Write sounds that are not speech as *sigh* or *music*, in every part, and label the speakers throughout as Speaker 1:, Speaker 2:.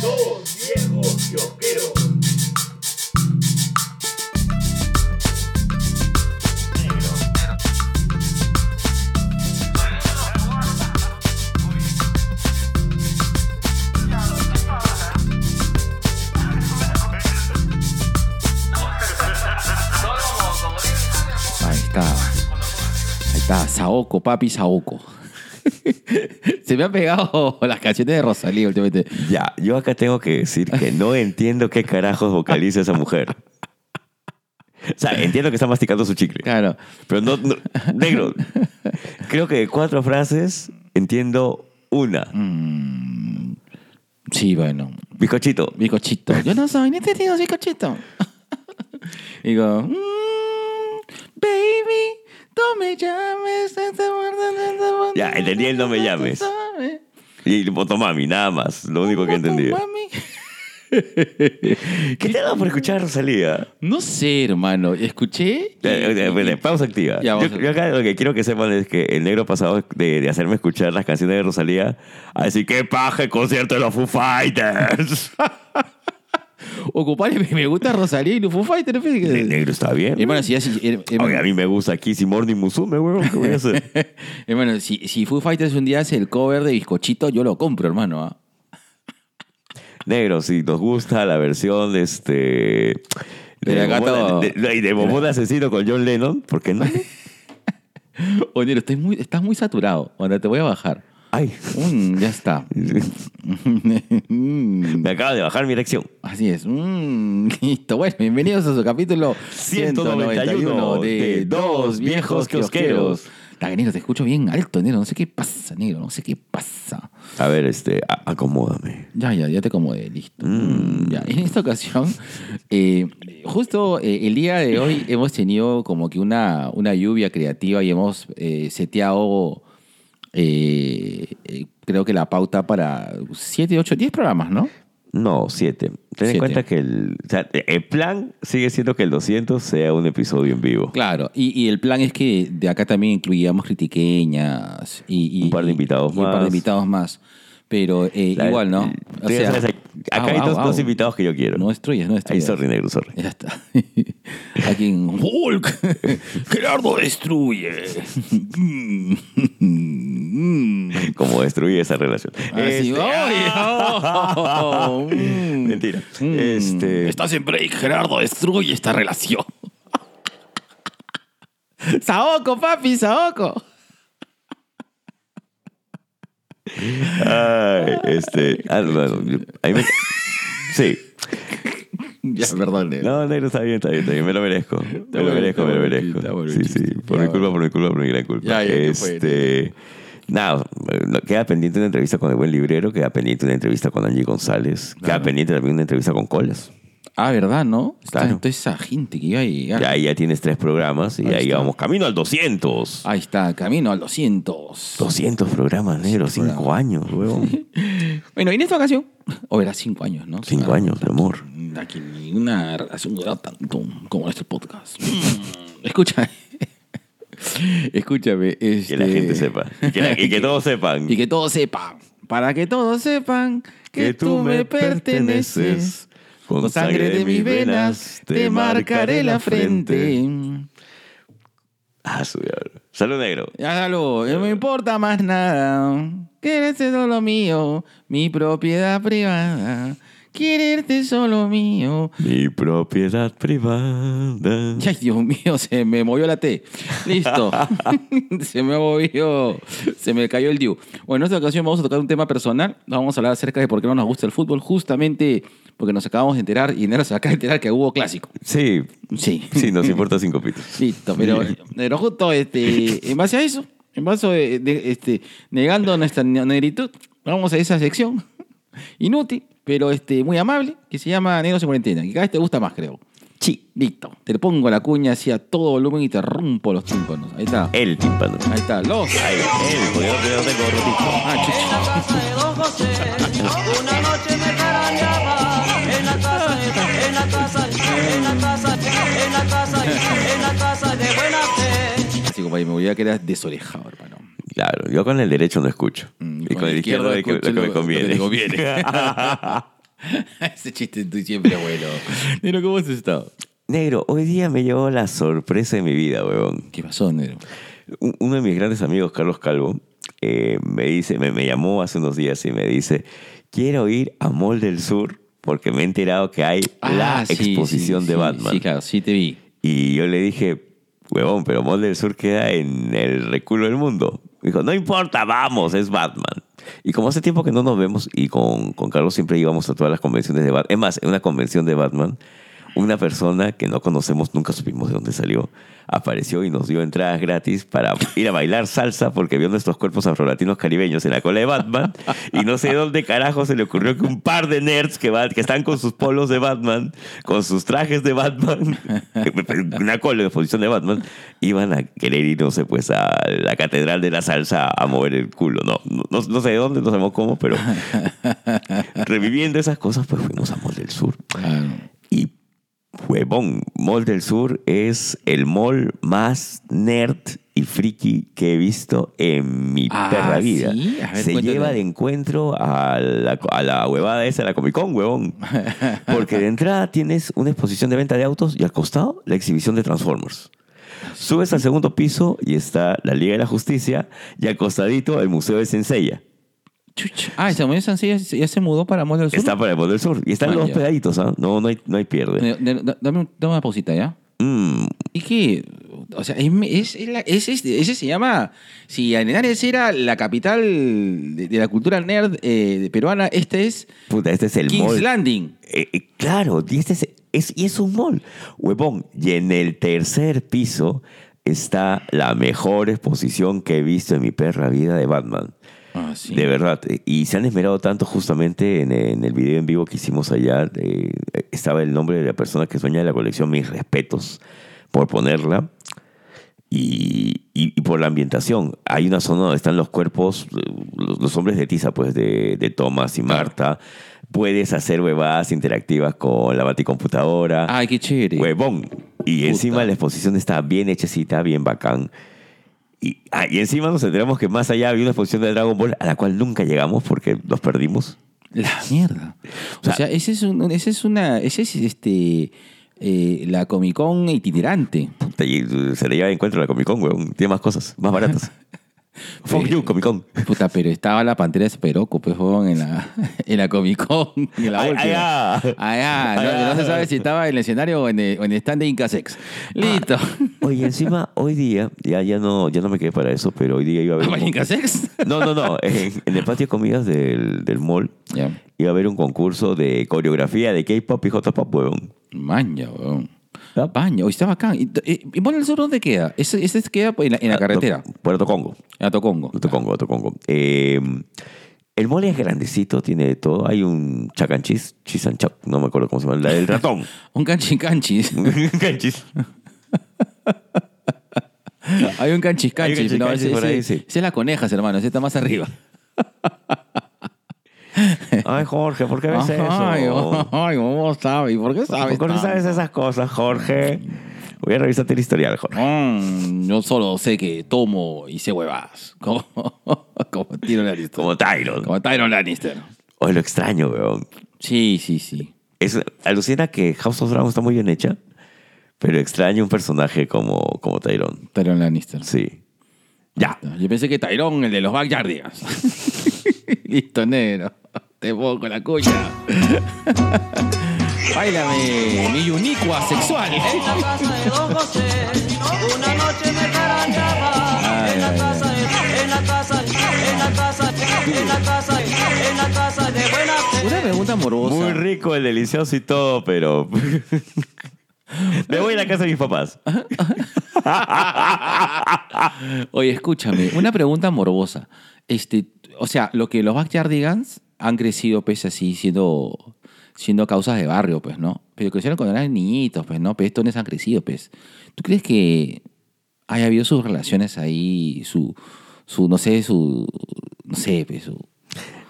Speaker 1: Dos viejos kiosqueros.
Speaker 2: Ahí está. Ahí está, Saoko, papi Saoko. *laughs* Se me han pegado *laughs* las canciones de Rosalía últimamente.
Speaker 3: Ya, yo acá tengo que decir que no entiendo qué carajos vocaliza esa mujer. O sea, entiendo que está masticando su chicle.
Speaker 2: Claro.
Speaker 3: Pero no, no- negro. Creo que de cuatro frases entiendo una.
Speaker 2: Sí, bueno.
Speaker 3: Bizcochito.
Speaker 2: Bicochito. Yo no soy ni te digo bicochito. *laughs* Digo, mm, baby, no me llames.
Speaker 3: Ya, entendí el no me llames. Y Motomami, nada más. Lo único que he entendido. ¿Qué te ha dado por escuchar a Rosalía?
Speaker 2: No sé, hermano. Escuché. y-
Speaker 3: Eh, eh, eh, Pausa activa.
Speaker 2: Ya,
Speaker 3: Yo,
Speaker 2: vamos a-
Speaker 3: yo acá lo que quiero que sepan es que el negro pasado de, de hacerme escuchar las canciones de Rosalía, así que paja el concierto de los Foo Fighters.
Speaker 2: Ocupar, *laughs* me gusta Rosalía y los Foo Fighters. pues, que-
Speaker 3: el negro está bien.
Speaker 2: Hermano, si, hace- her- hermano,
Speaker 3: Oye, a mí me gusta Kiss y Morning Musume, weón. ¿Qué voy a
Speaker 2: *laughs*
Speaker 3: hacer?
Speaker 2: hermano, si, si Foo Fighters un día hace el cover de Bizcochito, yo lo compro, hermano. ¿ah?
Speaker 3: Negro, si nos gusta la versión de este.
Speaker 2: De la gata
Speaker 3: Bombón-
Speaker 2: o-
Speaker 3: de, de- de
Speaker 2: *laughs*
Speaker 3: Bombón Asesino con John Lennon, ¿por qué no?
Speaker 2: Oye, Nero, estoy muy, estás muy saturado. Ahora te voy a bajar.
Speaker 3: Ay,
Speaker 2: Mm, ya está. Mm,
Speaker 3: me acaba de bajar mi erección.
Speaker 2: Así es. Mm, *laughs* listo. Bueno, bienvenidos a su capítulo
Speaker 3: 191 de Dos Viejos Kiosqueros.
Speaker 2: Está, Nero, te escucho bien alto, Nero. No sé qué pasa, Nero. No sé qué pasa.
Speaker 3: A ver, este, a- acomódame.
Speaker 2: Ya, ya, ya te acomodé, listo.
Speaker 3: Mm.
Speaker 2: Ya, en esta ocasión, *laughs* eh, justo eh, el día
Speaker 3: *laughs*
Speaker 2: de hoy hemos tenido como que una, una lluvia creativa y hemos eh, seteado, eh, eh, creo que la pauta para 7, 8, 10 programas, ¿no?
Speaker 3: No, siete. Ten
Speaker 2: Siete.
Speaker 3: en cuenta que el, o sea, el plan sigue siendo que el 200 sea un episodio en vivo.
Speaker 2: Claro, y, y el plan es que de acá también incluíamos critiqueñas y, y-
Speaker 3: Un par de invitados
Speaker 2: y un par de
Speaker 3: más.
Speaker 2: invitados más. Pero eh,
Speaker 3: La-
Speaker 2: igual, ¿no? Ah,
Speaker 3: tú ya sabes, acá hay
Speaker 2: au, au,
Speaker 3: dos,
Speaker 2: au.
Speaker 3: dos invitados que yo quiero.
Speaker 2: No es tuya, no es
Speaker 3: Ay,
Speaker 2: tuya.
Speaker 3: sorry, negro, sorry.
Speaker 2: Ya está. *laughs* Aquí en Hulk, *laughs* Gerardo destruye. *laughs*
Speaker 3: Cómo destruye esa relación.
Speaker 2: Así,
Speaker 3: Este,
Speaker 2: Ah, ¡ay! ¡Oh! *laughs* Mm.
Speaker 3: Mentira.
Speaker 2: Mm.
Speaker 3: Este,
Speaker 2: Estás en break, Gerardo destruye esta *laughs* relación. Saoco, papi, Saoco.
Speaker 3: Ay, este. ah, no, no, yo- a mí me- sí.
Speaker 2: Ya, perdón. eh.
Speaker 3: No, negro, está bien, está bien, está bien. Me lo merezco. Me lo
Speaker 2: bueno,
Speaker 3: merezco,
Speaker 2: está
Speaker 3: me lo
Speaker 2: bueno el
Speaker 3: merezco.
Speaker 2: chiste, está bueno el
Speaker 3: Sí, sí.
Speaker 2: chiste.
Speaker 3: Por
Speaker 2: Ya,
Speaker 3: mi culpa,
Speaker 2: bueno.
Speaker 3: por mi culpa, por mi gran culpa.
Speaker 2: Ya, ya, qué bueno.
Speaker 3: este. Nada, lo- queda pendiente una entrevista con el buen librero, queda pendiente una entrevista con Angie González, queda pendiente también una entrevista con Colas.
Speaker 2: Ah, ¿verdad, no? Está
Speaker 3: Claro.
Speaker 2: toda esa gente que iba a llegar.
Speaker 3: Ya, ahí ya tienes tres programas y
Speaker 2: Ahí
Speaker 3: ahí,
Speaker 2: está. Ah,
Speaker 3: vamos camino al 200.
Speaker 2: Ahí está, camino a los cientos.
Speaker 3: 200 programas, negro, cinco años, huevón.
Speaker 2: Bueno, y en esta ocasión, o Oh, era cinco años, ¿no?
Speaker 3: Cinco
Speaker 2: Ah,
Speaker 3: años, mi amor.
Speaker 2: La que ni una relación dura tanto como este podcast. Mm, Escucha. *laughs* Escúchame.
Speaker 3: Que la
Speaker 2: este-
Speaker 3: gente sepa. Y que, la- y
Speaker 2: *laughs*
Speaker 3: que todos sepan.
Speaker 2: Y que todos sepan. Para que todos sepan que, tú me perteneces. Con sangre de mis venas te marcaré la frente.
Speaker 3: Ah, su diablo. Salud, negro.
Speaker 2: Hágalo, no me importa más nada. Quererte solo mío, mi propiedad privada. Quererte solo mío.
Speaker 3: Mi propiedad privada.
Speaker 2: *laughs* Ay, Dios mío, se me movió la T. Listo. *laughs* se me movió. Se me cayó el Diu. Bueno, en esta ocasión vamos a tocar un tema personal. Vamos a hablar acerca de por qué no nos gusta el fútbol, justamente porque nos acabamos de enterar y Nero se acaba de enterar que hubo clásico.
Speaker 3: Sí, *laughs*
Speaker 2: Sí.
Speaker 3: sí, nos importa cinco
Speaker 2: *laughs*
Speaker 3: pitos.
Speaker 2: Listo, pero, pero justo este, en base a eso, en base de, de- este, negando nuestra ne- negritud, vamos a esa sección *laughs* inútil, pero este, muy amable, que se llama Negros en Cuarentena, que cada vez te gusta más, creo. Sí. Listo. Te le pongo la cuña así a todo volumen y te rompo los tímpanos. Ahí está.
Speaker 3: El tímpano.
Speaker 2: Ahí está. Los.
Speaker 3: Ay, él, porque yo no tengo rotito.
Speaker 2: Ah,
Speaker 4: En
Speaker 2: chucha.
Speaker 4: la casa de Don José, una noche me carangaba. En la casa, de- en la casa, en la casa, en la casa, en la casa de buena fe.
Speaker 2: Así, compadre, me olvidaba que eras desorejado, hermano.
Speaker 3: Claro, yo con el derecho no escucho.
Speaker 2: Mm,
Speaker 3: y con, el izquierdo, es que-
Speaker 2: escucho
Speaker 3: lo que
Speaker 2: lo-
Speaker 3: me conviene.
Speaker 2: lo que te conviene. *laughs* Ese chiste tú siempre, abuelo. Nero, ¿cómo has estado?
Speaker 3: *laughs* Negro, hoy día me llevó la sorpresa de mi vida, weón.
Speaker 2: ¿Qué pasó, Nero?
Speaker 3: Un- Uno de mis grandes amigos, Carlos Calvo, eh, me dice, me, me llamó hace unos días y me dice, quiero ir a Mall del Sur porque me he enterado que hay la
Speaker 2: Ah, sí,
Speaker 3: exposición
Speaker 2: sí,
Speaker 3: de
Speaker 2: sí,
Speaker 3: Batman.
Speaker 2: Sí, claro, sí te vi.
Speaker 3: Y yo le dije, huevón, pero Mall del Sur queda en el reculo del mundo. Dijo, no importa, vamos, es Batman. Y como hace tiempo que no nos vemos y con, con Carlos siempre íbamos a todas las convenciones de Batman. Es más, en una convención de Batman, una persona que no conocemos, nunca supimos de dónde salió, apareció y nos dio entradas gratis para ir a bailar salsa porque vio nuestros cuerpos afrolatinos caribeños en la cola de Batman. Y no sé dónde carajo se le ocurrió que un par de nerds que, va- que están con sus polos de Batman, con sus trajes de Batman, *laughs* una cola de posición de Batman, iban a querer ir, no sé, pues a la Catedral de la Salsa a mover el culo. No, no, no sé de dónde, no sabemos cómo, pero reviviendo esas cosas, pues fuimos a Mall del Sur.
Speaker 2: Claro.
Speaker 3: Y huevón, Mall del Sur es el mall más nerd y friki que he visto en mi
Speaker 2: Ah,
Speaker 3: perra vida.
Speaker 2: ¿sí? A ver,
Speaker 3: Se
Speaker 2: cuéntame.
Speaker 3: lleva de encuentro a la, a la huevada esa, a la Comic Con, huevón. Porque de entrada tienes una exposición de venta de autos y al costado la exhibición de Transformers. Subes al segundo piso y está la Liga de la Justicia y al costadito el Museo de Senseiya.
Speaker 2: Chucha. Ah, ese Samuel Sancilla ya, se mudó para Mall del Sur.
Speaker 3: Está para el Mall del Sur y están
Speaker 2: Ah,
Speaker 3: los
Speaker 2: ya.
Speaker 3: pedaditos, ¿ah? No, no hay, no hay pierde.
Speaker 2: Nero, Nero, da- dame, un- dame una pausita, ¿ya?
Speaker 3: Mm,
Speaker 2: Y que, o sea, es, es, es la- es- es- ese se llama, si Arenales era la capital de, de la cultura nerd eh, peruana, este es
Speaker 3: puta, este es el
Speaker 2: King's
Speaker 3: mall.
Speaker 2: Landing.
Speaker 3: Eh, eh, claro, y, este es, es- y es un mall. Huevón, y en el tercer piso está la mejor exposición que he visto en mi perra vida de Batman.
Speaker 2: Ah, sí.
Speaker 3: De verdad. eh, Y se han esmerado tanto justamente en, en el video en vivo que hicimos allá. eh, estaba el nombre de la persona que sueña de la colección. Mis respetos por ponerla. Y, y- y por la ambientación. Hay una zona donde están los cuerpos, eh, los, los hombres de tiza, pues, de, de Thomas y Marta. Puedes hacer huevadas interactivas con la baticomputadora.
Speaker 2: Ay, qué chévere.
Speaker 3: Huevón. Y
Speaker 2: Puta.
Speaker 3: encima la exposición está bien hechecita, bien bacán. Y, ah, y encima nos enteramos que más allá había una exposición de Dragon Ball a la cual nunca llegamos porque nos perdimos.
Speaker 2: La mierda. O
Speaker 3: sea-
Speaker 2: sea, ese es un, ese es una, ese es este, eh, la Comic Con itinerante.
Speaker 3: Puta, y, eh, se le lleva de encuentro a la Comic Con, huevón. Tiene más cosas, más *laughs* baratas. Fuck you, Comic Con.
Speaker 2: Puta, pero estaba la pantera de Esperoco, pues, huevón, en la, *laughs* en la Comic Con. En la
Speaker 3: Ay, ah.
Speaker 2: última.
Speaker 3: allá.
Speaker 2: Allá. No,
Speaker 3: Allá.
Speaker 2: no se sabe si estaba en el escenario o en el, o en el stand de Inca Sex.
Speaker 3: Ah. *laughs*
Speaker 2: Listo.
Speaker 3: Oye, encima, hoy día, ya, ya, no, ya no me quedé para eso, pero hoy día iba a haber. un
Speaker 2: ¿Para el
Speaker 3: con-
Speaker 2: Inca Sex?
Speaker 3: No, no, *laughs* no. En, en el patio de comidas del, del mall
Speaker 2: Ya.
Speaker 3: iba a haber un concurso de coreografía de K-pop y J-pop, huevón.
Speaker 2: Maña, weón.
Speaker 3: Ya.
Speaker 2: Maña, hoy está bacán. ¿Y, y, y Mall del Sur dónde queda? Ese, ese queda en la, en
Speaker 3: Ah,
Speaker 2: la carretera,
Speaker 3: Puerto Congo.
Speaker 2: en Atocongo.
Speaker 3: Otro Congo, otro Congo. Eh, el mole es grandecito, tiene de todo. Hay un chacanchis, chis and chap, no me acuerdo cómo se llama, la
Speaker 2: *laughs*
Speaker 3: del ratón.
Speaker 2: Un canchis
Speaker 3: *laughs*
Speaker 2: canchis.
Speaker 3: Canchis.
Speaker 2: Hay un canchis canchis.
Speaker 3: Hay un canchis
Speaker 2: no,
Speaker 3: canchis
Speaker 2: ese,
Speaker 3: por ahí,
Speaker 2: ese-
Speaker 3: sí.
Speaker 2: ese es la conejas, hermano. Ese está más arriba.
Speaker 3: Ay, Jorge, ¿por qué ves
Speaker 2: Ay,
Speaker 3: eso?
Speaker 2: ay, ¿cómo sabes? ¿Y por qué sabes?
Speaker 3: ¿Por qué
Speaker 2: tanto?
Speaker 3: sabes esas cosas, Jorge? Voy a revisarte el historial, Jorge.
Speaker 2: Mm, yo solo sé que tomo y sé huevas. *laughs* Como, como Tiro Lannister.
Speaker 3: Como Tyron.
Speaker 2: Como Tyron Lannister.
Speaker 3: Hoy lo extraño, weón.
Speaker 2: Sí, sí, sí.
Speaker 3: Es, alucina que House of Dragon está muy bien hecha, pero extraño un personaje como, como Tyron.
Speaker 2: Tyron Lannister.
Speaker 3: Sí. Ya.
Speaker 2: Yo pensé que Tyron, el de los Backyardigans. *laughs* Listo, negro. Te pongo la cuña. *laughs* Báilame, mi unicua sexual.
Speaker 4: En la casa de Don José, una noche me carangaba. En la casa, de- en la casa, en la casa, en la casa, en la casa de buena fe.
Speaker 2: Una pregunta morbosa.
Speaker 3: Muy rico, el delicioso y todo, pero. *laughs* Me voy a la casa de mis papás.
Speaker 2: Oye, escúchame, una pregunta morbosa. Este, o sea, lo que los Backyardigans han crecido, pues, así, siendo, siendo causas de barrio, pues, ¿no? Pero crecieron cuando eran niñitos, pues, ¿no? Pero estos nenes han crecido, pues. ¿Tú crees que haya habido sus relaciones ahí, su, su no sé, su, no sé, pues, su...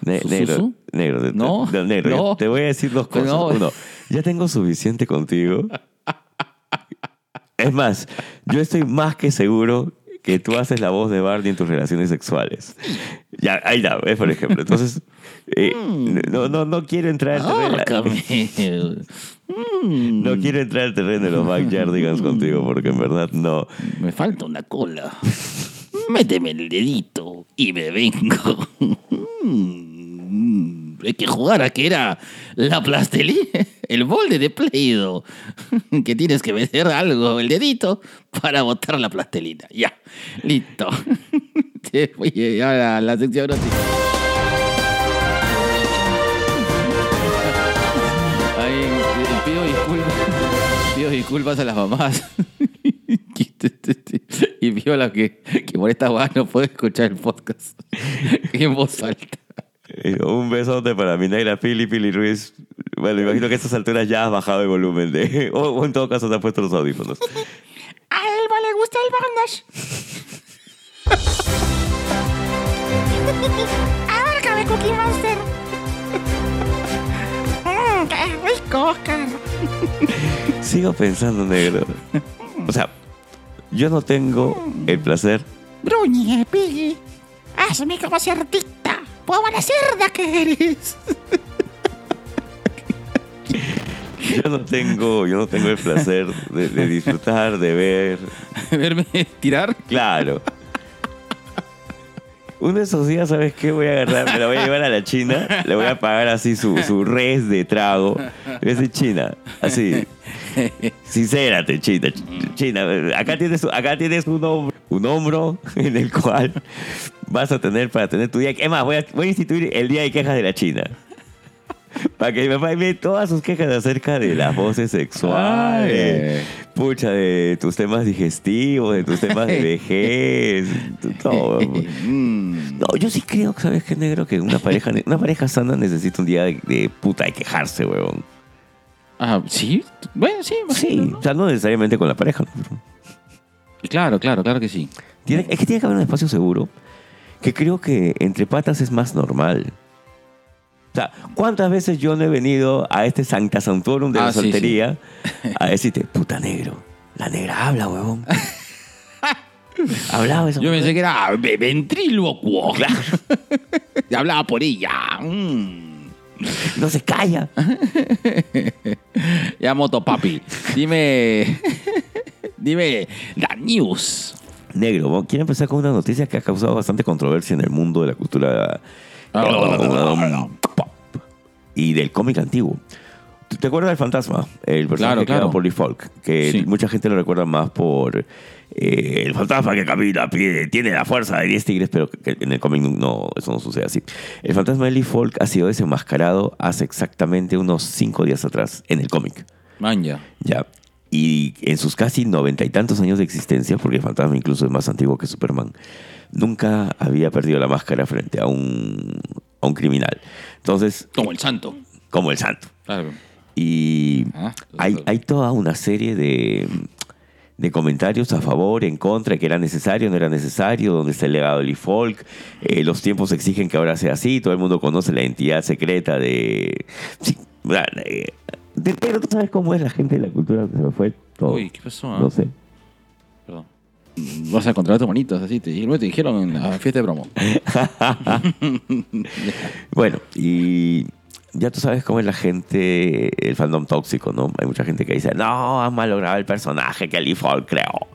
Speaker 3: Ne-
Speaker 2: ¿Su- su-
Speaker 3: negro,
Speaker 2: su?
Speaker 3: negro, te-
Speaker 2: No,
Speaker 3: te- negro, ya-
Speaker 2: no. Pues
Speaker 3: te voy a decir dos cosas.
Speaker 2: No.
Speaker 3: Uno, ya tengo suficiente contigo. Es más, yo estoy más que seguro que tú haces la voz de Barney en tus relaciones sexuales. Ya, ahí la ves, por ejemplo. Entonces, eh,
Speaker 2: Mm.
Speaker 3: no, no, no quiero entrar al terreno.
Speaker 2: *laughs* Ah, Ahórcame. Mm,
Speaker 3: No quiero entrar al terreno de los backyardigans contigo porque en verdad no.
Speaker 2: me falta una cola. Méteme el dedito y me vengo. Mm, Hay que jugar a que era la plastelina, el molde de pleido. Que tienes que meter algo, el dedito, para botar la plastelina. Ya, listo. *laughs* Te voy a llevar a la sección noticias. Ay, eh, pido disculpas. Pido disculpas *laughs* a las mamás. *laughs* Y pido a las que, que por esta hueá no puedo escuchar el podcast *laughs* en voz alta.
Speaker 3: Eh, Un besote para mi negra Pili, Pili Ruiz. Bueno, imagino que a estas alturas ya has bajado el volumen de. *laughs* O, o en todo caso te has puesto los audífonos.
Speaker 2: A Elba le gusta el bandage.
Speaker 5: *laughs* Abárcame, Cookie Monster. *laughs* Mmm, qué rico, Oscar.
Speaker 3: Sigo pensando, negro. O sea, yo no tengo el placer.
Speaker 5: Bruñe, Piggy. Ah, Hazme como cerdita. Pobre cerda que eres.
Speaker 3: Yo no tengo, yo no tengo el placer de, de disfrutar, de ver.
Speaker 2: *laughs* Verme tirar.
Speaker 3: Claro. Uno de esos días, ¿sabes qué? Voy a agarrar, me la voy a llevar a la China, le voy a pagar así su, su res de trago. Le voy a decir, China, así. Sincérate, China. Ch- China, acá tienes, acá tienes un, hombro, un hombro en el cual vas a tener para tener tu día. Es más, voy a, voy a instituir el día de quejas de la China. Para que mi papá envíe todas sus quejas acerca de las voces sexuales. Pucha, de tus temas digestivos, de tus temas
Speaker 2: *laughs*
Speaker 3: de vejez. tu- todo.
Speaker 2: Mm.
Speaker 3: No, yo sí creo, ¿sabes qué, negro? Que una pareja, una pareja sana necesita un día de, de puta de quejarse, huevón.
Speaker 2: Ah, sí. Bueno, Pues sí,
Speaker 3: Sí,
Speaker 2: imagino, ¿no?
Speaker 3: o sea, no necesariamente con la pareja. ¿no?
Speaker 2: Claro, claro, claro que sí.
Speaker 3: Tiene- es que tiene que haber un espacio seguro que creo que entre patas es más normal. O sea, ¿cuántas veces yo no he venido a este Santa Santorum de
Speaker 2: Ah,
Speaker 3: la
Speaker 2: sí, sí.
Speaker 3: soltería a decirte, puta negro, la negra habla,
Speaker 2: *laughs*
Speaker 3: huevón? Hablaba eso.
Speaker 2: Yo pensé que era ve- *laughs* ventrílocuo. Claro. Y hablaba por ella. Mm.
Speaker 3: No se calla.
Speaker 2: Ya, Motopapi. Dime. *laughs* Dime la news.
Speaker 3: Negro, bueno, quiero empezar con una noticia que ha causado bastante controversia en el mundo de la cultura
Speaker 2: Ah,
Speaker 3: y del cómic antiguo. ¿Tú ¿Te acuerdas del fantasma? El personaje
Speaker 2: Claro,
Speaker 3: que
Speaker 2: claro.
Speaker 3: por Lee Falk, que
Speaker 2: Sí.
Speaker 3: mucha gente lo recuerda más por eh, el fantasma que camina, pie- tiene la fuerza de 10 tigres, pero que en el cómic no, eso no sucede así. El fantasma de Lee Falk ha sido desenmascarado hace exactamente unos 5 días atrás en el cómic.
Speaker 2: Manja.
Speaker 3: Ya. Y en sus casi noventa y tantos años de existencia, porque el fantasma incluso es más antiguo que Superman, nunca había perdido la máscara frente a un, a un criminal. Entonces,
Speaker 2: Como el santo.
Speaker 3: como el santo.
Speaker 2: Claro.
Speaker 3: Y
Speaker 2: Ah,
Speaker 3: hay,
Speaker 2: claro.
Speaker 3: hay toda una serie de, de comentarios a favor, en contra, que era necesario, no era necesario, donde está el legado de Lee Folk, eh, los tiempos exigen que ahora sea así, todo el mundo conoce la identidad secreta de... Sí, la- la- eh, de- pero tú sabes cómo es la gente de la cultura, se me fue todo.
Speaker 2: Uy, ¿qué pasó? ah?
Speaker 3: No sé.
Speaker 2: Perdón. Vas a encontrar a tus manitos, así te, luego te dijeron en la fiesta de promo.
Speaker 3: Bueno, y ya tú sabes cómo es la gente, el fandom tóxico, ¿no? Hay mucha gente que dice, no, han malogrado el personaje que Lee Falk creó.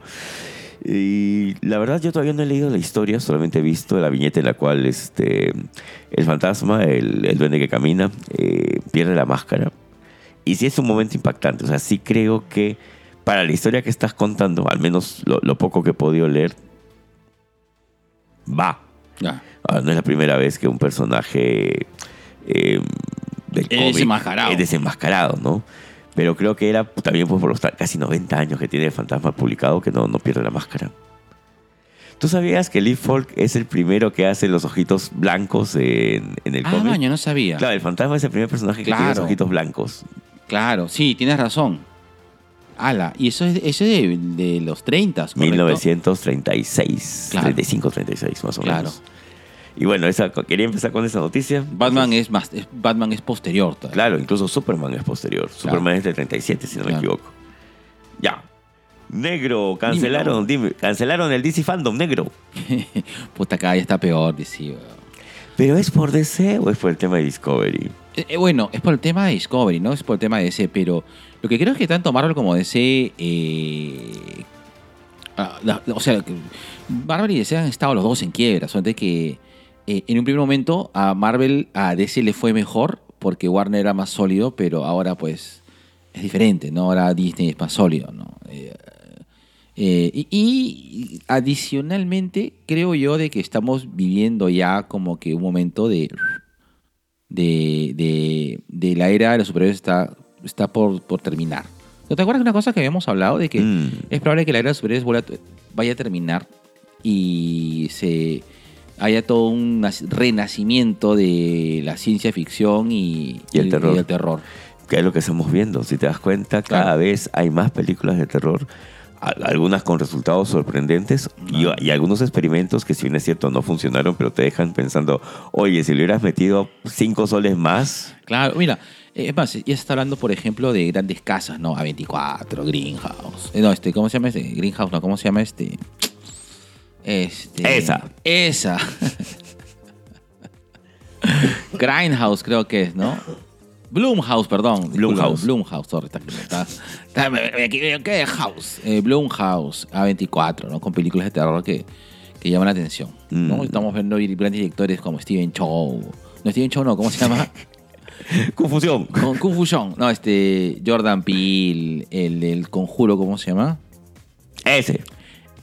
Speaker 3: Y la verdad yo todavía no he leído la historia, solamente he visto la viñeta en la cual este, el fantasma, el, el duende que camina, eh, pierde la máscara. Y sí es un momento impactante, o sea, sí creo que para la historia que estás contando, al menos lo, lo poco que he podido leer, va.
Speaker 2: Ya.
Speaker 3: Ahora, Ah, no es la primera vez que un personaje eh, del
Speaker 2: Es
Speaker 3: cómic
Speaker 2: desenmascarado.
Speaker 3: es desenmascarado, ¿no? Pero creo que era pues, también pues, por los ta- casi 90 años que tiene el fantasma publicado que no, no pierde la máscara. ¿Tú sabías que Lee Falk es el primero que hace los ojitos blancos en, en el
Speaker 2: Ah,
Speaker 3: cómic?
Speaker 2: baño, no sabía.
Speaker 3: Claro, el fantasma es el primer personaje que tiene los
Speaker 2: Claro.
Speaker 3: ojitos blancos.
Speaker 2: Claro, sí, tienes razón. Ala, y eso es, eso es de, de los 30, ¿correcto?
Speaker 3: 1936,
Speaker 2: Claro.
Speaker 3: 35, 36 más o
Speaker 2: Claro.
Speaker 3: menos. Y bueno, esa, quería empezar con esa noticia.
Speaker 2: Batman es más, es- Batman es posterior. todavía.
Speaker 3: Claro, incluso Superman es posterior. Superman es del 37, si no me
Speaker 2: Claro.
Speaker 3: equivoco. Ya. Negro, cancelaron, dime, cancelaron el DC Fandom negro.
Speaker 2: Puta, cada día está peor, decía.
Speaker 3: ¿Pero es por DC o es por el tema de Discovery?
Speaker 2: Eh, eh, bueno, es por el tema de Discovery, ¿no? Es por el tema de DC, pero lo que creo es que tanto Marvel como DC. eh, ah, la- la- o sea, que Marvel y DC han estado los dos en quiebra. Solamente que eh, en un primer momento a Marvel, a DC le fue mejor porque Warner era más sólido, pero ahora pues es diferente, ¿no? Ahora Disney es más sólido, ¿no? Eh, eh, y, y adicionalmente creo yo de que estamos viviendo ya como que un momento de de, de- de la era de los superhéroes está, está por, por terminar. ¿No te acuerdas de una cosa que habíamos hablado? De que
Speaker 3: Mm.
Speaker 2: es probable que la era de los superhéroes vuelva a- vaya a terminar y se haya todo un nas- renacimiento de la ciencia ficción y,
Speaker 3: Y el terror.
Speaker 2: el terror.
Speaker 3: que es lo que estamos viendo. Si te das cuenta, cada
Speaker 2: Claro.
Speaker 3: vez hay más películas de terror, a- algunas con resultados sorprendentes y, y algunos experimentos que si bien es cierto no funcionaron, pero te dejan pensando, oye, si le hubieras metido cinco soles *laughs* más,
Speaker 2: Claro, mira, eh, es más, ya se está hablando, por ejemplo, de grandes casas, ¿no? A24, Greenhouse. Eh, No, este, ¿cómo se llama este? Greenhouse, no, ¿cómo se llama este? Este.
Speaker 3: Esa.
Speaker 2: Esa. *laughs* Grindhouse, creo que es, ¿no? Bloomhouse, perdón.
Speaker 3: Blumhouse.
Speaker 2: Bloomhouse. Bloomhouse, sorry. Está, está- está- me- me equivoqué de House. Eh, Bloomhouse, A24, ¿no? Con películas de terror que, que llaman la atención. ¿no?
Speaker 3: Mm.
Speaker 2: Estamos viendo grandes directores como Steven Chow. No, Steven Chow no, ¿cómo se
Speaker 3: *laughs*
Speaker 2: llama?
Speaker 3: confusión.
Speaker 2: Con Kung Fu Young. No, este. Jordan Peele, el del conjuro, ¿cómo se llama?
Speaker 3: Ese,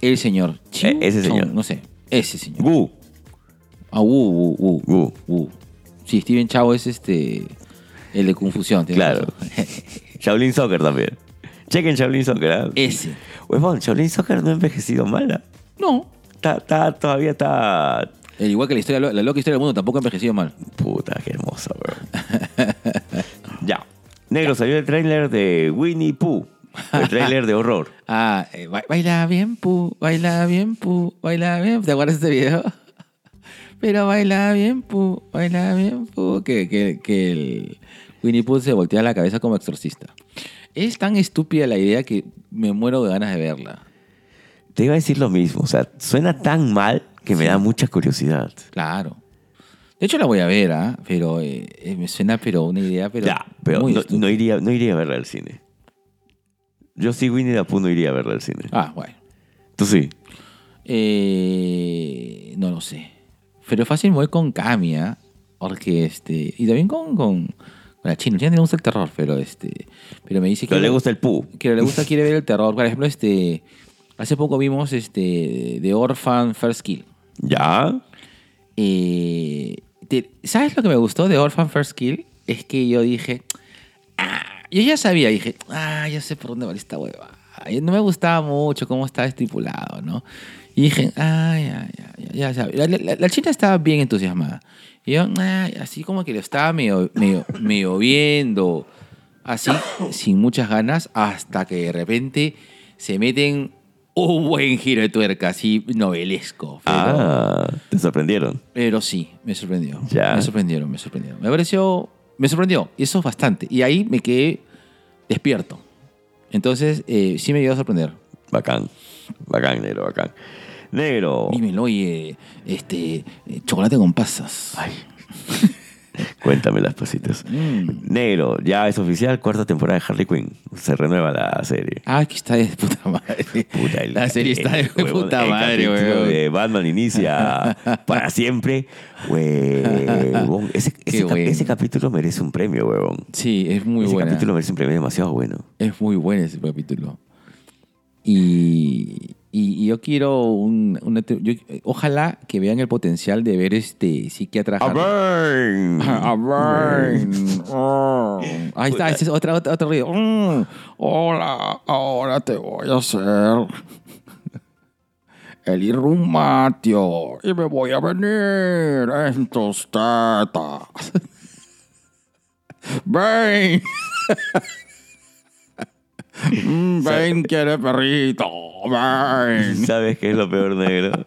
Speaker 2: El señor. Chiu
Speaker 3: E- ese
Speaker 2: Chong,
Speaker 3: señor.
Speaker 2: No sé. Ese señor.
Speaker 3: Gu,
Speaker 2: Ah, Wu, Wu, Wu.
Speaker 3: Wu.
Speaker 2: Wu. Sí, Steven Chao es este. El de confusión. tienes
Speaker 3: Claro.
Speaker 2: razón. *laughs*
Speaker 3: Shaolin Soccer también. Chequen Shaolin Soccer, ¿ah?
Speaker 2: ese.
Speaker 3: Huevón, Shaolin Soccer no ha envejecido mal, ¿ah?
Speaker 2: No.
Speaker 3: Está- está- todavía está...
Speaker 2: El igual que la historia, la loca historia del mundo tampoco ha envejecido mal.
Speaker 3: Puta, qué hermosa, bro.
Speaker 2: *laughs*
Speaker 3: ya. Negro, salió el tráiler de Winnie Pooh. El tráiler de horror.
Speaker 2: Ah, eh, ba- baila bien, pu, baila bien, pu, baila bien. ¿Te acuerdas de este video? *laughs* Pero baila bien, pu, baila bien, pu. Que, que, que el Winnie Pooh se voltea la cabeza como exorcista. Es tan estúpida la idea que me muero de ganas de verla.
Speaker 3: Te iba a decir lo mismo. O sea, suena tan mal que me da mucha curiosidad.
Speaker 2: Claro. De hecho la voy a ver, ¿ah? Pero eh, eh, me suena, pero una idea, pero.
Speaker 3: ya, pero
Speaker 2: muy
Speaker 3: no,
Speaker 2: estúpida.
Speaker 3: no iría, no iría a verla al cine. Yo sí, Winnie the Pooh no iría a verla al cine.
Speaker 2: Ah, bueno.
Speaker 3: Tú sí.
Speaker 2: Eh, no lo sé. Pero fácil me voy con Camia. Porque este. Y también con, con, con la China. La China no le gusta el terror, pero este. Pero me dice que.
Speaker 3: Pero le gusta el Pooh.
Speaker 2: Que le gusta, quiere ver el terror. Por ejemplo, este. Hace poco vimos este. The Orphan First Kill.
Speaker 3: Ya.
Speaker 2: Eh, te- ¿Sabes lo que me gustó de Orphan First Kill? Es que yo dije. "Ah", yo ya sabía, dije, ah, ya sé por dónde va esta hueva. Ay, No me gustaba mucho cómo estaba estipulado, ¿no? Y dije, ah, ya, ya, ya, ya sabía. La, la- la china estaba bien entusiasmada. Y yo, "Ah", así como que lo estaba medio, medio, medio viendo, así, sin muchas ganas, hasta que de repente se meten un buen giro de tuerca, así novelesco. pero-
Speaker 3: Ah, te sorprendieron.
Speaker 2: pero sí, me sorprendió.
Speaker 3: Ya.
Speaker 2: Me sorprendieron, me sorprendieron. Me pareció. Me sorprendió. Y eso es bastante. Y ahí me quedé despierto. Entonces, eh, sí me llegó a sorprender.
Speaker 3: Bacán. Bacán, negro, bacán. Negro.
Speaker 2: Dímelo, oye, este. eh, chocolate con pasas.
Speaker 3: Ay. Cuéntame las pasitas.
Speaker 2: Mm.
Speaker 3: Negro, ya es oficial, cuarta temporada de Harley Quinn. Se renueva la serie.
Speaker 2: Ah, aquí está *laughs* de puta madre.
Speaker 3: Puta, el-
Speaker 2: La serie está de
Speaker 3: el- huevón,
Speaker 2: puta
Speaker 3: el
Speaker 2: madre,
Speaker 3: capítulo
Speaker 2: weón.
Speaker 3: de Batman inicia para siempre.
Speaker 2: *laughs*
Speaker 3: Huevón, ese, ese
Speaker 2: Qué
Speaker 3: cap-
Speaker 2: bueno.
Speaker 3: ese capítulo merece un premio, huevón.
Speaker 2: Sí, es muy
Speaker 3: ese
Speaker 2: buena.
Speaker 3: capítulo merece un premio demasiado bueno.
Speaker 2: Es muy bueno ese capítulo. Y, y- y yo quiero un. una te- yo- ojalá que vean el potencial de ver este psiquiatra.
Speaker 3: A
Speaker 2: Harley-
Speaker 3: burn.
Speaker 2: *coughs* A burn. Oh. Ahí está, ese es otra, otra, otro ruido. Mm. Hola, ahora te voy a hacer el irrumatio y me voy a venir en tus
Speaker 3: *laughs*
Speaker 2: tetas. Ven. Mm, Ven, quiere perrito. Ven.
Speaker 3: ¿Sabes qué es lo peor, negro?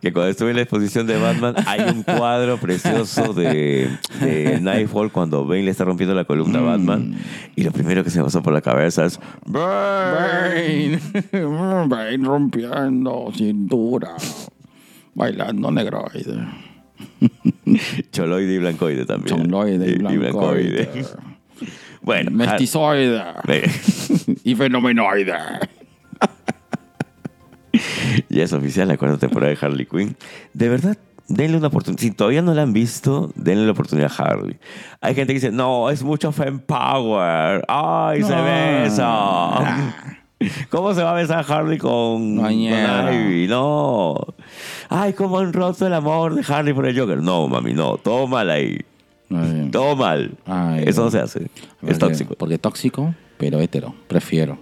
Speaker 3: que cuando estuve en la exposición de Batman hay un cuadro precioso de, de Nightfall cuando Bane le está rompiendo la columna a Batman y lo primero que se me pasó por la cabeza es Bane.
Speaker 2: Brain, *laughs* Brain rompiendo cintura, bailando negroide,
Speaker 3: Choloide y blancoide también.
Speaker 2: chonloide,
Speaker 3: Y- y
Speaker 2: blancoide,
Speaker 3: Bueno,
Speaker 2: *laughs*
Speaker 3: *laughs*
Speaker 2: mestizoide
Speaker 3: ah,
Speaker 2: y fenomenoide.
Speaker 3: *laughs* ya es oficial la cuarta temporada de Harley Quinn. De verdad, denle una oportunidad. Si todavía no la han visto, denle la oportunidad a Harley. Hay gente que dice, no, es mucho fan power. Ay, se
Speaker 2: No.
Speaker 3: besa. *laughs* ¿Cómo se va a besar Harley con, con
Speaker 2: Mañana.
Speaker 3: Ivy? No. Ay, cómo han roto el amor de Harley por el Joker. No, mami, no. Tómala ahí.
Speaker 2: Ay,
Speaker 3: Todo mal.
Speaker 2: Ay,
Speaker 3: Eso no
Speaker 2: no.
Speaker 3: se hace.
Speaker 2: porque-
Speaker 3: Es tóxico.
Speaker 2: Porque tóxico, pero hétero, prefiero.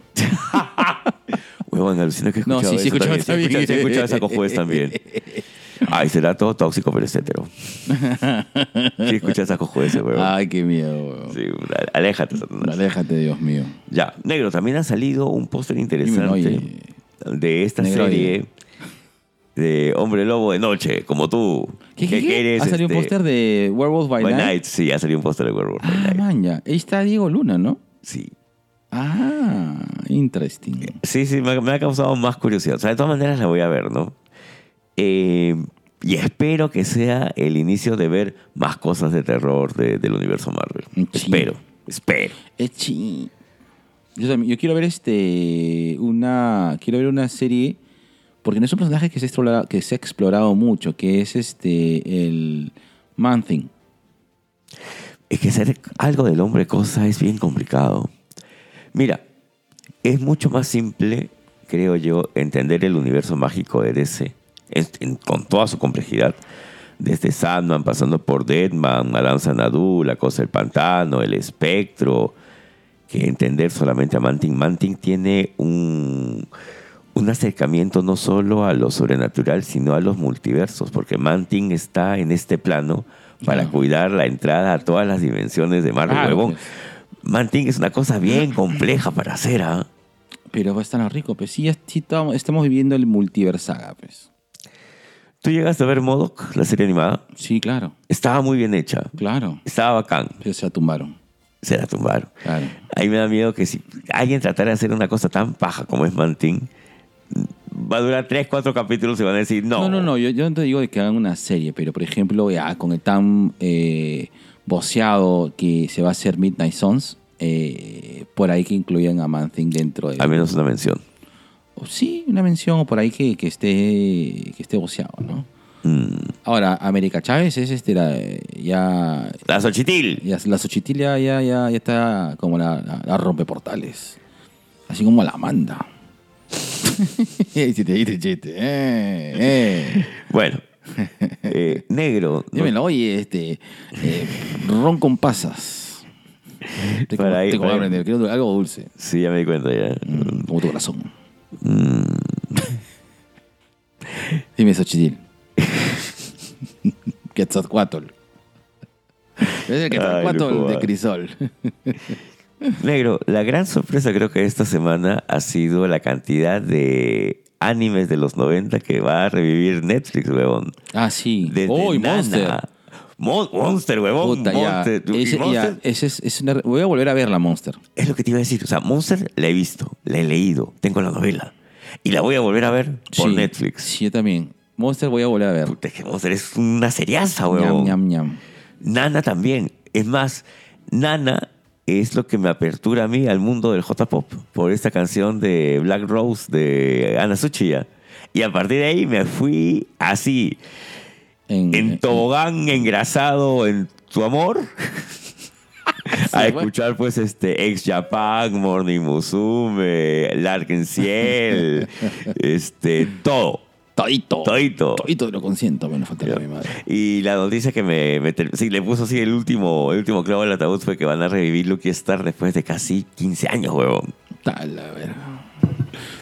Speaker 3: Huevón, alucina que he
Speaker 2: No,
Speaker 3: escuchado
Speaker 2: sí, sí,
Speaker 3: eso
Speaker 2: escuchaba
Speaker 3: también.
Speaker 2: también.
Speaker 3: Sí, he escuchado- sí, he escuchado esa cojudez también. Ay, será todo tóxico, pero es hetero. Sí, escucha esa cojudeces, huevón.
Speaker 2: Ay, qué miedo, weón.
Speaker 3: Sí, al- aléjate, Satanás.
Speaker 2: Aléjate, Dios mío.
Speaker 3: Ya, negro, también ha salido un póster
Speaker 2: Dímelo,
Speaker 3: interesante
Speaker 2: oye.
Speaker 3: de esta
Speaker 2: Negro,
Speaker 3: serie de Hombre Lobo de Noche, como tú. que eres,
Speaker 2: ¿Ha salido un
Speaker 3: este,
Speaker 2: póster de Werewolf by,
Speaker 3: By
Speaker 2: Night?
Speaker 3: Night? Sí, ha salido un póster de Werewolf by
Speaker 2: Ah,
Speaker 3: Night.
Speaker 2: man, ya. Ahí está Diego Luna, ¿no?
Speaker 3: Sí.
Speaker 2: Ah, interesting.
Speaker 3: Sí, sí, me, me ha causado más curiosidad. O sea, de todas maneras la voy a ver, ¿no? Eh, y espero que sea el inicio de ver más cosas de terror de- del universo Marvel.
Speaker 2: Sí.
Speaker 3: Espero, espero.
Speaker 2: Es chi- Yo, también- yo quiero ver este una quiero ver una serie porque no es un personaje que se ha explorado, que se ha explorado mucho, que es este el Man Thing.
Speaker 3: Es que ser algo del hombre cosa es bien complicado. Mira, es mucho más simple, creo yo, entender el universo mágico de DC en- en- con toda su complejidad. Desde Sandman, pasando por Deadman, Alan Sanadu, La Cosa del Pantano, El Espectro, que entender solamente a Manting. Manting tiene un, un acercamiento no solo a lo sobrenatural, sino a los multiversos, porque Manting está en este plano para
Speaker 2: Claro.
Speaker 3: cuidar la entrada a todas las dimensiones de Marvel.
Speaker 2: Claro,
Speaker 3: huevón.
Speaker 2: pues.
Speaker 3: Manting es una cosa bien compleja para hacer, ¿ah?
Speaker 2: Pero va a estar rico, pues sí, ya- sí estamos, estamos viviendo el multiversaga, pues.
Speaker 3: Tú llegaste a ver Modoc, la serie animada.
Speaker 2: Sí, claro,
Speaker 3: Estaba muy bien hecha.
Speaker 2: claro.
Speaker 3: Estaba bacán.
Speaker 2: Pero se la tumbaron.
Speaker 3: Se la tumbaron.
Speaker 2: Claro.
Speaker 3: Ahí me da miedo que si alguien tratara de hacer una cosa tan paja como es Manting, va a durar 3, 4 capítulos y van a decir no.
Speaker 2: No, no, no, yo, yo no te digo de que hagan una serie, pero por ejemplo, ya, con el tan eh, boceado que se va a hacer Midnight Sons, eh, por ahí que incluyan a Man Thing dentro de...
Speaker 3: Al menos una mención.
Speaker 2: O Sí, una mención o por ahí que, que esté que esté boceado, ¿no?
Speaker 3: Mm.
Speaker 2: Ahora, América Chávez es este, la, eh, ya,
Speaker 3: La Xochitl.
Speaker 2: ya- La Suchitilia ya, ya, ya está como la, la, la rompeportales. Así como la
Speaker 3: *laughs*
Speaker 2: manda. Este, Chiste, chiste, chiste. Eh, eh. *laughs*
Speaker 3: Bueno, eh, negro. ¿no?
Speaker 2: Dímelo, oye, este. eh, ron con pasas. Te
Speaker 3: Por ahí,
Speaker 2: te
Speaker 3: por ahí.
Speaker 2: hambre, negro, quiero algo dulce.
Speaker 3: Sí, ya me di cuenta ya.
Speaker 2: Mm, Como tu corazón.
Speaker 3: Mm.
Speaker 2: Dime, Xochitl. Quetzalcoatl. Es
Speaker 3: Ay,
Speaker 2: el
Speaker 3: no
Speaker 2: Quetzalcoatl de
Speaker 3: jodas.
Speaker 2: Crisol.
Speaker 3: Negro, la gran sorpresa creo que esta semana ha sido la cantidad de animes de los 90 que va a revivir Netflix, huevón.
Speaker 2: Ah, sí.
Speaker 3: Desde
Speaker 2: Oh, y
Speaker 3: Nana.
Speaker 2: Monster.
Speaker 3: Mon- Monster, huevón.
Speaker 2: Puta, ya.
Speaker 3: Monster. Y
Speaker 2: Ese- ya,
Speaker 3: Monster-
Speaker 2: ese es, es una- voy a volver a ver la Monster.
Speaker 3: Es lo que te iba a decir. O sea, Monster la he visto, la he leído, tengo la novela. Y la voy a volver a ver por
Speaker 2: Sí.
Speaker 3: Netflix.
Speaker 2: Sí, yo también. Monster voy a volver a ver.
Speaker 3: Puta, es que Monster es una seriaza,
Speaker 2: Ñam,
Speaker 3: huevón.
Speaker 2: ñam, ñam.
Speaker 3: Nana también. Es más, Nana es lo que me apertura a mí al mundo del J-Pop por esta canción de Black Rose de Ana Suchiya. Y a partir de ahí me fui así,
Speaker 2: eh,
Speaker 3: en tobogán engrasado en tu amor, *laughs* a
Speaker 2: Sí,
Speaker 3: escuchar pues este Ex Japan, Morning Musume, Larkin Ciel, este, todo.
Speaker 2: Todito.
Speaker 3: Todito.
Speaker 2: Todito lo consiento. Bueno, falta a mi madre.
Speaker 3: Y la noticia que me, me ter- sí, le puso así el último, el último clavo al ataúd fue que van a revivir Lucky Star después de casi 15 años, huevón.
Speaker 2: Tal, a ver.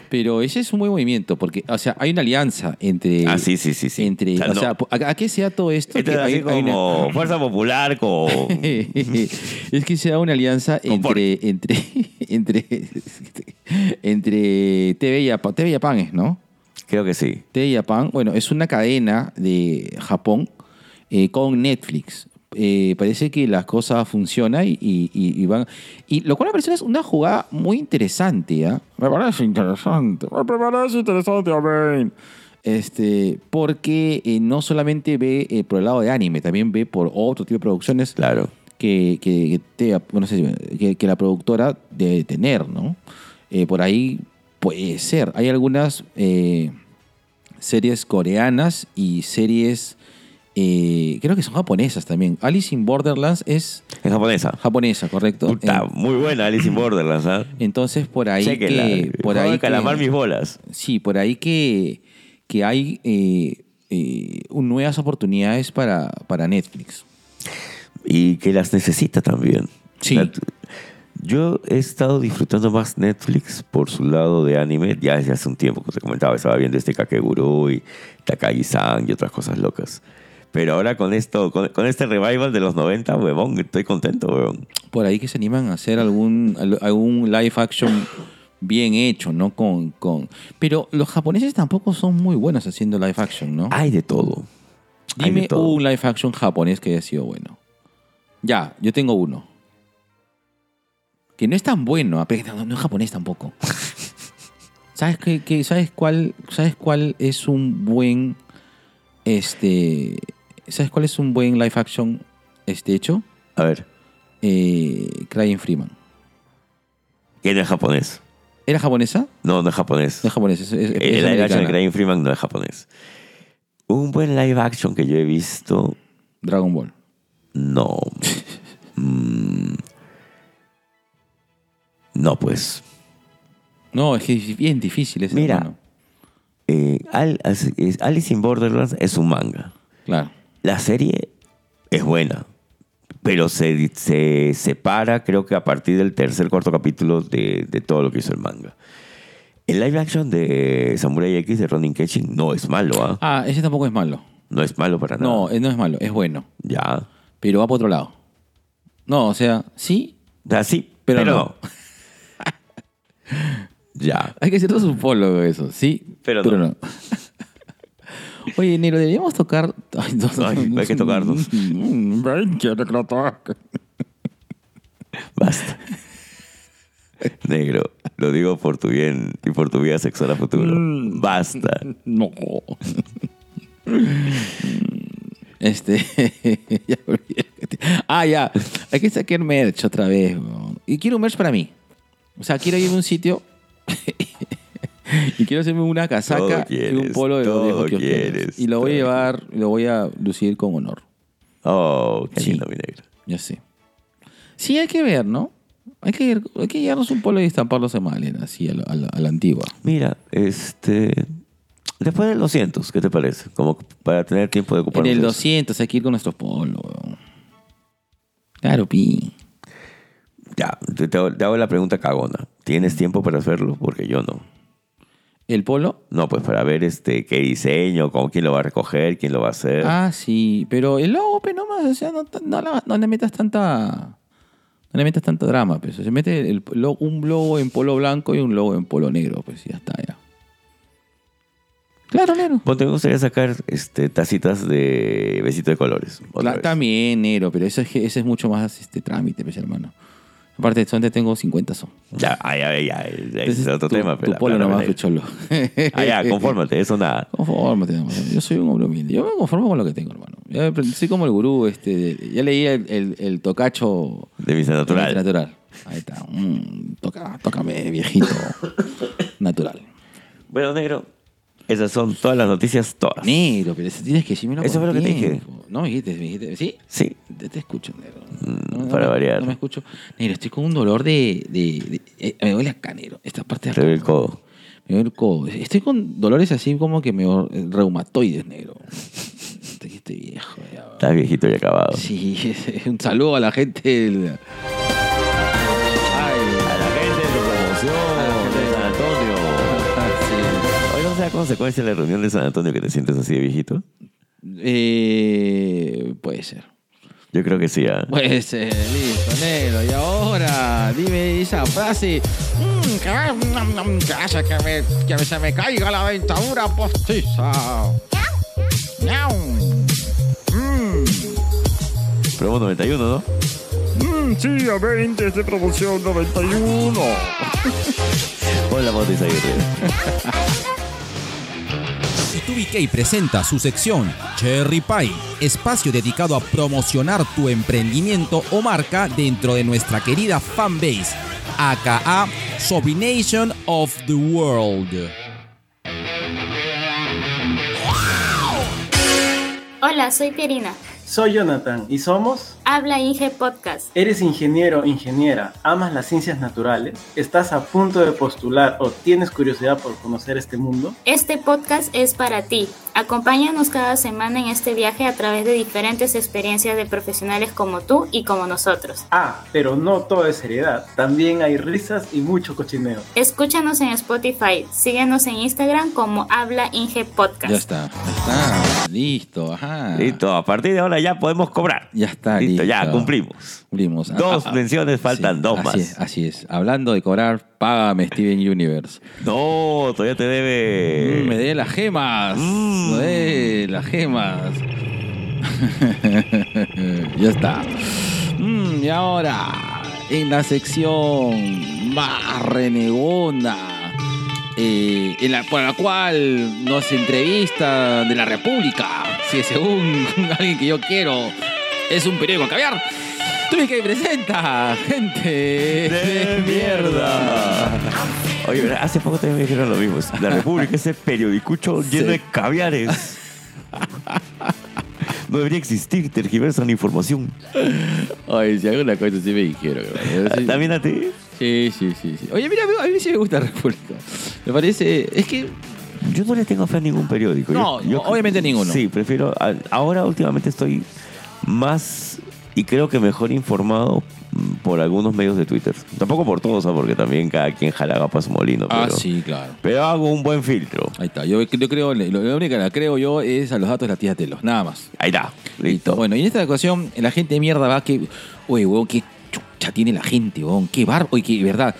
Speaker 2: Pero ese es un buen movimiento, porque, o sea, hay una alianza entre.
Speaker 3: Ah, sí, sí, sí, sí.
Speaker 2: Entre,
Speaker 3: O sea,
Speaker 2: o
Speaker 3: no.
Speaker 2: sea, po- ¿a, a qué se da todo esto?
Speaker 3: Esto es
Speaker 2: Que hay-
Speaker 3: así
Speaker 2: hay una-
Speaker 3: como
Speaker 2: *laughs*
Speaker 3: Fuerza Popular con...
Speaker 2: es que se da una alianza
Speaker 3: Con
Speaker 2: entre, *laughs* entre. Entre. Entre TV y Japan, TV Japan es, ¿no?
Speaker 3: Creo que sí.
Speaker 2: T Japan, bueno, es una cadena de Japón eh, con Netflix. Eh, parece que las cosas funcionan y, y- y- y van. Y lo cual me parece es una jugada muy interesante, ¿ah? Me parece interesante. Me parece interesante, *laughs* amén. Este, porque eh, no solamente ve eh, por el lado de anime, también ve por otro tipo de producciones
Speaker 3: Claro.
Speaker 2: que, que, te- bueno, no sé si- que- que la productora debe tener, ¿no? Eh, por ahí puede ser. Hay algunas eh, series coreanas y series, eh, creo que son japonesas también. Alice in Borderlands es
Speaker 3: En japonesa.
Speaker 2: japonesa, ¿correcto?
Speaker 3: Puta,
Speaker 2: En-
Speaker 3: muy buena Alice in Borderlands, ¿ah?
Speaker 2: entonces, por ahí
Speaker 3: Chéquenla.
Speaker 2: que... Por
Speaker 3: Juego de
Speaker 2: ahí
Speaker 3: calamar
Speaker 2: que-
Speaker 3: mis bolas.
Speaker 2: Sí, por ahí que, que hay eh, eh, un- nuevas oportunidades para, para Netflix.
Speaker 3: Y que las necesita también.
Speaker 2: Sí.
Speaker 3: O sea, tú- yo he estado disfrutando más Netflix por su lado de anime ya desde hace un tiempo, como te comentaba, estaba viendo este Kakeguru y Takagi-san y otras cosas locas. Pero ahora con esto, con, con este revival de los 90, huevón, estoy contento, huevón.
Speaker 2: por ahí que se animan a hacer algún, al- algún live action bien hecho, ¿no? Con, con... Pero los japoneses tampoco son muy buenos haciendo live action, ¿no?
Speaker 3: Hay de todo. hay de
Speaker 2: Dime
Speaker 3: todo.
Speaker 2: un live action japonés que haya sido bueno. Ya, yo tengo uno. Que no es tan bueno, a pe- no, no es
Speaker 3: *laughs*
Speaker 2: japonés tampoco. ¿Sabes, qué, qué- sabes, cuál, ¿Sabes cuál es un buen. Este. ¿Sabes cuál es un buen live action este hecho?
Speaker 3: A ver,
Speaker 2: Eh, Crying Freeman.
Speaker 3: que no es japonés.
Speaker 2: ¿Era japonesa?
Speaker 3: No, no es japonés.
Speaker 2: No es japonesa, es, es-
Speaker 3: el
Speaker 2: es
Speaker 3: live action Eh, de
Speaker 2: americana.
Speaker 3: Craig Freeman no es japonés. Un buen live action que yo he visto,
Speaker 2: Dragon Ball.
Speaker 3: no. Mm. No, pues.
Speaker 2: No, es que es bien difícil ese.
Speaker 3: Mira.
Speaker 2: hermano.
Speaker 3: Eh, Al- as- es- Alice in Borderlands es un manga.
Speaker 2: Claro.
Speaker 3: La serie es buena, pero se, se separa creo que a partir del tercer, cuarto capítulo de, de todo lo que hizo el manga. El live action de Samurai X de Ronin Kenshin no es malo, ¿ah?
Speaker 2: Ah, ese tampoco es malo.
Speaker 3: No es malo para nada.
Speaker 2: No, eh, no es malo, es bueno.
Speaker 3: Ya.
Speaker 2: Pero va por otro lado. No, o sea, sí,
Speaker 3: O sea, sí,
Speaker 2: Pero
Speaker 3: pero,
Speaker 2: no.
Speaker 3: no. *laughs* ya.
Speaker 2: hay que ser todo su polo eso. Sí, pero,
Speaker 3: Pero
Speaker 2: no. *laughs*
Speaker 3: no.
Speaker 2: Oye, Nero, deberíamos tocar. Ay, no,
Speaker 3: Ay, hay que
Speaker 2: *laughs*
Speaker 3: tocarnos.
Speaker 2: Mm, ven, quiere que lo toque. *laughs*
Speaker 3: Basta. Negro, lo digo por tu bien y por tu vida sexual a futuro.
Speaker 2: Mm.
Speaker 3: Basta.
Speaker 2: No. Este. *laughs* ya me olvidé. ah, ya. Hay que sacar merch otra vez. weón. Y quiero un merch para mí. O sea, quiero ir a un sitio. *laughs* y quiero hacerme una casaca
Speaker 3: Todo
Speaker 2: y un
Speaker 3: quieres,
Speaker 2: polo de los
Speaker 3: todo
Speaker 2: viejos kiosqueros.
Speaker 3: quieres,
Speaker 2: Y lo voy a
Speaker 3: todo
Speaker 2: llevar, y lo voy a lucir con honor.
Speaker 3: Oh, qué
Speaker 2: Sí.
Speaker 3: lindo, mi negro.
Speaker 2: Ya sé. Sí, hay que ver, ¿no? Hay que, ir- hay que llevarnos un polo y estamparlos en Malena, así, a la- a la- a la antigua.
Speaker 3: Mira, este. Después del 200, ¿qué te parece? Como para tener tiempo de
Speaker 2: En
Speaker 3: ocuparnos.
Speaker 2: el
Speaker 3: de eso.
Speaker 2: 200 hay que ir con nuestros polos, weón. Claro, pi.
Speaker 3: Ya, te, te hago- te hago la pregunta cagona. ¿Tienes tiempo para hacerlo? Porque yo no.
Speaker 2: ¿El polo?
Speaker 3: No, pues para ver este qué diseño, con quién lo va a recoger, quién lo va a hacer.
Speaker 2: Ah, sí. Pero el logo, pe, nomás. O sea, no, ta- no la- no le metas tanta... No le metas tanto drama, pues. Se mete el lo- un logo en polo blanco y un logo en polo negro, pues. y Ya está, ya. Claro, negro.
Speaker 3: Bueno, te gustaría sacar este, tacitas de besito de colores. otra
Speaker 2: Cla-
Speaker 3: vez.
Speaker 2: también negro, pero eso es, que- ese es mucho más este trámite, pues, hermano. Aparte, solamente tengo 50 son.
Speaker 3: Ya, ay, ay, ay, ese
Speaker 2: Ese
Speaker 3: es otro tema.
Speaker 2: Tu
Speaker 3: pero-
Speaker 2: polo
Speaker 3: pero-
Speaker 2: nomás,
Speaker 3: pero-
Speaker 2: pecholo.
Speaker 3: Ah,
Speaker 2: *laughs*
Speaker 3: ya, confórmate, eso nada.
Speaker 2: Confórmate, nomás. yo soy un hombre humilde. Yo me conformo con lo que tengo, hermano. Ya aprendí- soy como el gurú, este, ya leí el, el- el tocacho
Speaker 3: De vista natural.
Speaker 2: natural. Ahí está. Mm, toca, tócame, viejito.
Speaker 3: *laughs*
Speaker 2: natural.
Speaker 3: Bueno, negro, esas son todas las noticias, todas.
Speaker 2: Negro, pero eso tienes que decírmelo
Speaker 3: Eso
Speaker 2: con
Speaker 3: fue lo que te dije.
Speaker 2: tiempo. No me dijiste, me dijiste. ¿Sí?
Speaker 3: Sí,
Speaker 2: Te, te escucho, negro.
Speaker 3: Mm, para
Speaker 2: me-
Speaker 3: variar.
Speaker 2: No me escucho. Negro, estoy con un dolor de. de- de- eh, me duele acá, negro. Esta parte de
Speaker 3: te
Speaker 2: acá.
Speaker 3: veo el codo.
Speaker 2: Me duele el codo. Estoy con dolores así como que me reumatoides, negro. Este este viejo. ya, weón.
Speaker 3: Estás viejito y acabado.
Speaker 2: Sí, un saludo a la gente. del- Ay,
Speaker 3: A la gente de tu
Speaker 2: A la gente
Speaker 3: promoción,
Speaker 2: de-
Speaker 3: de San Antonio.
Speaker 2: Ah, sí.
Speaker 3: Hoy no sea consecuencia de la reunión de San Antonio que te sientes así de viejito.
Speaker 2: Eh, puede ser.
Speaker 3: Yo creo que sí, ¿ah?
Speaker 2: Pues, eh, Puede ser, listo, negro. Y ahora, dime esa frase. Mm,
Speaker 5: que, que hace que, me- que se me caiga la dentadura postiza. Miau. Mm,
Speaker 3: Promo 91, ¿no?
Speaker 5: mm, sí, a 20 es de producción 91.
Speaker 3: *laughs* Hola, Montes Aguirre.
Speaker 6: TubiK presenta su sección Cherry Pie, espacio dedicado a promocionar tu emprendimiento o marca dentro de nuestra querida fanbase, aka Sobrination of the World.
Speaker 7: Hola, soy Pierina.
Speaker 8: Soy Jonathan y somos.
Speaker 7: Habla Inge Podcast.
Speaker 8: ¿Eres ingeniero, ingeniera? ¿Amas las ciencias naturales? ¿Estás a punto de postular o tienes curiosidad por conocer este mundo?
Speaker 7: Este podcast es para ti. Acompáñanos cada semana en este viaje a través de diferentes experiencias de profesionales como tú y como nosotros.
Speaker 8: Ah, pero no todo es seriedad. También hay risas y mucho cochineo.
Speaker 7: Escúchanos en Spotify, síguenos en Instagram como Habla Inge Podcast.
Speaker 2: Ya está, ya está. Listo, ajá.
Speaker 3: Listo, a partir de ahora ya podemos cobrar.
Speaker 2: Ah. Ya está,
Speaker 3: Listo, ya
Speaker 2: listo.
Speaker 3: cumplimos.
Speaker 2: Cumplimos. Ah,
Speaker 3: Dos menciones, faltan
Speaker 2: sí,
Speaker 3: dos
Speaker 2: así
Speaker 3: más.
Speaker 2: es, así es. Hablando de cobrar, págame Steven Universe.
Speaker 3: No, todavía te debe.
Speaker 2: Mm, me dé las gemas.
Speaker 3: Eh, Mm.
Speaker 2: Me dé las gemas. *laughs* ya está. Mm, y ahora, en la sección más renegona, eh, en la, por la cual nos entrevista de la República, si según *laughs* alguien que yo quiero es un periódico a caviar, tuve que presenta gente
Speaker 3: ¡De mierda! Oye, ¿verdad? hace poco también me dijeron lo mismo. La República, ese periodicucho lleno
Speaker 2: Sí.
Speaker 3: de caviares. No debería existir, tergiversan información.
Speaker 2: Ay, si alguna cosa sí me dijeron. hermano. Sí.
Speaker 3: También a ti.
Speaker 2: Sí, sí, sí, sí. Oye, mira, a mí sí me gusta República. Me parece. Es que.
Speaker 3: Yo no le tengo fe a ningún periódico.
Speaker 2: No,
Speaker 3: Yo- yo-
Speaker 2: obviamente ninguno.
Speaker 3: Sí, prefiero. a- Ahora últimamente estoy más y creo que mejor informado mm, por algunos medios de Twitter. Tampoco por todos, ¿ah? porque también cada quien jalaga para su molino. Pero,
Speaker 2: Ah, claro.
Speaker 3: pero hago un buen filtro.
Speaker 2: Ahí está. Yo, yo creo, lo, lo único que la creo yo es a los datos de la tía Telos, nada más.
Speaker 3: Ahí está. Listo.
Speaker 2: Bueno, y en esta ocasión, la gente de mierda va que. Oye, weón, qué chucha tiene la gente, weón. Qué barbo. Oye, que verdad.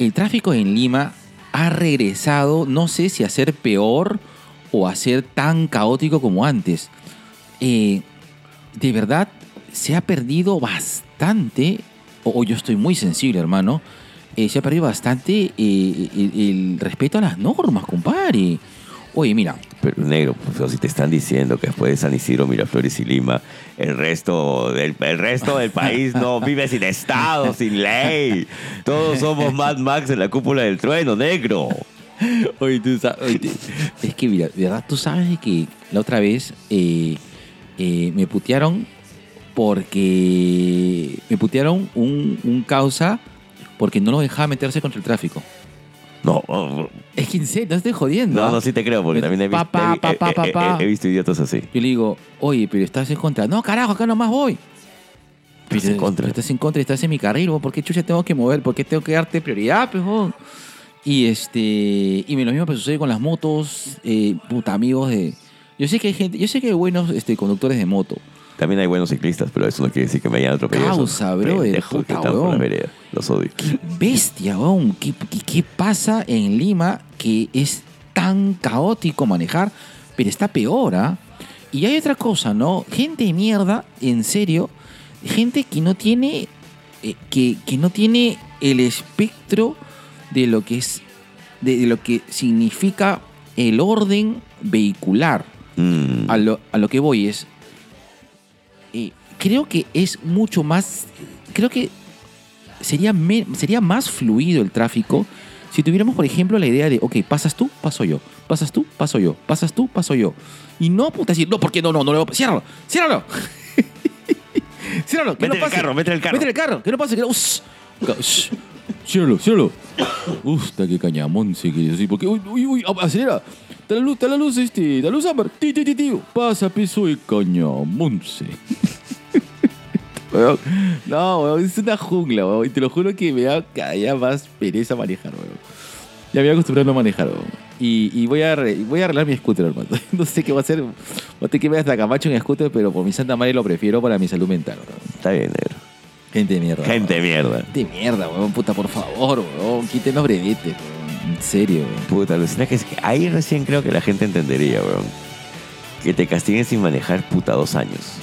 Speaker 2: El tráfico en Lima ha regresado, no sé si a ser peor o a ser tan caótico como antes. Eh, de verdad, se ha perdido bastante. O, o yo estoy muy sensible, hermano. eh, se ha perdido bastante eh, el, el respeto a las normas, compadre. Oye, mira,
Speaker 3: Pero negro, pues, si te están diciendo que después de San Isidro, Miraflores y Lima, el resto del, el resto del país
Speaker 2: *laughs*
Speaker 3: no vive sin Estado, sin ley. Todos somos Mad Max en la cúpula del trueno, negro.
Speaker 2: Oye, tú sabes. es que, mira, de verdad, tú sabes de que la otra vez eh, eh, me putearon porque. Me putearon un, un causa porque no los dejaba meterse contra el tráfico.
Speaker 3: No, no,
Speaker 2: Es que en serio, no estoy jodiendo.
Speaker 3: no,
Speaker 2: ¿ah?
Speaker 3: no, sí te creo, porque también he, visto-
Speaker 2: Papá,
Speaker 3: he-
Speaker 2: papá,
Speaker 3: he- he-
Speaker 2: papá.
Speaker 3: he- he visto idiotas así.
Speaker 2: Yo le digo, oye, pero estás en contra. No, carajo, acá nomás voy.
Speaker 3: Estás en contra.
Speaker 2: Estás en contra, estás en mi carril, vos. ¿Por qué chucha tengo que mover? ¿Por qué tengo que darte prioridad, pues, vos? Y este. Y me lo mismo pues, sucede con las motos, eh, puta, amigos de. Yo sé que hay gente, yo sé que hay buenos este, conductores de moto.
Speaker 3: También hay buenos ciclistas, pero eso no quiere decir que me hayan atropellado. esos
Speaker 2: Causa, bro, de
Speaker 3: pendejos que
Speaker 2: puta,
Speaker 3: están por la
Speaker 2: weón.
Speaker 3: vereda. Los odio.
Speaker 2: Bestia, weón. ¿Qué, qué, qué pasa en Lima que es tan caótico manejar? Pero está peor, ¿ah? Y hay otra cosa, ¿no? Gente de mierda, en serio. Gente que no tiene. eh, que, que no tiene el espectro de lo que es. de, de lo que significa el orden vehicular.
Speaker 3: Mm.
Speaker 2: A lo, a lo que voy es. eh, creo que es mucho más. Creo que sería, me- sería más fluido el tráfico si tuviéramos, por ejemplo, la idea de, ok, pasas tú, paso yo. Pasas tú, paso yo. Pasas tú, paso yo. Y no, puta, decir, no, porque no, no, no, no, ciérralo, ciérralo. *laughs* ciérralo, que
Speaker 3: Métele
Speaker 2: no
Speaker 3: el
Speaker 2: pase.
Speaker 3: carro, métele el carro.
Speaker 2: Métele el carro, que no pase, que no. ush, ush. Ciérralo, ciérralo. Uf, está que cañamón, sí que sí, porque, uy, uy, uy, acelera. Está la luz, está la luz, este, está la luz, Amber. Ti, ti, ti, ti. Pasa, piso y cañamón, sí. Weón, No, weón, es una jungla, weón. Y te lo juro que me da cada día más pereza manejar, weón. Ya me voy acostumbrando a manejar, weón. Y, y voy, a arre- voy a arreglar mi scooter, hermano. *laughs* No sé qué va a hacer. Voy a tener que ir hasta Camacho en scooter, pero por mi santa madre lo prefiero para mi salud mental, weón.
Speaker 3: Está bien, negro.
Speaker 2: Gente de mierda.
Speaker 3: Gente de mierda.
Speaker 2: Gente de mierda, weón. Puta, por favor, weón. Quiten los brevetes, weón. En serio, weón.
Speaker 3: Puta, alucina que es que ahí recién creo que la gente entendería, weón. Que te castiguen sin manejar puta dos años.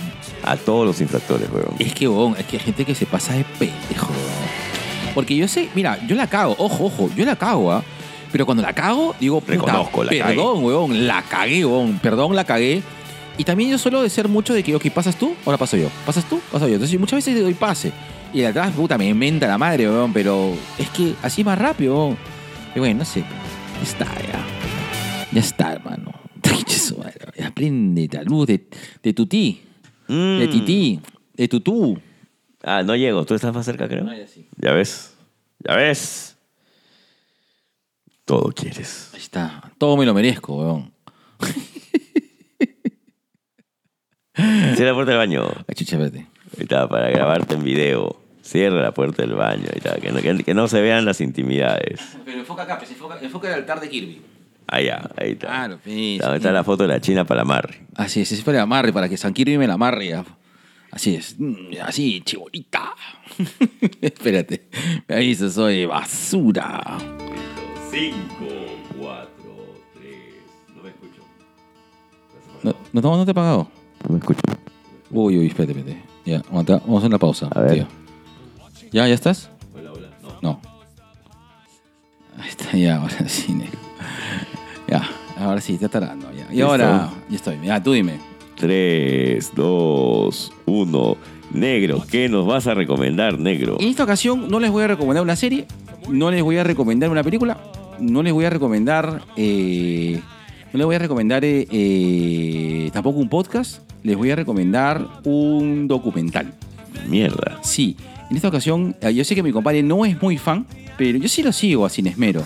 Speaker 3: A todos los infractores, weón.
Speaker 2: Es que, weón, es que hay gente que se pasa de pendejo, weón. Porque yo sé, mira, yo la cago, ojo, ojo, yo la cago, ¿ah? Pero cuando la cago, digo, puta,
Speaker 3: Reconozco, la
Speaker 2: perdón, weón, la cagué, weón, perdón, la cagué. Y también yo suelo de ser mucho de que, ok, pasas tú, ahora paso yo, pasas tú, paso yo. Entonces yo muchas veces le doy pase. Y de atrás, puta, me menta la madre, weón, pero es que así es más rápido, weón. Y bueno, no sé, ya está, ya. Ya está, hermano. *laughs* Pinche su madre, Ya prende la luz de, de tu ti,
Speaker 3: Mm.
Speaker 2: de tití, de tutú.
Speaker 3: Ah, no llego. Tú estás más cerca, creo. Ya ves. Ya ves. Todo quieres.
Speaker 2: Ahí está. Todo me lo merezco, weón.
Speaker 3: Cierra la puerta del baño.
Speaker 2: Ay, chucha, espérate.
Speaker 3: Ahí está, para grabarte en video. Cierra la puerta del baño. Ahí está, que, no, que- que no se vean las intimidades.
Speaker 2: Pero enfoca acá, pues, enfoca, enfoca el altar de Kirby.
Speaker 3: Allá, ahí está.
Speaker 2: Claro, sí,
Speaker 3: Ahí
Speaker 2: sí.
Speaker 3: está la foto de la China para
Speaker 2: Así es, es para el amarre, para que San Kirby me la amarre. ya. Así es. Mm, Así, chibolita. *laughs* espérate. Me avisa, soy basura.
Speaker 3: 5, 4, 3. No me escucho.
Speaker 2: No, no, no, no te he pagado.
Speaker 3: No me escucho.
Speaker 2: Uy, uy, espérate, espérate. Ya, aguanta. Vamos a hacer la pausa.
Speaker 3: A ver.
Speaker 2: ¿Ya, ya estás? No. Ahí está, ya, ahora sí. *laughs* ne- Ya, ahora sí, está tardando. Ya. Y
Speaker 3: ¿Listo?
Speaker 2: ahora, ya estoy. Ya, tú dime.
Speaker 3: 3, 2, 1. Negro, ¿qué nos vas a recomendar, negro?
Speaker 2: En esta ocasión no les voy a recomendar una serie, no les voy a recomendar una película, no les voy a recomendar. eh, no les voy a recomendar eh, eh, tampoco un podcast, les voy a recomendar un documental.
Speaker 3: Mierda.
Speaker 2: Sí, en esta ocasión, eh, yo sé que mi compadre no es muy fan, pero yo sí lo sigo a Sin Esmero.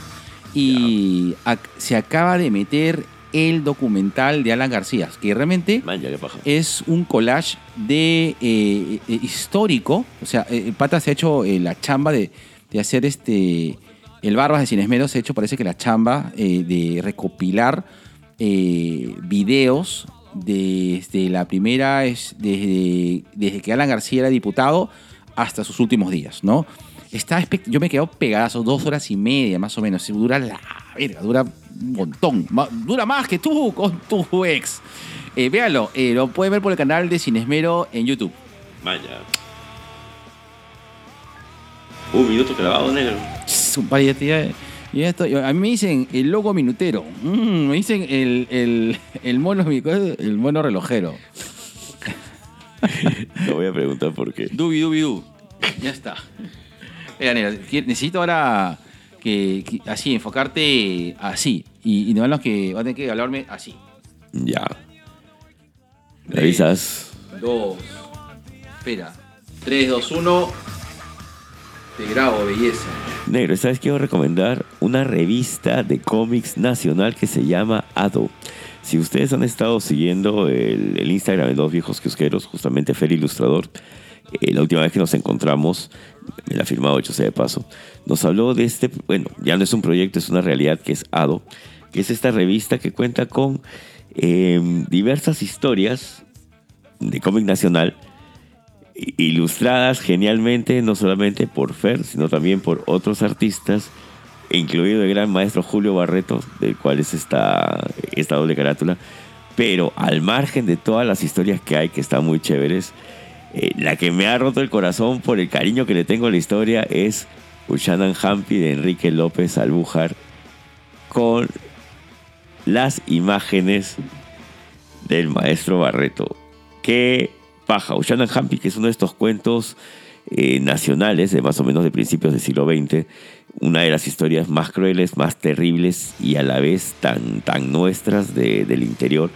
Speaker 2: Y ac- se acaba de meter el documental de Alan García, que realmente
Speaker 3: Manja, qué paja.
Speaker 2: es un collage de eh, eh, histórico. O sea, eh, el Pata se ha hecho eh, la chamba de, de hacer este. El Barbas de Cinesmero se ha hecho, parece que la chamba eh, de recopilar eh, videos desde la primera, es, desde, desde que Alan García era diputado hasta sus últimos días, ¿no? Está espect- yo me he quedado pegadazo dos horas y media más o menos. Sí, Dura la verga, dura un montón. Ma- Dura más que tú con tu ex. Eh, véalo, eh, lo puedes ver por el canal de Cinesmero en YouTube.
Speaker 3: Manja. Un minuto grabado, negro.
Speaker 2: Chis, compadre, ya te- ya- ya estoy- a mí me dicen el loco minutero. Mm, me dicen el, el, el mono mi- el mono relojero.
Speaker 3: Te voy a preguntar por qué.
Speaker 2: Dubi dubi du. Ya está. Mira, mira, que- necesito ahora que, que- así, enfocarte así. Y, y no los que van a tener que hablarme así.
Speaker 3: Ya. ¿Me avisas?
Speaker 2: Dos. Espera. Tres, dos, uno. Te grabo, belleza.
Speaker 3: Negro, ¿sabes? Quiero recomendar una revista de cómics nacional que se llama Ado. Si ustedes han estado siguiendo el, el Instagram de Dos Viejos Kiosqueros, justamente Fer Ilustrador, eh, la última vez que nos encontramos, me la ha firmado, hecho sea de paso, nos habló de este, bueno, ya no es un proyecto, es una realidad que es Ado, que es esta revista que cuenta con eh, diversas historias de cómic nacional, ilustradas genialmente, no solamente por Fer, sino también por otros artistas, incluido el gran maestro Julio Barreto, del cual es esta, esta doble carátula. Pero al margen de todas las historias que hay, que están muy chéveres, eh, la que me ha roto el corazón por el cariño que le tengo a la historia es Ushanan Hampi de Enrique López Albújar con las imágenes del maestro Barreto. Qué paja. Ushanan Hampi, que es uno de estos cuentos eh, nacionales de más o menos de principios del siglo XX, una de las historias más crueles, más terribles y a la vez tan, tan nuestras de- del interior.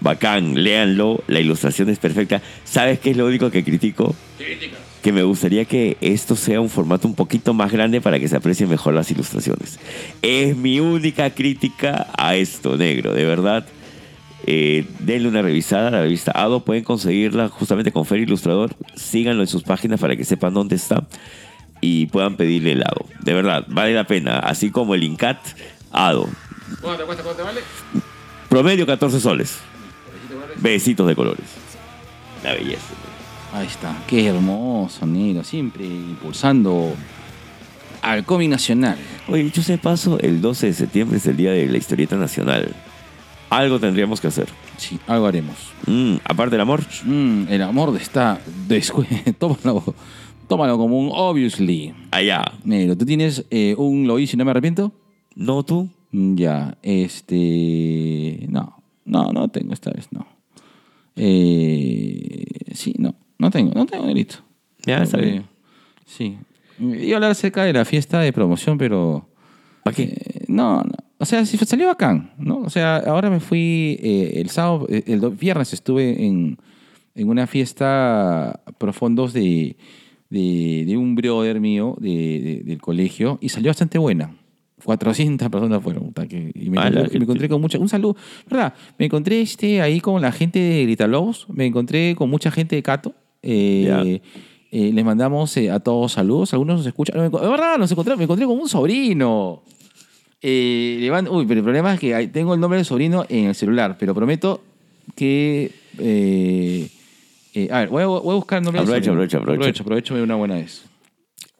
Speaker 3: Bacán, léanlo, la ilustración es perfecta. ¿Sabes qué es lo único que critico? Que me gustaría que esto sea un formato un poquito más grande para que se aprecien mejor las ilustraciones. Es mi única crítica a esto, negro, de verdad. Eh, denle una revisada a la revista Ado. Pueden conseguirla justamente con Fer Ilustrador. Síganlo en sus páginas para que sepan dónde está y puedan pedirle el Ado. De verdad, vale la pena. Así como el Incat, Ado. Promedio 14 soles. Besitos de colores. La belleza.
Speaker 2: Ahí está, qué hermoso, negro. Siempre impulsando al cómic nacional.
Speaker 3: Oye, dicho sea de paso, el 12 de septiembre es el día de la historieta nacional. Algo tendríamos que hacer.
Speaker 2: Sí, algo haremos.
Speaker 3: Mm, aparte del amor.
Speaker 2: Mm, el amor está. descu- *laughs* tómalo, tómalo como un obviously.
Speaker 3: Allá.
Speaker 2: Negro, ¿tú tienes eh, un lo hice y no me arrepiento?
Speaker 3: No tú.
Speaker 2: Mm, Ya, este. No, no, no tengo esta vez, no. Eh, sí, no, no tengo, no tengo negrito.
Speaker 3: Ya, está
Speaker 2: Porque-
Speaker 3: bien.
Speaker 2: Sí. Iba a hablar acerca de la fiesta de promoción, pero.
Speaker 3: ¿Para qué?
Speaker 2: Eh, no, no. O sea, sí, salió bacán, ¿no? O sea, ahora me fui eh, el sábado, eh, el do- viernes estuve en, en una fiesta profundos de, de, de un brother mío de, de- del colegio y salió bastante buena. 400 personas fueron. puta, que- y me,
Speaker 3: A la
Speaker 2: encontré, me encontré
Speaker 3: gente.
Speaker 2: con mucha. Un saludo, ¿verdad? Me encontré este, ahí con la gente de Gritalobos, me encontré con mucha gente de Cato. eh,
Speaker 3: Ya.
Speaker 2: eh, les mandamos eh, a todos saludos. Algunos nos escuchan. No, me enco- es verdad, nos encontré, me encontré con un sobrino. Eh, le van- uy, pero el problema es que ahí tengo el nombre del sobrino en el celular, pero prometo que. eh, eh, a ver, voy a, voy a buscar el nombre
Speaker 3: Aprovecha,
Speaker 2: del
Speaker 3: aprovecha,
Speaker 2: sobrino.
Speaker 3: aprovecha.
Speaker 2: Aprovecho, aprovecho de una buena vez.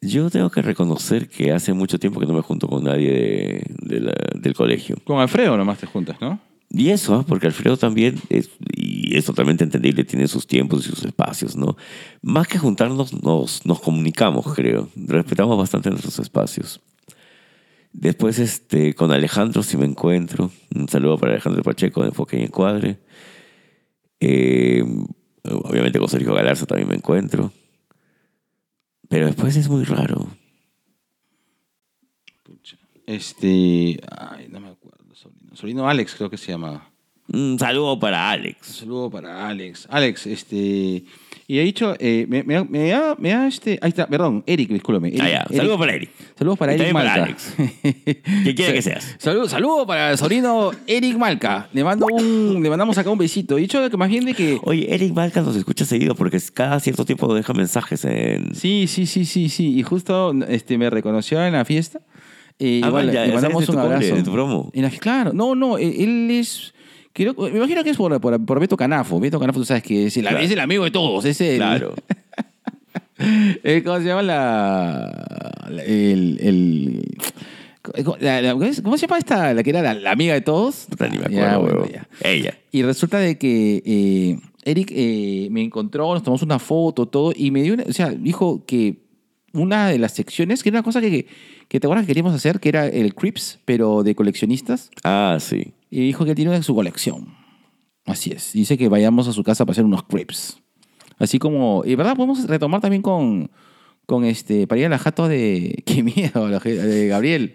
Speaker 3: Yo tengo que reconocer que hace mucho tiempo que no me junto con nadie de- de la- del colegio.
Speaker 2: Con Alfredo nomás te juntas, ¿no?
Speaker 3: Y eso, ¿ah? porque Alfredo también, es, y es totalmente entendible, tiene sus tiempos y sus espacios, ¿no? Más que juntarnos, nos, nos comunicamos, creo. Respetamos bastante nuestros espacios. Después, este, con Alejandro, si me encuentro. Un saludo para Alejandro Pacheco de Enfoque y Encuadre. Eh, obviamente con Sergio Galarza también me encuentro. Pero después es muy raro.
Speaker 2: Este. Ay, no me acuerdo. Sobrino, sobrino Alex, creo que se llama.
Speaker 3: Un Mm, saludo para
Speaker 2: Un
Speaker 3: Alex.
Speaker 2: saludo para Alex. Alex, este. Y he dicho, eh, me, me, me da, me da este. Ahí está, perdón, Eric, discúlpeme. Eric,
Speaker 3: Ah, ya.
Speaker 2: Eric-
Speaker 3: Saludo para Eric.
Speaker 2: Saludos para
Speaker 3: Y
Speaker 2: Eric
Speaker 3: también para
Speaker 2: Malca.
Speaker 3: Alex. Quien quiera que seas.
Speaker 2: *laughs* Saludo, saludo para el sobrino Eric Malca. Le mando un, le mandamos acá un besito. Dicho de que más bien de que.
Speaker 3: Oye, Eric Valka nos escucha seguido porque es- cada cierto tiempo nos deja mensajes en...
Speaker 2: Sí, sí, sí, sí, sí. Y justo este, me reconoció en la fiesta. Eh,
Speaker 3: Ah,
Speaker 2: igual,
Speaker 3: man, ya,
Speaker 2: le
Speaker 3: o sea,
Speaker 2: mandamos
Speaker 3: es de
Speaker 2: un
Speaker 3: tu cole,
Speaker 2: abrazo.
Speaker 3: de tu promo.
Speaker 2: En la- claro, no, no, eh, él es. creo- me imagino que es por, por, por Beto Canafo. Beto Canafo, tú sabes que es el,
Speaker 3: Claro.
Speaker 2: es el amigo de todos. Es el,
Speaker 3: Claro.
Speaker 2: Eh, ¿Cómo se llama la. la- El. el la- la- ¿Cómo se llama esta? La que era la, la amiga de todos. Ah,
Speaker 3: Puta, ni me acuerdo,
Speaker 2: *laughs* Ya, bueno,
Speaker 3: huevón.
Speaker 2: ya.
Speaker 3: Ella.
Speaker 2: Y resulta de que eh, Eric eh, me encontró, nos tomamos una foto, todo, y me dio una, o sea, dijo que una de las secciones, que era una cosa que, que te acuerdas que queríamos hacer, que era el Crips, pero de coleccionistas,
Speaker 3: Ah, sí.
Speaker 2: y dijo que tiene en su colección. Así es. Dice que vayamos a su casa para hacer unos Crips. Así como, y verdad, podemos retomar también con, con este, para ir a la jato de, *laughs* qué miedo, la je- de Gabriel,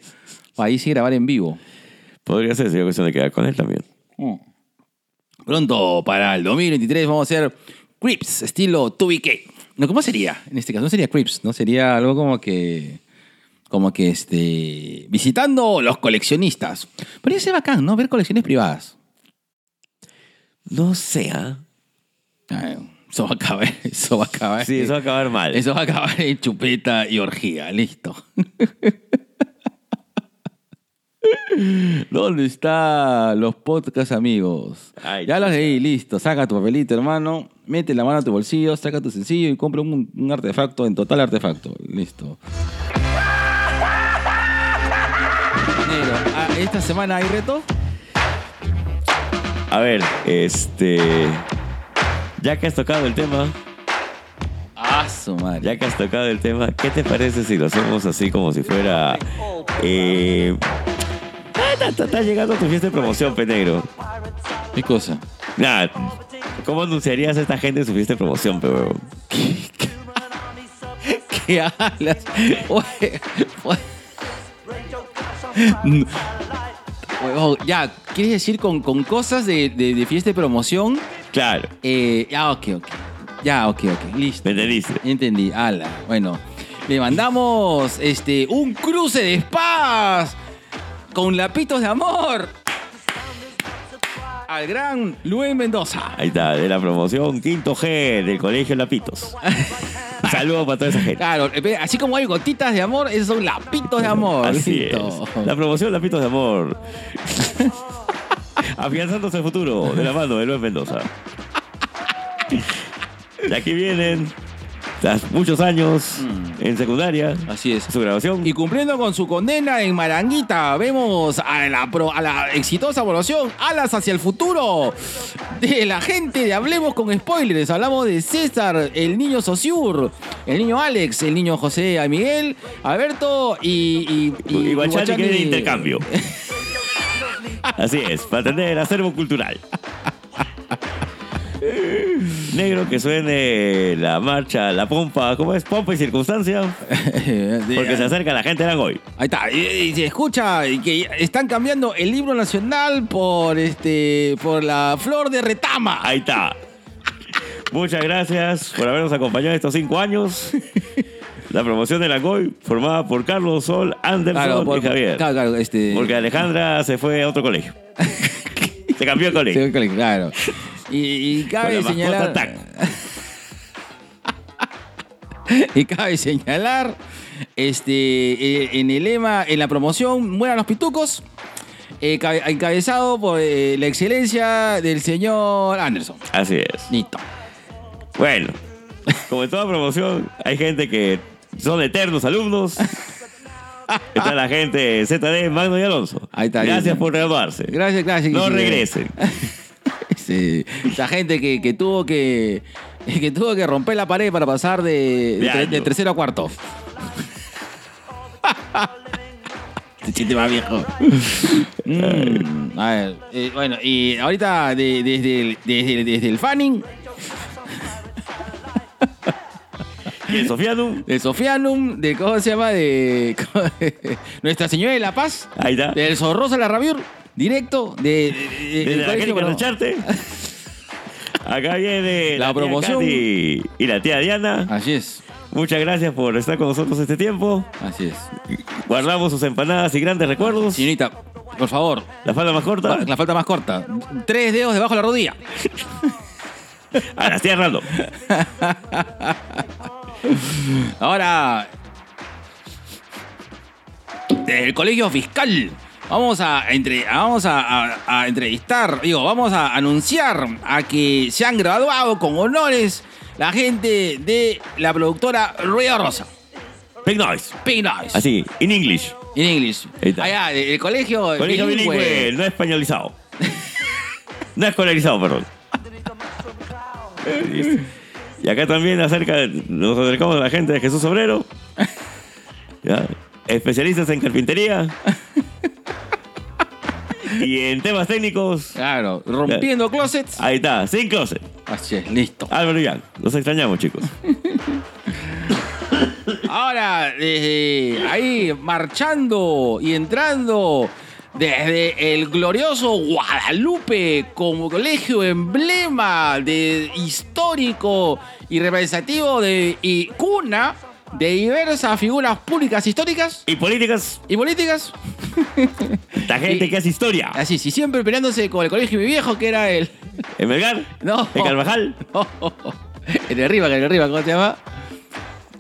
Speaker 2: para ahí sí grabar en vivo. Mm.
Speaker 3: Podría ser, sería cuestión de quedar con él también.
Speaker 2: Pronto, para el 2023, vamos a hacer Crips, estilo 2BK. No, ¿Cómo sería? En este caso, no sería Crips, ¿no? Sería algo como que. Como que este. Visitando los coleccionistas. Pero ese bacán, ¿no? Ver colecciones privadas.
Speaker 3: No sé, ¿ah?
Speaker 2: Ay, eso va a acabar. *laughs* Eso va a acabar.
Speaker 3: Sí, eso va a acabar mal.
Speaker 2: Eso va a acabar en chupeta y orgía, listo. *laughs* ¿Dónde están los podcasts, amigos?
Speaker 3: Ay,
Speaker 2: ya los leí, listo. Saca tu papelito, hermano. Mete la mano a tu bolsillo, saca tu sencillo y compra un, un artefacto en total artefacto. Listo. Negro, ah, ¿esta semana hay reto?
Speaker 3: A ver, este... Ya que has tocado el tema,
Speaker 2: Ah, su madre.
Speaker 3: ya que has tocado el tema, ¿qué te parece si lo hacemos así como si fuera... Eh... ah, ta- ta- Está llegando tu fiesta de promoción, Penegro.
Speaker 2: ¿Qué cosa?
Speaker 3: Nada, ¿cómo anunciarías a esta gente su fiesta de promoción, pero
Speaker 2: ¿Qué hablas? Oye, oye. Huevón, ya, ¿quieres decir con, con cosas de, de- de fiesta de promoción?
Speaker 3: Claro,
Speaker 2: Eh, ya, ok, ok. Ya, ok, ok. Listo.
Speaker 3: ¿me entendiste?
Speaker 2: Entendí. Ala. Bueno, le mandamos este, un cruce de spas con lapitos de amor al gran Luis Mendoza.
Speaker 3: Ahí está, de la promoción Quinto G del Colegio Lapitos. Saludos para toda esa gente.
Speaker 2: Claro, eh, así como hay gotitas de amor, esos son lapitos de amor.
Speaker 3: Así es.
Speaker 2: Listo.
Speaker 3: La promoción Lapitos de Amor. *laughs* Afianzándose el futuro de la mano de Luis Mendoza. De aquí vienen. Tras muchos años en secundaria.
Speaker 2: Así es.
Speaker 3: Su grabación.
Speaker 2: Y cumpliendo con su condena en Maranguita, vemos a la, pro- a la exitosa evolución Alas hacia el futuro de la gente de Hablemos con Spoilers. Hablamos de César, el niño Sosur, el niño Alex, el niño José Miguel, Alberto y. Y,
Speaker 3: Y Guachani que es de
Speaker 2: Guachani. *laughs*
Speaker 3: intercambio. Así es, para tener acervo cultural. Negro que suene la marcha, la pompa, ¿cómo es? Pompa y circunstancia.
Speaker 2: ¿eh?
Speaker 3: Porque se acerca la gente de Angoy.
Speaker 2: Ahí está, y, y se escucha y que están cambiando el libro nacional por este por la flor de retama.
Speaker 3: Ahí está. Muchas gracias por habernos acompañado estos cinco años. La promoción de la Goy, formada por Carlos Sol, Anderson
Speaker 2: por-
Speaker 3: y Javier.
Speaker 2: Claro, claro, este.
Speaker 3: Porque Alejandra se fue a otro
Speaker 2: *laughs*
Speaker 3: colegio. se cambió de colegio.
Speaker 2: Sí, claro, claro. *laughs* Y, y cabe
Speaker 3: Con la
Speaker 2: señalar.
Speaker 3: mascota
Speaker 2: *laughs* y cabe señalar. Este, eh, en el lema, en la promoción, mueran los pitucos. eh, cabe- encabezado por eh, la excelencia del señor Anderson.
Speaker 3: Así es.
Speaker 2: Listo.
Speaker 3: Bueno, como en toda promoción, hay gente que son eternos alumnos. Está la gente ZD, Magno y Alonso.
Speaker 2: Ahí está, ahí
Speaker 3: Gracias
Speaker 2: está.
Speaker 3: por graduarse.
Speaker 2: Gracias, gracias.
Speaker 3: No
Speaker 2: Sí,
Speaker 3: regresen.
Speaker 2: Sí. Esa gente que, que tuvo que. Que tuvo que romper la pared para pasar de, de, tre-
Speaker 3: año.
Speaker 2: de tercero a *laughs* cuarto. Este chiste más viejo. Mm, a ver, eh, bueno, y ahorita de- desde, el, desde, el- desde el fanning
Speaker 3: Y el Sofianum,
Speaker 2: de Sofianum, de cómo se llama, de *laughs* Nuestra Señora de la Paz,
Speaker 3: ahí está.
Speaker 2: del Zorrosa la Rabiur, directo de, de- de-
Speaker 3: Desde
Speaker 2: del
Speaker 3: la
Speaker 2: colegio,
Speaker 3: gente que
Speaker 2: bueno,
Speaker 3: recharte. Acá viene
Speaker 2: La
Speaker 3: tía
Speaker 2: promoción.
Speaker 3: Katy y la tía Diana.
Speaker 2: Así es,
Speaker 3: Muchas gracias por estar con nosotros este tiempo.
Speaker 2: así es.
Speaker 3: Guardamos sus empanadas y grandes recuerdos.
Speaker 2: Señorita, por favor,
Speaker 3: La falda más corta.
Speaker 2: la falta más corta. Tres dedos debajo de la rodilla.
Speaker 3: A las tías Random.
Speaker 2: Ahora, desde el colegio fiscal, vamos a, entre, vamos a, a- a entrevistar, digo, vamos a anunciar a que se han graduado con honores la gente de la productora Rueda Rosa.
Speaker 3: Big noise.
Speaker 2: Pink Noise.
Speaker 3: Así, in English.
Speaker 2: En inglés.
Speaker 3: Ahí está.
Speaker 2: Allá, el colegio,
Speaker 3: Colegio
Speaker 2: bilingüe.
Speaker 3: bilingüe, no
Speaker 2: *laughs*
Speaker 3: españolizado. No escolarizado, perdón. Y acá también acerca, nos acercamos a la gente de Jesús Obrero. ¿Ya? Especialistas en carpintería. Y en temas técnicos.
Speaker 2: Claro, rompiendo closets.
Speaker 3: Ahí está, sin closet.
Speaker 2: Así es, listo.
Speaker 3: Álvaro y Jan, los extrañamos, chicos.
Speaker 2: Ahora, desde ahí marchando y entrando desde el glorioso Guadalupe como colegio emblema de histórico y representativo de y cuna de diversas figuras públicas históricas
Speaker 3: Y políticas,
Speaker 2: y políticas.
Speaker 3: la gente
Speaker 2: Y-
Speaker 3: que hace historia.
Speaker 2: Así, sí, siempre peleándose con el colegio de mi viejo que era el
Speaker 3: En Melgar,
Speaker 2: No.
Speaker 3: en Carvajal,
Speaker 2: *laughs* el de arriba, el de arriba, ¿cómo se llama?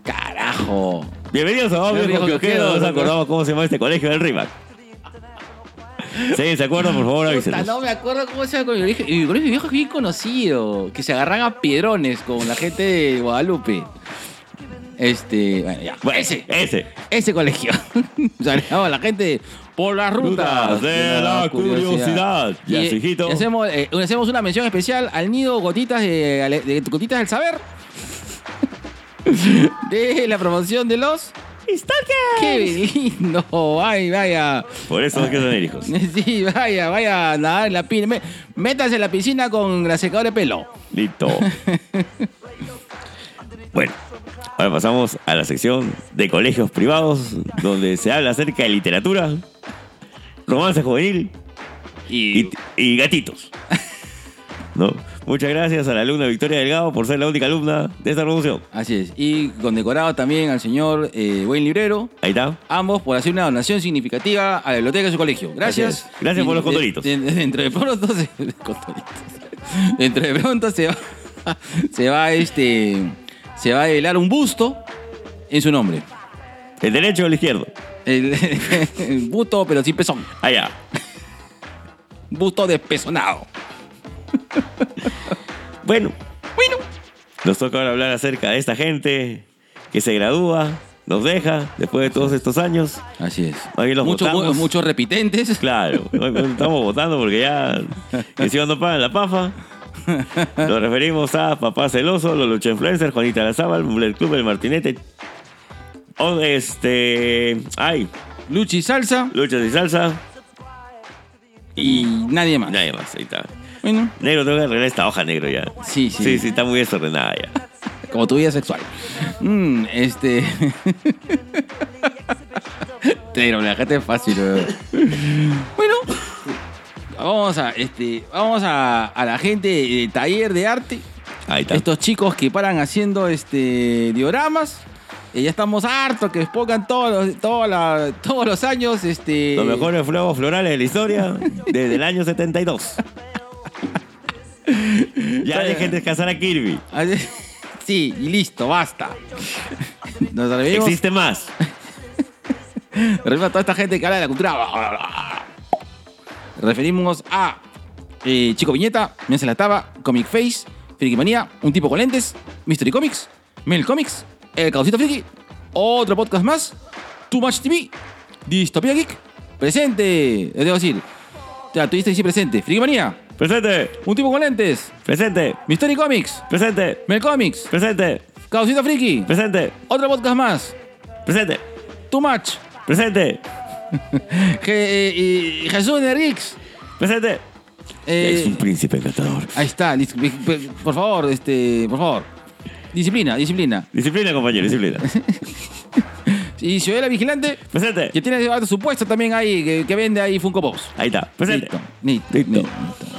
Speaker 2: Carajo.
Speaker 3: Bienvenidos a
Speaker 2: Los
Speaker 3: Obvio
Speaker 2: viejos
Speaker 3: con Quioquedo.
Speaker 2: Quioquedos,
Speaker 3: Nos acordamos cómo se llama este colegio del RIMAC. Sí, ¿se acuerdan? Por favor,
Speaker 2: Puta,
Speaker 3: avísenos.
Speaker 2: no me acuerdo cómo se llama el colegio. El colegio viejo es bien conocido. Que se agarran a piedrones con la gente de Guadalupe. Este, bueno, ya.
Speaker 3: Bueno,
Speaker 2: ese,
Speaker 3: ese.
Speaker 2: ese colegio. *laughs* Saludamos a la gente por las rutas.
Speaker 3: Rutas de la curiosidad. Y así, hijito.
Speaker 2: y hacemos, eh, hacemos una mención especial al nido Gotitas, de, Ale- de Gotitas del Saber.
Speaker 3: *laughs*
Speaker 2: De la promoción de los. ¡Qué lindo! ¡Ay, vaya!
Speaker 3: Por eso no quiero tener hijos.
Speaker 2: *laughs* Sí, vaya, vaya a nadar en la piscina. Me- Métase en la piscina con la secadora de pelo.
Speaker 3: *laughs* Listo. Bueno, ahora pasamos a la sección de colegios privados, donde se habla acerca de literatura, romance juvenil y, y *laughs* gatitos. ¿No? Muchas gracias a la alumna Victoria Delgado por ser la única alumna de esta promoción.
Speaker 2: Así es. Y condecorado también al señor eh, Buen Librero.
Speaker 3: Ahí está.
Speaker 2: Ambos por hacer una donación significativa a la biblioteca de su colegio. Gracias.
Speaker 3: Así es. Gracias por los
Speaker 2: de-
Speaker 3: condoritos.
Speaker 2: de- de- dentro de pronto se. *laughs* condoritos. Dentro de pronto se va. *laughs* Se va este. Se va a develar un busto en su nombre.
Speaker 3: ¿El derecho o el izquierdo?
Speaker 2: El, *laughs* el busto, pero sin pezón.
Speaker 3: Allá.
Speaker 2: Busto despezonado.
Speaker 3: Bueno. Bueno. Nos toca ahora hablar acerca de esta gente que se gradúa, nos deja después de todos estos años.
Speaker 2: Así es.
Speaker 3: Más bien los
Speaker 2: Muchos
Speaker 3: votamos.
Speaker 2: muchos repitentes. *laughs*
Speaker 3: Claro, estamos votando porque ya encima no pagan la pafa. Nos referimos a Papá Celoso, los Lucha Influencers, Juanita Lazábal, el Club El Martinete. O este. Ay,
Speaker 2: Luchi Salsa
Speaker 3: Luchas y Salsa.
Speaker 2: y nadie más.
Speaker 3: Nadie más, ahí está.
Speaker 2: Bueno,
Speaker 3: Negro, tengo que arreglar esta hoja negro ya.
Speaker 2: Sí, sí.
Speaker 3: Sí, sí, está muy desordenada ya.
Speaker 2: como tu vida sexual. Mm, este. *laughs* Pero me dejaste fácil, weón. Bueno, vamos a, este, vamos a, a la gente del taller de arte.
Speaker 3: Ahí está.
Speaker 2: Estos chicos que paran haciendo este dioramas. Eh, ya estamos hartos que pongan todos los, toda la- todos los años este
Speaker 3: Los mejores fuegos florales de la historia desde el año 72. Ya dejen descansar a Kirby.
Speaker 2: *laughs* Sí, y listo, basta. *laughs* Nos revivimos
Speaker 3: Existe más.
Speaker 2: Referimos a toda esta gente que habla de la cultura. Referimos a eh, Chico Viñeta, Mianza la Taba, Comic Face, Friki Manía, Un Tipo con Lentes, Mystery Comics, Mel Comics, El Causito Friki, otro podcast más, Too Much TV, Distopia Geek, presente, debo decir, ya tuviste que decir presente, Friki Manía,
Speaker 3: Presente,
Speaker 2: Un Tipo con Lentes,
Speaker 3: presente,
Speaker 2: Mystery Comics,
Speaker 3: presente,
Speaker 2: Mel Comics,
Speaker 3: presente,
Speaker 2: Causito Friki,
Speaker 3: presente,
Speaker 2: otro podcast más,
Speaker 3: presente,
Speaker 2: Too Much,
Speaker 3: presente,
Speaker 2: Je- eh, eh, Jesús Nerix.
Speaker 3: presente.
Speaker 2: eh,
Speaker 3: Es un príncipe encantador.
Speaker 2: Ahí está, dis- pe- pe- por favor, este, por favor. Disciplina, disciplina.
Speaker 3: Disciplina, compañero, disciplina.
Speaker 2: Y Ciudadela Vigilante, *laughs*
Speaker 3: Presente.
Speaker 2: que tiene su puesto también ahí, que, que vende ahí Funko Pops.
Speaker 3: Ahí está, presente.
Speaker 2: Listo, ni-
Speaker 3: Listo.
Speaker 2: ni-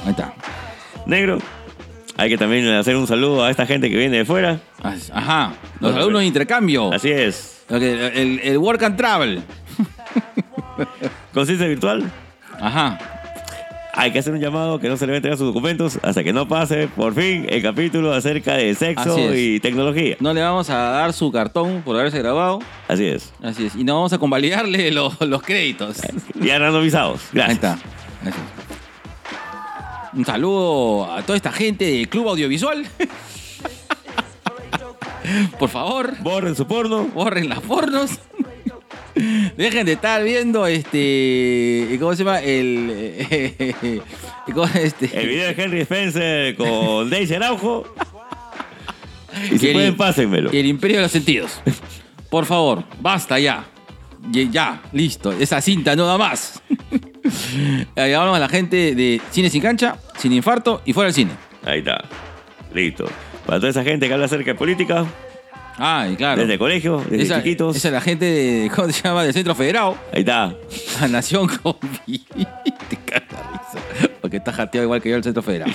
Speaker 2: Ahí está.
Speaker 3: Negro. Hay que también hacer un saludo a esta gente que viene de fuera.
Speaker 2: As- Ajá,
Speaker 3: Bueno,
Speaker 2: los
Speaker 3: pues.
Speaker 2: alumnos de intercambio.
Speaker 3: Así es.
Speaker 2: Ok, el, el Work and Travel.
Speaker 3: Conciencia virtual.
Speaker 2: Ajá.
Speaker 3: Hay que hacer un llamado que no se le va a entregar sus documentos hasta que no pase, por fin, el capítulo acerca de sexo
Speaker 2: Así es.
Speaker 3: y tecnología.
Speaker 2: No le vamos a dar su cartón por haberse grabado.
Speaker 3: Así es.
Speaker 2: Así es. Y no vamos a convalidarle *laughs* los, los créditos.
Speaker 3: Y ganando visados.
Speaker 2: Ahí
Speaker 3: Gracias.
Speaker 2: está. Ahí está. Un saludo a toda esta gente del Club Audiovisual. *laughs* Por favor,
Speaker 3: Borren su porno.
Speaker 2: borren las pornos. *laughs* Dejen de estar viendo este. ¿Cómo se llama? El. *laughs* ¿cómo es
Speaker 3: El
Speaker 2: este?
Speaker 3: video de Henry Spencer con Daisy Araujo. Y si
Speaker 2: Que el-
Speaker 3: pueden, pásenmelo.
Speaker 2: El imperio de los sentidos. Por favor, basta ya. Ye- Ya, listo. Esa cinta, nada más. *laughs* Ahí hablamos a la gente de Cine sin cancha, sin infarto y fuera del cine.
Speaker 3: Ahí está. Listo. Para toda esa gente que habla acerca de política,
Speaker 2: Ay, Ah, claro.
Speaker 3: desde colegio, desde
Speaker 2: esa,
Speaker 3: chiquitos.
Speaker 2: esa es la gente de, *laughs* ¿cómo se llama? Del Centro Federado.
Speaker 3: Ahí está.
Speaker 2: La Nación *laughs* con Te caga la risa. Porque está jateado igual que yo el
Speaker 3: *laughs*
Speaker 2: Centro Federado.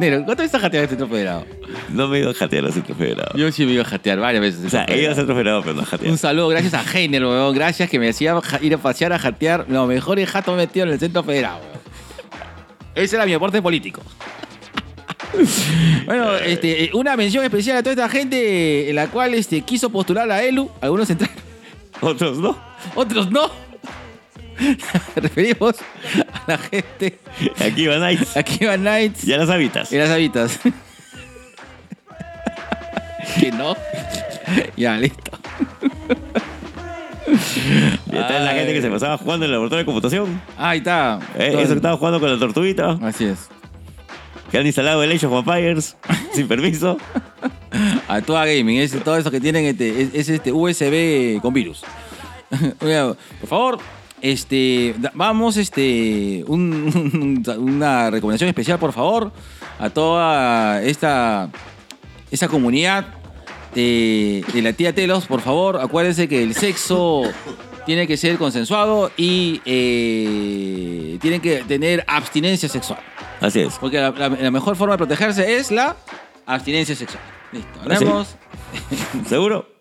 Speaker 2: Nero, ¿cuántas veces has jateado el Centro Federado?
Speaker 3: No me iba a jatear al centro federado.
Speaker 2: Yo sí me iba a jatear varias veces.
Speaker 3: O sea, he ido al centro federado, pero no a jatear.
Speaker 2: Un saludo, gracias a Heiner, weón. Gracias que me hacía ja- ir a pasear a jatear los mejores jatos metidos en el Centro Federado, weón. Ese era mi
Speaker 3: *laughs*
Speaker 2: aporte político. Bueno, este, eh, una mención especial a toda esta gente en la cual este, quiso postular a ELU. Algunos entraron,
Speaker 3: Otros no.
Speaker 2: otros no. *laughs* Referimos a la gente.
Speaker 3: Aquí van
Speaker 2: *laughs*
Speaker 3: ahí.
Speaker 2: Aquí van Knights
Speaker 3: Ya las habitas.
Speaker 2: y las habitas. *laughs* que no. ya, listo.
Speaker 3: Y está la gente que se pasaba jugando en el laboratorio de computación.
Speaker 2: Ahí está.
Speaker 3: Eh,
Speaker 2: Todo-
Speaker 3: eso que estaba jugando con la tortuguita.
Speaker 2: Así es.
Speaker 3: Que han instalado el Age of *laughs* Vampires sin permiso.
Speaker 2: A toda gaming, es todo eso que tienen este, es, es este USB con virus. *laughs* Oiga, Por favor, este da- vamos este un- *laughs* un- una recomendación especial, por favor, a toda esta esa comunidad de, de la tía Telos, por favor, acuérdense que el sexo tiene que ser consensuado y eh, tienen que tener abstinencia sexual.
Speaker 3: Así es.
Speaker 2: Porque la, la- la mejor forma de protegerse es la abstinencia sexual. Listo,
Speaker 3: Ahora sí.
Speaker 2: hablamos.
Speaker 3: ¿Seguro?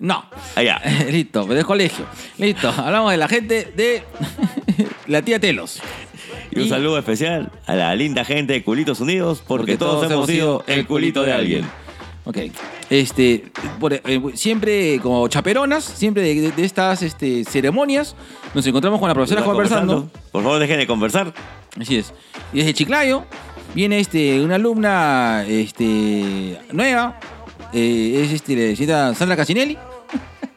Speaker 2: No. *laughs*
Speaker 3: Allá.
Speaker 2: Listo, pero es colegio. Listo, hablamos de la gente de *laughs* la tía Telos.
Speaker 3: Y un
Speaker 2: Y-
Speaker 3: saludo especial a la linda gente de Culitos Unidos, porque, todos, hemos sido el culito de alguien.
Speaker 2: Ok. Este, por- eh, siempre como chaperonas, siempre de, de- de estas este, ceremonias, nos encontramos con la profesora
Speaker 3: Están
Speaker 2: conversando.
Speaker 3: Por favor, dejen de conversar.
Speaker 2: Así es. Y desde Chiclayo, Viene este, una alumna este, nueva, eh, es este, la señorita Sandra Casinelli,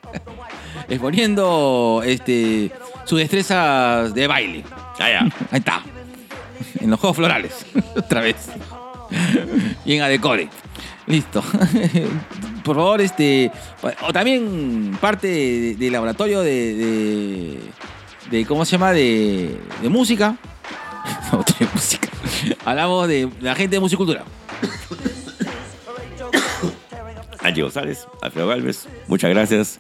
Speaker 2: *laughs* exponiendo este, sus destrezas de baile.
Speaker 3: Ah, ya.
Speaker 2: Ahí está. En los Juegos Florales. *laughs* Otra vez. Y en Adecore. Listo. *laughs* Por favor, este. O también parte del laboratorio de, de, de- ¿Cómo se llama? De, de música. *laughs* No, de música. Hablamos de la gente de musicultura.
Speaker 3: Angie González, Alfredo Galvez, muchas gracias.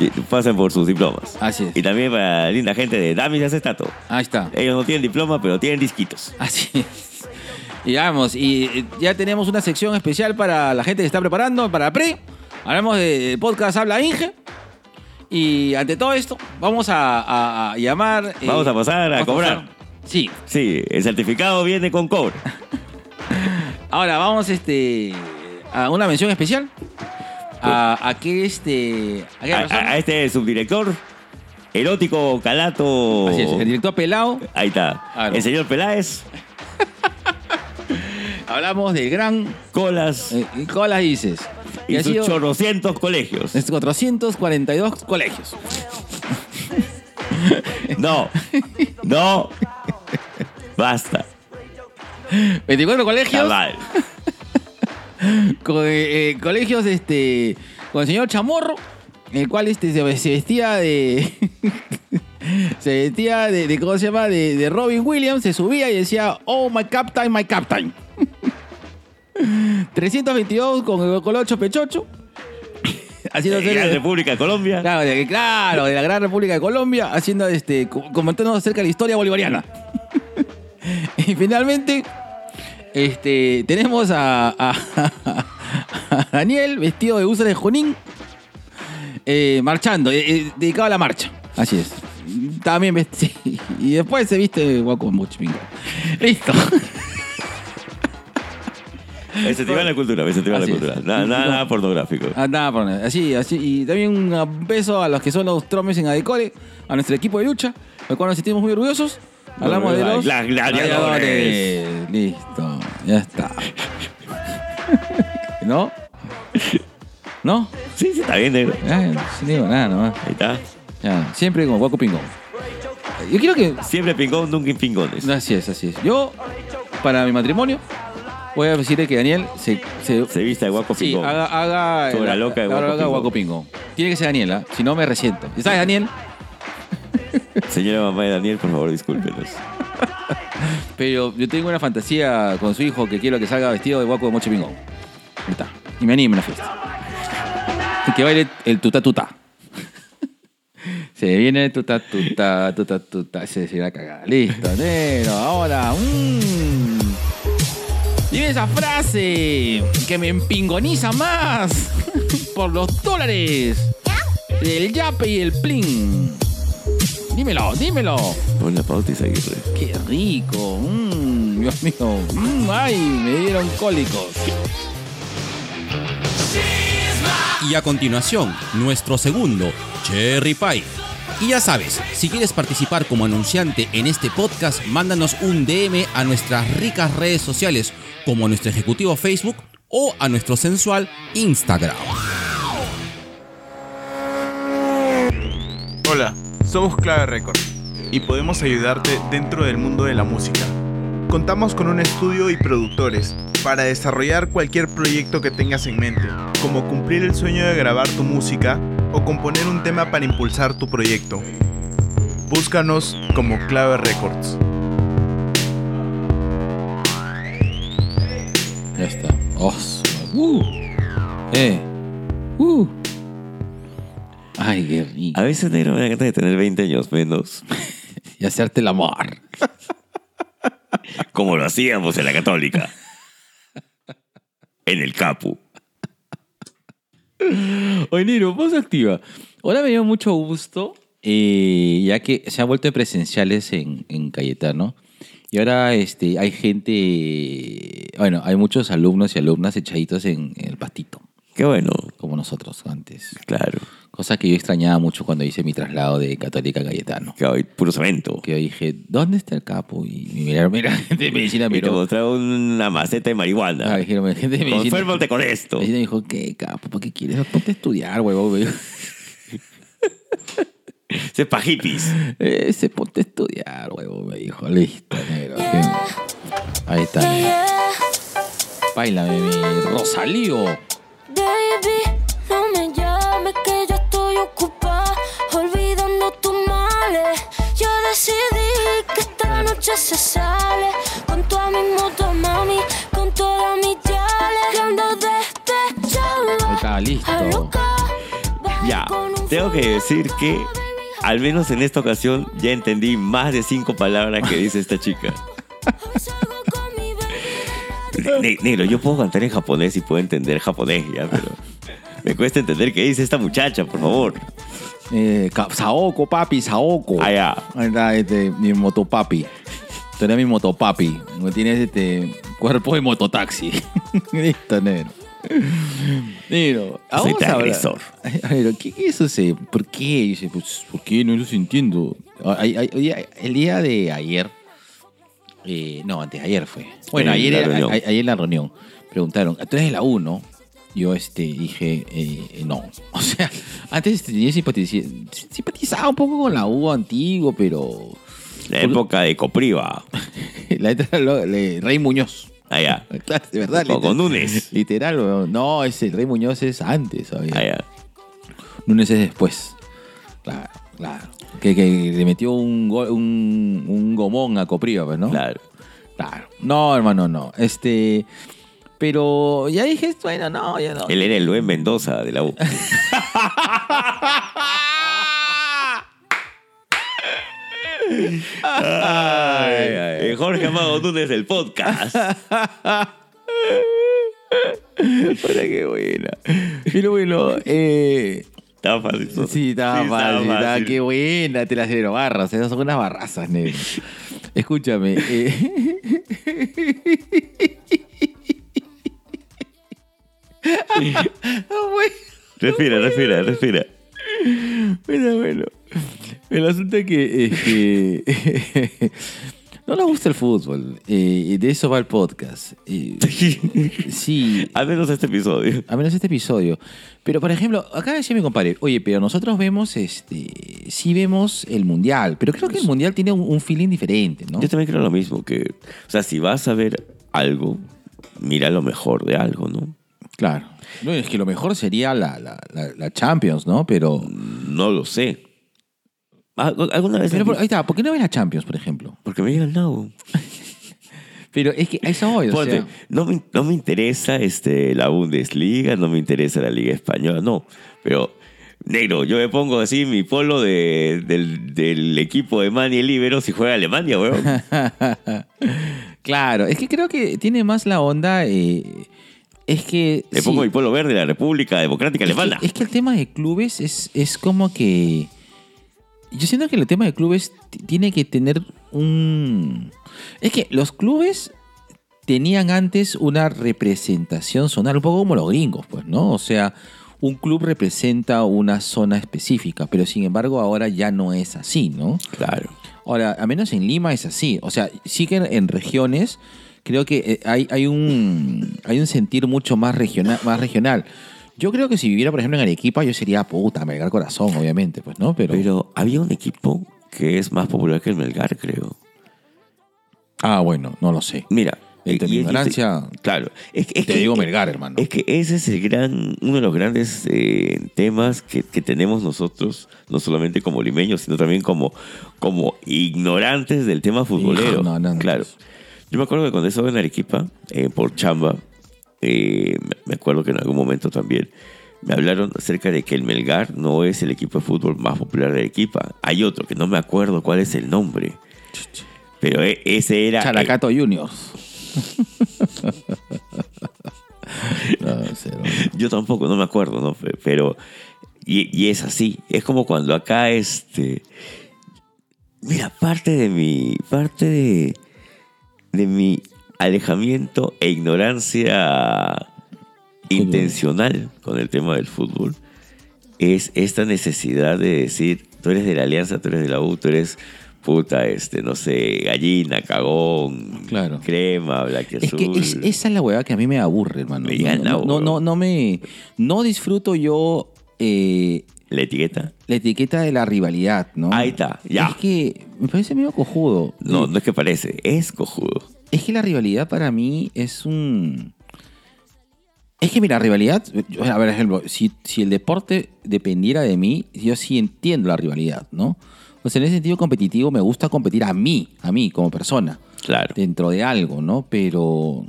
Speaker 3: Y Pasen por sus diplomas.
Speaker 2: Así es.
Speaker 3: Y también para la linda gente de Damis y Acetato.
Speaker 2: Ahí está.
Speaker 3: Ellos no tienen diploma, pero tienen disquitos.
Speaker 2: Así es. Y vamos, y eh, ya tenemos una sección especial para la gente que está preparando para la pre. Hablamos de podcast Habla Inge. Y ante todo esto, vamos a, a- a llamar. eh,
Speaker 3: Vamos a pasar a
Speaker 2: vamos
Speaker 3: cobrar.
Speaker 2: pasar. Sí.
Speaker 3: Sí, el certificado viene con cobro.
Speaker 2: Ahora vamos este, a una mención especial. A, a que este. A, qué
Speaker 3: A,
Speaker 2: persona-
Speaker 3: a- a este subdirector, erótico Calato.
Speaker 2: Así es, el Ah,
Speaker 3: *laughs*
Speaker 2: director pelado.
Speaker 3: Ahí está.
Speaker 2: Claro.
Speaker 3: El señor Peláez,
Speaker 2: Hablamos del gran
Speaker 3: Colas
Speaker 2: eh, Colas Dices.
Speaker 3: y
Speaker 2: que ha
Speaker 3: sus
Speaker 2: sido-
Speaker 3: chorrocientos
Speaker 2: *laughs*
Speaker 3: colegios.
Speaker 2: es 442 colegios.
Speaker 3: No, no. Basta.
Speaker 2: 24 colegios.
Speaker 3: Cabal.
Speaker 2: co- eh, eh, colegios este con el señor Chamorro, el cual este se, se vestía de *laughs* se vestía de, de- cómo se llama de, de Robin Williams, se subía y decía "Oh my captain, my captain". *laughs* 322 con el colocho pechocho. *laughs* Haciendo
Speaker 3: Eh, Gran República de Colombia.
Speaker 2: Claro, de, claro, de la gran República de Colombia, haciendo este, co- comentándonos acerca de la historia bolivariana. *laughs* y finalmente, este, tenemos a, a- *laughs* a Daniel vestido de húsar de Junín, eh, marchando, eh, eh, dedicado a la marcha. Así es. También *laughs* vestido. Y después se viste guaco mucho, pingo. Listo.
Speaker 3: El Festival de la Cultura. El Festival de
Speaker 2: Así
Speaker 3: la
Speaker 2: es.
Speaker 3: Cultura. Nada, nada, nada pornográfico.
Speaker 2: Ah, nada, por nada. Así, así. Y también un beso a los que son los tromes en Adecore, a nuestro equipo de lucha, al cual nos sentimos muy orgullosos. Hablamos de los
Speaker 3: Las gladiadores.
Speaker 2: gladiadores. Listo, ya está. *laughs* ¿No? ¿No?
Speaker 3: Sí, sí, está bien, negro.
Speaker 2: Ya, no se digo nada nomás.
Speaker 3: Ahí está.
Speaker 2: Ya, siempre como Guaco Pingón. Yo quiero que.
Speaker 3: Siempre pingón, nunca pingones.
Speaker 2: Así es, así es. Yo, para mi matrimonio, voy a decirle que Daniel se. se
Speaker 3: Se vista de guapo
Speaker 2: Sí,
Speaker 3: pingón.
Speaker 2: haga, haga
Speaker 3: Sobre la loca de
Speaker 2: la
Speaker 3: Guaco
Speaker 2: loca de Guaco Pingo. Tiene que ser Daniel, ¿ah? si no me resiento. ¿Y sabes, Daniel?
Speaker 3: Señora mamá de Daniel, por favor, discúlpenos.
Speaker 2: Pero yo tengo una fantasía con su hijo que quiero que salga vestido de Guaco de Moche Pingo. Ahí está. Y me anime a la fiesta. Y que baile el tuta tuta. *laughs* Se viene el tuta tuta, tuta tuta. Se se va a cagar. Listo, negro. Ahora. Mmm. Dime esa frase que me empingoniza más *laughs* por los dólares. El yape y el plin. Dímelo, dímelo.
Speaker 3: Pon la pauta y seguirle.
Speaker 2: ¡Qué rico! Mm, Dios mío. Mm, ¡Ay! Me dieron cólicos.
Speaker 6: Y a continuación, nuestro segundo, Cherry Pie. Y ya sabes, si quieres participar como anunciante en este podcast, mándanos un DM a nuestras ricas redes sociales, como a nuestro ejecutivo Facebook o a nuestro sensual Instagram.
Speaker 9: Hola, somos Clave Record y podemos ayudarte dentro del mundo de la música. Contamos con un estudio y productores para desarrollar cualquier proyecto que tengas en mente, como cumplir el sueño de grabar tu música o componer un tema para impulsar tu proyecto. Búscanos como Clave Records.
Speaker 2: Ya está. Os. ¡Uh! ¡Eh! ¡Uh! ¡Ay, qué rico!
Speaker 3: A veces, negro, me da ganas de tener 20 años menos.
Speaker 2: Y hacerte el amor.
Speaker 3: como lo hacíamos en la católica. En el Capu.
Speaker 2: Oye, Nero, pausa activa. Ahora me dio mucho gusto, eh, ya que se han vuelto presenciales en, en Cayetano. Y ahora este, hay gente, bueno, hay muchos alumnos y alumnas echaditos en, en el pastito,
Speaker 3: Qué bueno,
Speaker 2: como nosotros antes.
Speaker 3: claro.
Speaker 2: Cosa que yo extrañaba mucho cuando hice mi traslado de Católica a Cayetano.
Speaker 3: Que hoy puro cemento.
Speaker 2: Que yo dije, ¿dónde está el capo? Y miraron, mira, *laughs* gente de medicina
Speaker 3: Y te
Speaker 2: *laughs* miró.
Speaker 3: mostraron una maceta de marihuana.
Speaker 2: Ah, dijeron, gente de medicina.
Speaker 3: Conférmate con esto.
Speaker 2: medicina dijo, ¿qué capo? ¿Para qué quieres? Ponte a estudiar, huevón. Me dijo,
Speaker 3: Ese es pa' hippies.
Speaker 2: Ese Eh, ponte a estudiar, huevón. Me dijo, listo, negro. Ahí está. negro. Báilame, mi Rosalío.
Speaker 10: Baby, no me llames que yo estoy ocupada Olvidando tus males Yo decidí que esta noche se sale Con toda mi moto, mami Con todas mis chales Que ando este
Speaker 2: Ahí
Speaker 10: despechada
Speaker 2: está,
Speaker 10: a
Speaker 2: listo.
Speaker 10: loca
Speaker 3: Ya, tengo que decir que al menos en esta ocasión ya entendí más de cinco palabras que dice esta
Speaker 2: *laughs*
Speaker 3: chica. Ne- ne- Negro, yo puedo cantar en japonés y puedo entender japonés ya, pero me cuesta entender qué dice esta muchacha, por favor.
Speaker 2: Eh, ca- Saoko, papi, Saoko.
Speaker 3: Ah, ya.
Speaker 2: Ahí está, este, mi motopapi. Tú eres mi motopapi. No Tienes este cuerpo de mototaxi. *laughs* Listo, negro. Negro,
Speaker 3: Soy
Speaker 2: vamos
Speaker 3: tan
Speaker 2: a hablar-
Speaker 3: agresor.
Speaker 2: Negro, ¿qué, qué eso se- ¿Por qué? Y dice, pues, ¿por qué? No lo entiendo. Ay, ay, oye, El día de ayer, eh, no, antes de ayer fue. Bueno,
Speaker 3: En
Speaker 2: ayer
Speaker 3: Eh, la
Speaker 2: era-
Speaker 3: reunión.
Speaker 2: a- ayer en la reunión preguntaron, ¿tú eres de la U, no? Yo este, dije, eh, eh, no. *laughs* O sea, antes este, yo simpatizaba, simpatizaba un poco con la U antiguo, pero *laughs*
Speaker 3: La época de Copriva.
Speaker 2: la letra lo- le- Rey Muñoz.
Speaker 3: Allá.
Speaker 2: Claro, De verdad,
Speaker 3: O con
Speaker 2: literal.
Speaker 3: Nunes. *laughs*
Speaker 2: Literal, weón. no, es el Rey Muñoz es antes, ¿sabes?
Speaker 3: Allá.
Speaker 2: Nunes es después. Claro, claro. Que, que le metió un, go- un, un gomón a Coprío, pues, ¿no?
Speaker 3: Claro.
Speaker 2: Claro. No, hermano, no. Este. Pero ya dije, esto, bueno, no, ya no.
Speaker 3: Él era el Luen Mendoza de la
Speaker 2: *laughs*
Speaker 3: U. Eh, Jorge Amado Núñez del podcast.
Speaker 2: Puta, qué buena. Pero bueno, eh,
Speaker 3: Estaba fácil. *laughs* ¿no?
Speaker 2: sí, estaba
Speaker 3: Sí,
Speaker 2: fácil, estaba-
Speaker 3: fácil.
Speaker 2: qué buena, te las dieron barras, esas son unas
Speaker 3: *laughs*
Speaker 2: barrazas, negro. Escúchame. eh, *laughs* no, bueno.
Speaker 3: Respira, respira, respira. *laughs*
Speaker 2: Bueno, bueno. El asunto es que este, *laughs* no nos gusta el fútbol. eh, y de eso va el podcast. Eh, sí,
Speaker 3: Al menos este episodio.
Speaker 2: a menos este episodio. Pero, por ejemplo, acá decía mi compadre, oye, pero nosotros vemos, este, sí vemos el Mundial, pero creo que el Mundial tiene un, un feeling diferente, ¿no?
Speaker 3: Yo también creo lo mismo, que, o sea, si vas a ver algo, mira lo mejor de algo, ¿no?
Speaker 2: Claro. No, es que lo mejor sería la, la- la- la Champions, ¿no? Pero...
Speaker 3: No lo sé. Al- ¿Alguna vez?
Speaker 2: pero por-
Speaker 3: has
Speaker 2: ahí
Speaker 3: visto?
Speaker 2: está, ¿por qué no ves la Champions, por ejemplo?
Speaker 3: Porque me llega el nabo.
Speaker 2: Pero es que a eso voy, o
Speaker 3: Ponte,
Speaker 2: sea,
Speaker 3: no, me, no me interesa este, la Bundesliga, no me interesa la Liga Española, no. Pero, negro, yo me pongo así mi polo de- del, del equipo de Manny el Ibero si juega Alemania, weón.
Speaker 2: Claro, es que creo que tiene más la onda. eh, es que.
Speaker 3: Le
Speaker 2: sí,
Speaker 3: pongo mi polo verde de la República Democrática
Speaker 2: es que- *laughs*
Speaker 3: Alemana.
Speaker 2: Es que, el tema de clubes es, es como que. Yo siento que el tema de clubes t- tiene que tener un. Es que los clubes tenían antes una representación zonal, un poco como los gringos, pues, ¿no? O sea, un club representa una zona específica, pero sin embargo ahora ya no es así, ¿no?
Speaker 3: Claro.
Speaker 2: Ahora, a menos en Lima es así. O sea, sí que en, en regiones creo que eh, hay, hay, un, hay un sentir mucho más, regional, más regional. Yo creo que si viviera, por ejemplo, en Arequipa, yo sería puta, Melgar Corazón, obviamente, pues, ¿no? Pero.
Speaker 3: Pero había un equipo que es más popular que el Melgar, creo.
Speaker 2: ah, bueno, no lo sé.
Speaker 3: Mira.
Speaker 2: Entre mi
Speaker 3: y- y-
Speaker 2: ignorancia,
Speaker 3: Claro. Es, que- es
Speaker 2: Te
Speaker 3: que-
Speaker 2: digo Melgar, hermano.
Speaker 3: Es que ese es el gran, uno de los grandes eh, temas que, que tenemos nosotros, no solamente como limeños, sino también como, como ignorantes del tema futbolero.
Speaker 2: Ignorantes.
Speaker 3: Claro. Yo me acuerdo que cuando estaba en Arequipa, eh, por chamba, eh, me- me acuerdo que en algún momento también me hablaron acerca de que el Melgar no es el equipo de fútbol más popular de Arequipa. Hay otro que no me acuerdo cuál es el nombre. Pero eh, ese era... *laughs*
Speaker 2: Characato Juniors. no, cero.
Speaker 3: *laughs* Yo tampoco, no me acuerdo, ¿no? Pe- Pero. Y, y es así. Es como cuando acá, este. Mira, parte de mi. Parte de. De mi alejamiento e ignorancia intencional con el tema del fútbol es esta necesidad de decir, tú eres de la Alianza, tú eres de la U, tú eres puta, este, no sé, gallina, cagón,
Speaker 2: Claro.
Speaker 3: crema, black
Speaker 2: Es que es- esa es la hueá que a mí me aburre, hermano.
Speaker 3: Me
Speaker 2: No,
Speaker 3: gana,
Speaker 2: no, no,
Speaker 3: huevón.
Speaker 2: no, no me. No disfruto yo eh,
Speaker 3: la etiqueta.
Speaker 2: la etiqueta de la rivalidad, ¿no?
Speaker 3: Ahí está, ya.
Speaker 2: Es que me parece medio cojudo.
Speaker 3: No, no es que parece, es cojudo.
Speaker 2: Es que la rivalidad para mí es un. Es que mira, rivalidad. yo- A ver, ejemplo, si, si el deporte dependiera de mí, yo sí entiendo la rivalidad, ¿no? O sea, en ese sentido competitivo me gusta competir a mí, a mí como persona,
Speaker 3: Claro.
Speaker 2: dentro de algo, ¿no? Pero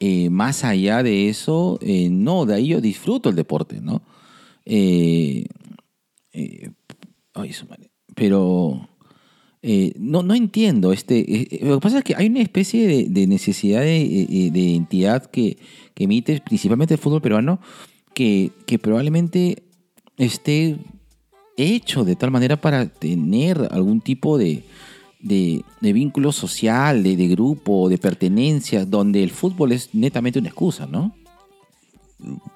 Speaker 2: eh, más allá de eso, eh, no, de ahí yo disfruto el deporte, ¿no? Eh, eh, ay, su madre. Pero eh, no, no entiendo. Este, eh, eh, lo que pasa es que hay una especie de, de necesidad de, eh, de identidad que, que emite principalmente el fútbol peruano que, que probablemente esté hecho de tal manera para tener algún tipo de, de, de vínculo social, de, de grupo, de pertenencia, donde el fútbol es netamente una excusa, ¿no?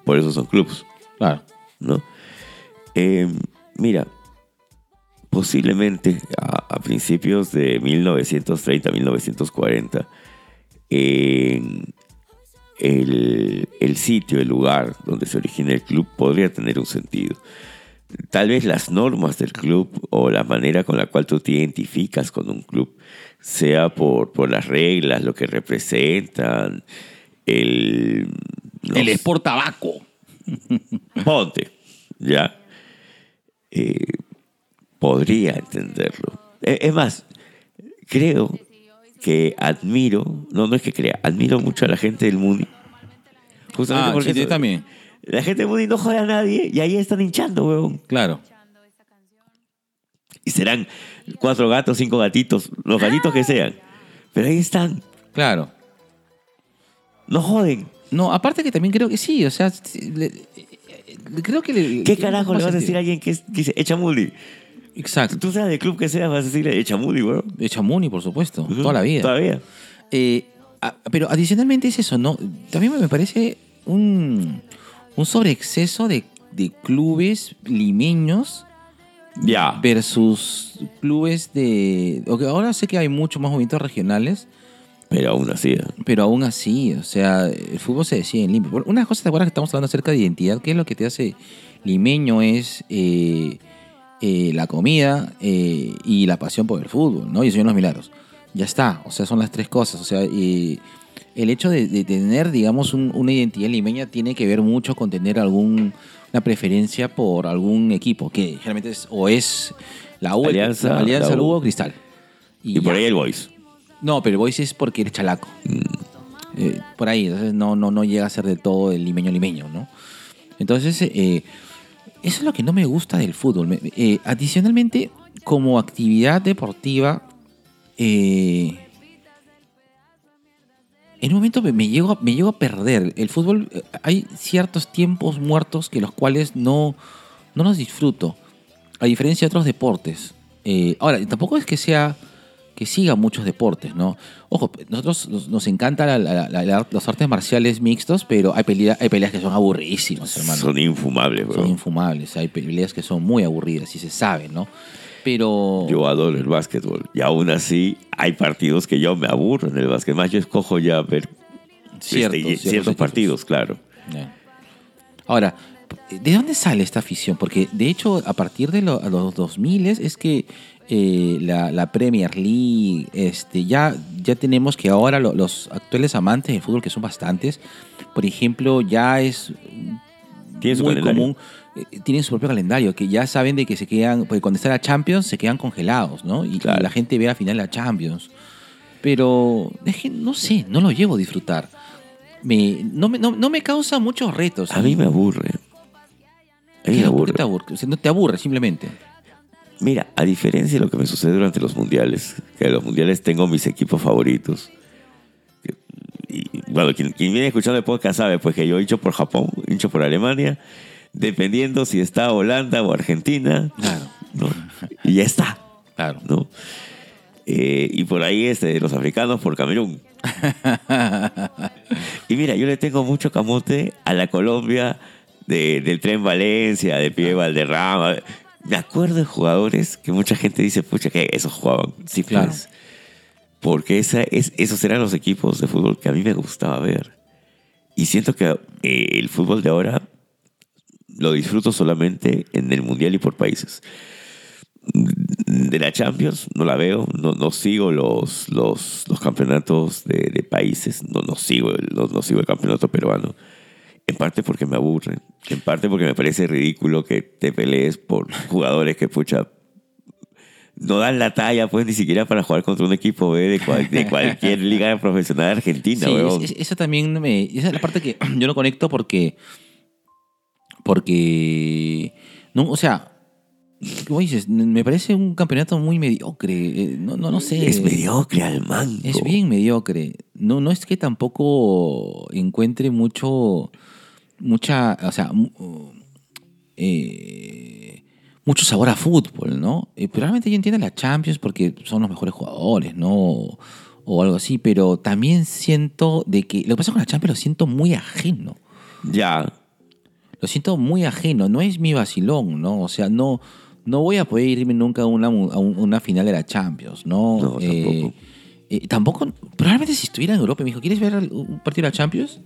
Speaker 3: Por eso son clubs,
Speaker 2: Claro.
Speaker 3: ¿no? Eh, mira, posiblemente a, a principios de 1930, 1940, en el, el sitio, el lugar donde se origina el club podría tener un sentido. Tal vez las normas del club o la manera con la cual tú te identificas con un club, sea por, por las reglas, lo que representan, el... no
Speaker 2: El
Speaker 3: sé,
Speaker 2: Sport Tabaco.
Speaker 3: Ponte, ¿ya? Eh, podría entenderlo. E- Es más, creo que admiro, no, no es que crea, admiro mucho a la gente del Muni. Justamente
Speaker 2: Ah,
Speaker 3: porque
Speaker 2: sí, sí,
Speaker 3: eso-
Speaker 2: también.
Speaker 3: La gente del Muni no jode a nadie y ahí están hinchando, weón.
Speaker 2: Claro.
Speaker 3: Y serán cuatro gatos, cinco gatitos, los gatitos que sean. Pero ahí están,
Speaker 2: Claro.
Speaker 3: no joden.
Speaker 2: No, aparte que también creo que sí, o sea, sí, le- le- creo que... le-
Speaker 3: ¿Qué
Speaker 2: que-
Speaker 3: carajo le vas a decir a alguien que, es- que dice, echa Muni?
Speaker 2: Exacto.
Speaker 3: Tú seas del club que seas, vas a decirle, echa Muni, weón.
Speaker 2: De Chamuni, por supuesto, toda la vida.
Speaker 3: Todavía.
Speaker 2: Eh, a- pero adicionalmente es eso, ¿no? También me parece un, un sobreexceso de, de clubes limeños
Speaker 3: Ya.
Speaker 2: versus clubes de... ok, ahora sé que hay muchos más movimientos regionales,
Speaker 3: Pero aún así. ¿eh?
Speaker 2: pero aún así, o sea, el fútbol se decide en limpio. Bueno, una cosa, ¿te acuerdas que estamos hablando acerca de identidad? ¿Qué es lo que te hace limeño? Es eh, eh, la comida eh, y la pasión por el fútbol, ¿no? Y son los milagros. Ya está, o sea, son las tres cosas. O sea, eh, el hecho de, de tener, digamos, un- una identidad limeña tiene que ver mucho con tener algún una preferencia por algún equipo, que generalmente es, o es la U,
Speaker 3: Alianza,
Speaker 2: la
Speaker 3: la
Speaker 2: Alianza
Speaker 3: U.
Speaker 2: Lugo o Cristal.
Speaker 3: Y por
Speaker 2: ya.
Speaker 3: ahí el voice.
Speaker 2: No, pero Boys es porque eres chalaco. Eh, por ahí, entonces no, no, no llega a ser del todo el limeño limeño, ¿no? Entonces, eh, eso es lo que no me gusta del fútbol. Me- me- eh, adicionalmente, como actividad deportiva, eh, en un momento me, me llego, a- me llego a perder. El fútbol, eh, hay ciertos tiempos muertos que los cuales no, no los disfruto. A diferencia de otros deportes. Eh, ahora, tampoco es que sea que siga muchos deportes, ¿no? Ojo, nosotros nos, nos encantan la- la- la- la- los artes marciales mixtos, pero hay, pelea- hay peleas que son aburridísimas, hermano.
Speaker 3: Son infumables,
Speaker 2: Son
Speaker 3: weón.
Speaker 2: infumables. Hay peleas que son muy aburridas y se sabe, ¿no? Pero.
Speaker 3: Yo adoro el básquetbol. Y aún así, hay partidos que yo me aburro en el básquet. Más yo escojo ya ver
Speaker 2: Cierto,
Speaker 3: este, y-
Speaker 2: ciertos
Speaker 3: ciertos,
Speaker 2: equipos.
Speaker 3: partidos, claro.
Speaker 2: Ya. Ahora, ¿de dónde sale esta afición? Porque de hecho, a partir de lo- a los 2000 es que eh, la, la Premier League, este, ya, ya tenemos que ahora lo- los actuales amantes del fútbol, que son bastantes, por ejemplo, ya es
Speaker 3: Tiene su
Speaker 2: muy
Speaker 3: calendario.
Speaker 2: común, eh, tienen su propio calendario, que ya saben de que se quedan, porque cuando está la Champions se quedan congelados, ¿no? Y, y
Speaker 3: Claro.
Speaker 2: la gente ve al final la Champions. Pero es que no sé, no lo llevo a disfrutar. Me, no, me, no, no me causa muchos retos.
Speaker 3: A mí me aburre. A mí me
Speaker 2: ¿Qué? ¿Por qué
Speaker 3: aburre.
Speaker 2: te aburre? O sea, no te aburre simplemente.
Speaker 3: Mira, a diferencia de lo que me sucede durante los mundiales, que en los mundiales tengo mis equipos favoritos. Y bueno, quien, quien viene escuchando el podcast sabe pues que yo hincho por Japón, hincho por Alemania, dependiendo si está Holanda o Argentina.
Speaker 2: Claro.
Speaker 3: ¿no? Y ya está,
Speaker 2: Claro.
Speaker 3: ¿no? Eh, y por ahí este, los africanos por Camerún. y mira, yo le tengo mucho camote a la Colombia de- del Tren Valencia, de Pie Valderrama. Me acuerdo de jugadores que mucha gente dice, pucha, que esos jugaban. Sí,
Speaker 2: Claro.
Speaker 3: pues. Porque esa es, esos eran los equipos de fútbol que a mí me gustaba ver. Y siento que eh, el fútbol de ahora lo disfruto solamente en el Mundial y por países. De la Champions no la veo, no, no sigo los, los, los campeonatos de, de países, no, no, sigo el, no, no sigo el campeonato peruano. En parte porque me aburre, en parte porque me parece ridículo que te pelees por jugadores que, pucha, no dan la talla, pues ni siquiera para jugar contra un equipo B de, cual- de cualquier liga profesional argentina,
Speaker 2: Sí,
Speaker 3: huevón.
Speaker 2: es- es- eso también me, esa es la parte que *clears throat* yo no conecto porque porque no, o sea, ¿cómo dices? Me parece un campeonato muy mediocre, eh, no no no sé.
Speaker 3: Es mediocre al mango.
Speaker 2: Es bien mediocre. No no es que tampoco encuentre mucho mucha, o sea, mu- eh, mucho sabor a fútbol, ¿no? Eh, pero realmente yo entiendo la Champions porque son los mejores jugadores, ¿no? O, o algo así, pero también siento de que lo que pasa con la Champions lo siento muy ajeno.
Speaker 3: Ya.
Speaker 2: Lo siento muy ajeno, no es mi vacilón, ¿no? O sea, no, no voy a poder irme nunca a una, mu- a un- una final de la Champions, ¿no?
Speaker 3: No,
Speaker 2: Eh,
Speaker 3: tampoco.
Speaker 2: eh, tampoco, probablemente si estuviera en Europa y me dijo, ¿quieres ver el- un partido de la Champions?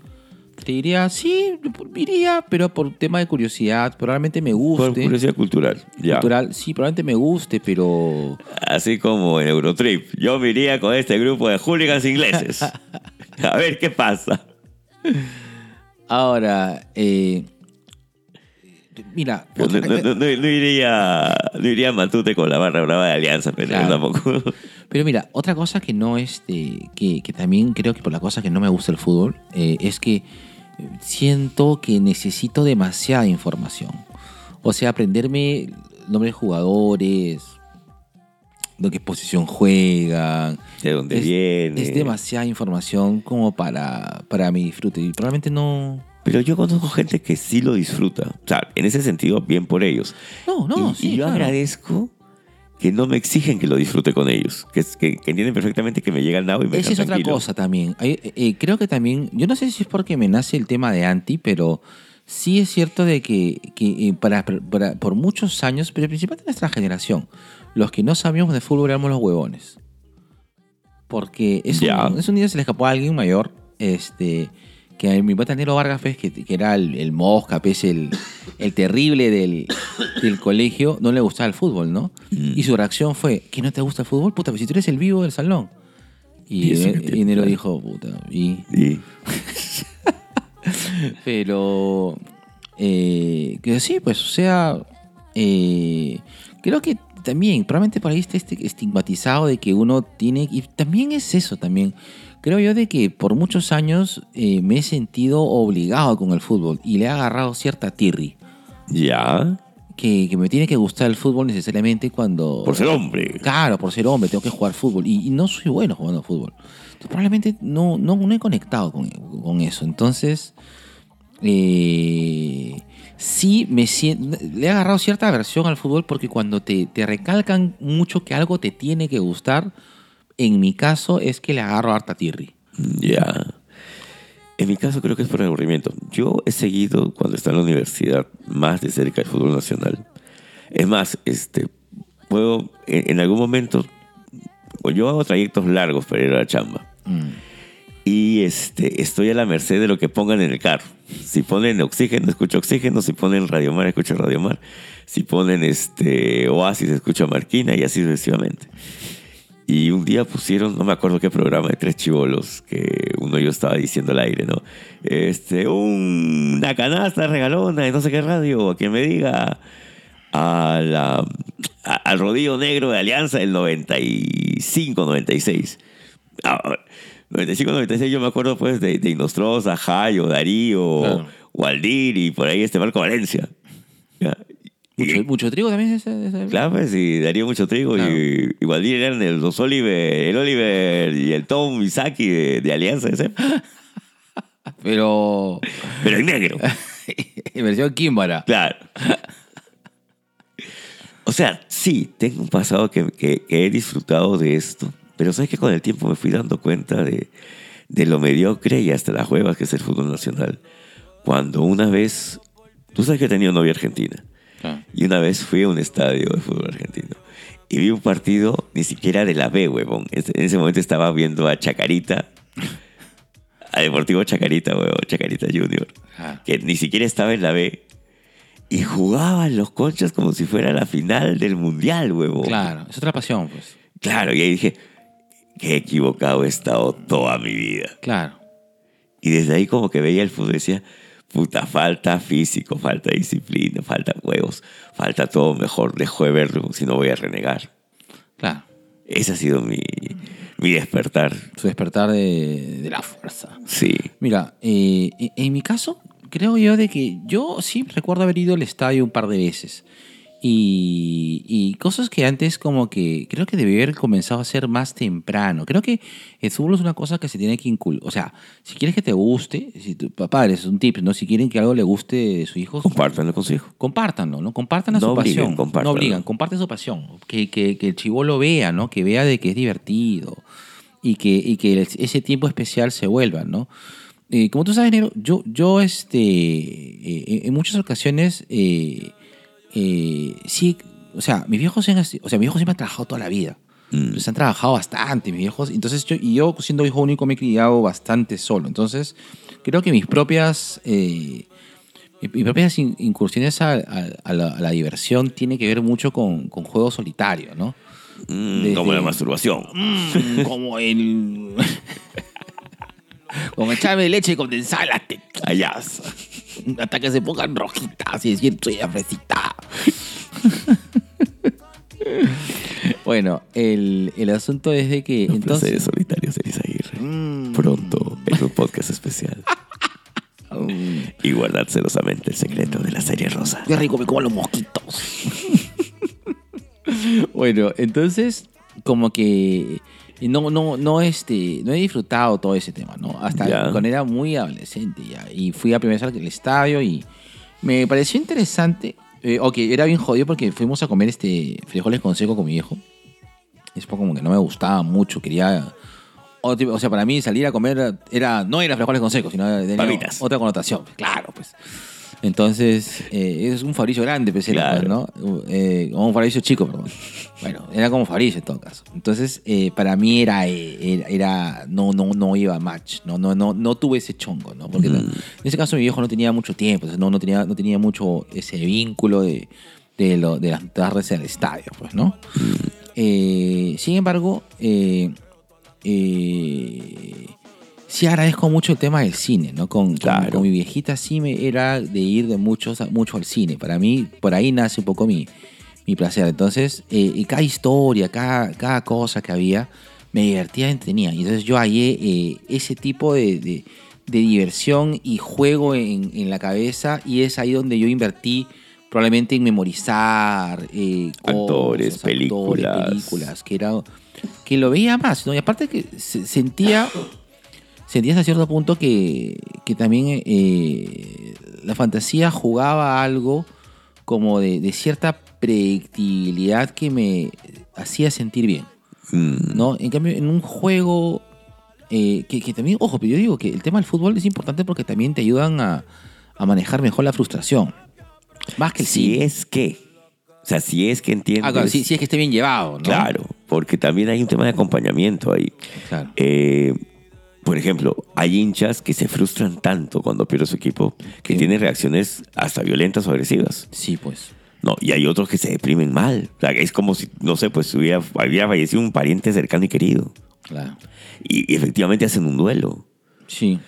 Speaker 2: Te diría, sí, iría, pero por tema de curiosidad, probablemente me guste.
Speaker 3: Por curiosidad cultural. Ya.
Speaker 2: cultural, sí, probablemente me guste, pero.
Speaker 3: Así como en Eurotrip. Yo me iría con este grupo de hooligans ingleses.
Speaker 2: *laughs*
Speaker 3: A ver qué pasa.
Speaker 2: Ahora, eh, mira.
Speaker 3: No, no- no- no- no iría, no iría a Matute con la barra brava de Alianza, pero yo
Speaker 2: Claro.
Speaker 3: tampoco. *laughs*
Speaker 2: Pero mira, otra cosa que no este, que, que también creo que por la cosa que no me gusta el fútbol, eh, es que siento que necesito demasiada información. O sea, aprenderme nombres de jugadores, de qué posición juegan.
Speaker 3: De dónde
Speaker 2: Es-
Speaker 3: viene.
Speaker 2: Es demasiada información como para, para mi disfrute. Y probablemente no.
Speaker 3: Pero yo conozco gente que sí lo disfruta. O sea, en ese sentido, bien por ellos.
Speaker 2: No, no,
Speaker 3: y,
Speaker 2: sí.
Speaker 3: y yo
Speaker 2: claro.
Speaker 3: agradezco que no me exigen que lo disfrute con ellos. Que, es- que, que entienden perfectamente que me llegan nada y me
Speaker 2: Esa
Speaker 3: dejan
Speaker 2: es otra
Speaker 3: tranquilo.
Speaker 2: cosa también. Hay- eh, eh, creo que también, yo no sé si es porque me nace el tema de anti, pero sí es cierto de que, que, eh, para, para- por muchos años, pero principalmente nuestra generación, los que no sabíamos de fútbol éramos los huevones. Porque es
Speaker 3: Ya.
Speaker 2: un, es un día se le escapó a alguien mayor, este, que a mi pata Nero Vargas, pues, que, que era el, el mosca, pues, el, el terrible del, del colegio, no le gustaba el fútbol, ¿no?
Speaker 3: Mm.
Speaker 2: Y su reacción fue, ¿que no te gusta el fútbol? Puta, pues si tú eres el vivo del salón.
Speaker 3: Y
Speaker 2: Y,
Speaker 3: eso
Speaker 2: eh,
Speaker 3: que te-
Speaker 2: y Nero dijo, puta, y...
Speaker 3: Y-
Speaker 2: Pero... eh, que sí, pues, o sea... eh, creo que también, probablemente por ahí esté este- estigmatizado de que uno tiene... Y también es eso, también. Creo yo de que por muchos años eh, me he sentido obligado con el fútbol y le he agarrado cierta tirri.
Speaker 3: ya.
Speaker 2: Que, que me tiene que gustar el fútbol necesariamente cuando...
Speaker 3: Por ser hombre.
Speaker 2: Claro, por ser hombre, tengo que jugar fútbol. Y, y no soy bueno jugando a fútbol. Entonces, probablemente no, no, no he conectado con, con eso. Entonces, eh, sí me siento. Le he agarrado cierta aversión al fútbol porque cuando te, te recalcan mucho que algo te tiene que gustar, en mi caso es que le agarro harta tirri.
Speaker 3: Ya. En mi caso creo que es por aburrimiento. Yo he seguido cuando estaba en la universidad más de cerca el fútbol nacional. Es más, este, puedo, en, en algún momento, o yo hago trayectos largos para ir a la chamba. Y este, estoy a la merced de lo que pongan en el carro. Si ponen oxígeno, escucho oxígeno. Si ponen Radiomar, escucho Radiomar. Si ponen este, Oasis, escucho a Marquina y así sucesivamente. Y un día pusieron, no me acuerdo qué programa, de tres chivolos, que uno yo estaba diciendo al aire, ¿no? Este, un- una canasta regalona de no sé qué radio, a que me diga a la- a- al rodillo negro de Alianza del 95-96. Ah, 95-96 yo me acuerdo pues de, de Inostrosa, Jayo, Darío,
Speaker 2: Claro.
Speaker 3: Waldir y por ahí este Marco Valencia. ¿Ya? Y-
Speaker 2: Mucho, mucho trigo también es ese- ese-
Speaker 3: Claro, pues, y daría mucho trigo.
Speaker 2: Claro.
Speaker 3: Y, y Valdir eran el- los Oliver, el Oliver y el Tom Misaki de, de Alianza, ese. *laughs*
Speaker 2: Pero. *laughs*
Speaker 3: Pero en negro,
Speaker 2: en versión Kimbara.
Speaker 3: claro. O sea, sí, tengo un pasado que, que- que he disfrutado de esto. Pero sabes que con el tiempo me fui dando cuenta de, de lo mediocre y hasta las huevas que es el fútbol nacional. Cuando una vez Tú sabes que he tenido novia argentina. Y una vez fui a un estadio de fútbol argentino y vi un partido ni siquiera de la B, huevón. Es- En ese momento estaba viendo a Chacarita, a Deportivo Chacarita, huevón, Chacarita Junior, que ni siquiera estaba en la B. Y jugaban los conchas como si fuera la final del mundial, huevón.
Speaker 2: Claro, es otra pasión, pues.
Speaker 3: Claro, y ahí dije, qué equivocado he estado toda mi vida.
Speaker 2: Claro.
Speaker 3: Y desde ahí como que veía el fútbol y decía, puta, falta físico, falta disciplina, falta huevos, falta todo, mejor dejo de verlo, si no voy a renegar.
Speaker 2: Claro.
Speaker 3: Ese ha sido mi, mi despertar.
Speaker 2: Su despertar de, de la fuerza.
Speaker 3: Sí.
Speaker 2: Mira, eh, en- en mi caso, creo yo de que yo sí recuerdo haber ido al estadio un par de veces. Y, y cosas que antes como que creo que debía haber comenzado a hacer más temprano. Creo que el fútbol es una cosa que se tiene que inculcar. O sea, si quieres que te guste, si tu papá es un tip, ¿no? Si quieren que algo le guste a sus hijos,
Speaker 3: Compártanlo con su hijo.
Speaker 2: compártanlo, ¿no? Compartan a
Speaker 3: No
Speaker 2: su
Speaker 3: obliguen,
Speaker 2: pasión.
Speaker 3: compártanlo.
Speaker 2: No obligan, comparten su pasión. Que, que, que el chivolo vea, ¿no? Que vea de que es divertido. Y que, y que es- ese tiempo especial se vuelva, ¿no? Eh, como tú sabes, Nero, yo, yo este, eh, en- en muchas ocasiones, eh, eh, sí, o sea, mis viejos, han- o sea, mis viejos siempre han trabajado toda la vida.
Speaker 3: Mm.
Speaker 2: Pues han trabajado bastante, mis viejos. Entonces, yo, y yo siendo hijo único me he criado bastante solo. Entonces, creo que mis propias... eh, y y propias in- incursiones a, a- a la, a la diversión tiene que ver mucho con, con juego solitario, ¿no?
Speaker 3: Mm,
Speaker 2: Desde-
Speaker 3: Como la masturbación.
Speaker 2: Mm, como el. *laughs* como echarme leche condensada, las tetallas. Hasta que se pongan rojitas y decir, soy la fresita. *laughs* bueno, el, el asunto es de que.
Speaker 3: Los
Speaker 2: entonces,
Speaker 3: placeres solitarios de Elisa Aguirre.
Speaker 2: Mm.
Speaker 3: Pronto en un podcast
Speaker 2: *laughs*
Speaker 3: especial. y guardad celosamente el secreto de la serie rosa.
Speaker 2: Qué rico me como los mosquitos. *laughs* bueno, entonces, como que no, no, no, este, no he disfrutado todo ese tema, ¿no? Hasta
Speaker 3: Ya.
Speaker 2: cuando era muy adolescente ya. Y fui a primera vez al estadio y me pareció interesante. Eh, ok, era bien jodido porque fuimos a comer este frijoles con seco con mi viejo. Después como que no me gustaba mucho, quería... otro tipo- O sea, para mí salir a comer era, no era frijoles con seco, sino tenía
Speaker 3: Papitas.
Speaker 2: otra connotación. Claro, pues. Entonces, eh, es un fabricio grande, pues, el-
Speaker 3: Claro.
Speaker 2: ¿no? Eh, o un fabricio chico, perdón. Bueno, era como fabricio en todo caso. Entonces, eh, para mí era, eh, era, era- no, no, no iba a match, no, no, no, no tuve ese chongo, ¿no? Porque en ese caso mi viejo no tenía mucho tiempo, entonces no, no tenía, no tenía mucho ese vínculo de, de, lo- de las tardes en el estadio, pues, ¿no? Eh, sin embargo, eh, eh, sí agradezco mucho el tema del cine, ¿no? Con, con-
Speaker 3: Claro.
Speaker 2: con mi viejita sí me era de ir de muchos a- mucho al cine. Para mí, por ahí nace un poco mi, mi placer. Entonces, eh, y cada historia, cada, cada cosa que había, me divertía y entretenía. Y entonces yo hallé eh, ese tipo de, de- de diversión y juego en, en la cabeza y es ahí donde yo invertí probablemente en memorizar eh,
Speaker 3: Actores, películas.
Speaker 2: películas, que era que lo veía más, ¿no? Y aparte que se- sentía sentías a cierto punto que, que también eh, la fantasía jugaba algo como de, de cierta predictibilidad que me hacía sentir bien,
Speaker 3: Mm,
Speaker 2: ¿no? En cambio, en un juego eh, que, que también, ojo, pero yo digo que el tema del fútbol es importante porque también te ayudan a, a manejar mejor la frustración. Más que el
Speaker 3: Si
Speaker 2: cine.
Speaker 3: es que. O sea, si es que entiendes.
Speaker 2: Ah, claro, si, si es que esté bien llevado, ¿no?
Speaker 3: Claro, porque también hay un tema de acompañamiento ahí.
Speaker 2: Claro.
Speaker 3: Eh, por ejemplo, hay hinchas que se frustran tanto cuando pierde su equipo que
Speaker 2: Sí.
Speaker 3: tienen reacciones hasta violentas o agresivas.
Speaker 2: Sí, pues.
Speaker 3: No, y hay otros que se deprimen mal. O sea, es como si, no sé, pues hubiera, hubiera fallecido un pariente cercano y querido.
Speaker 2: Claro.
Speaker 3: Y, y efectivamente hacen un duelo.
Speaker 2: Sí.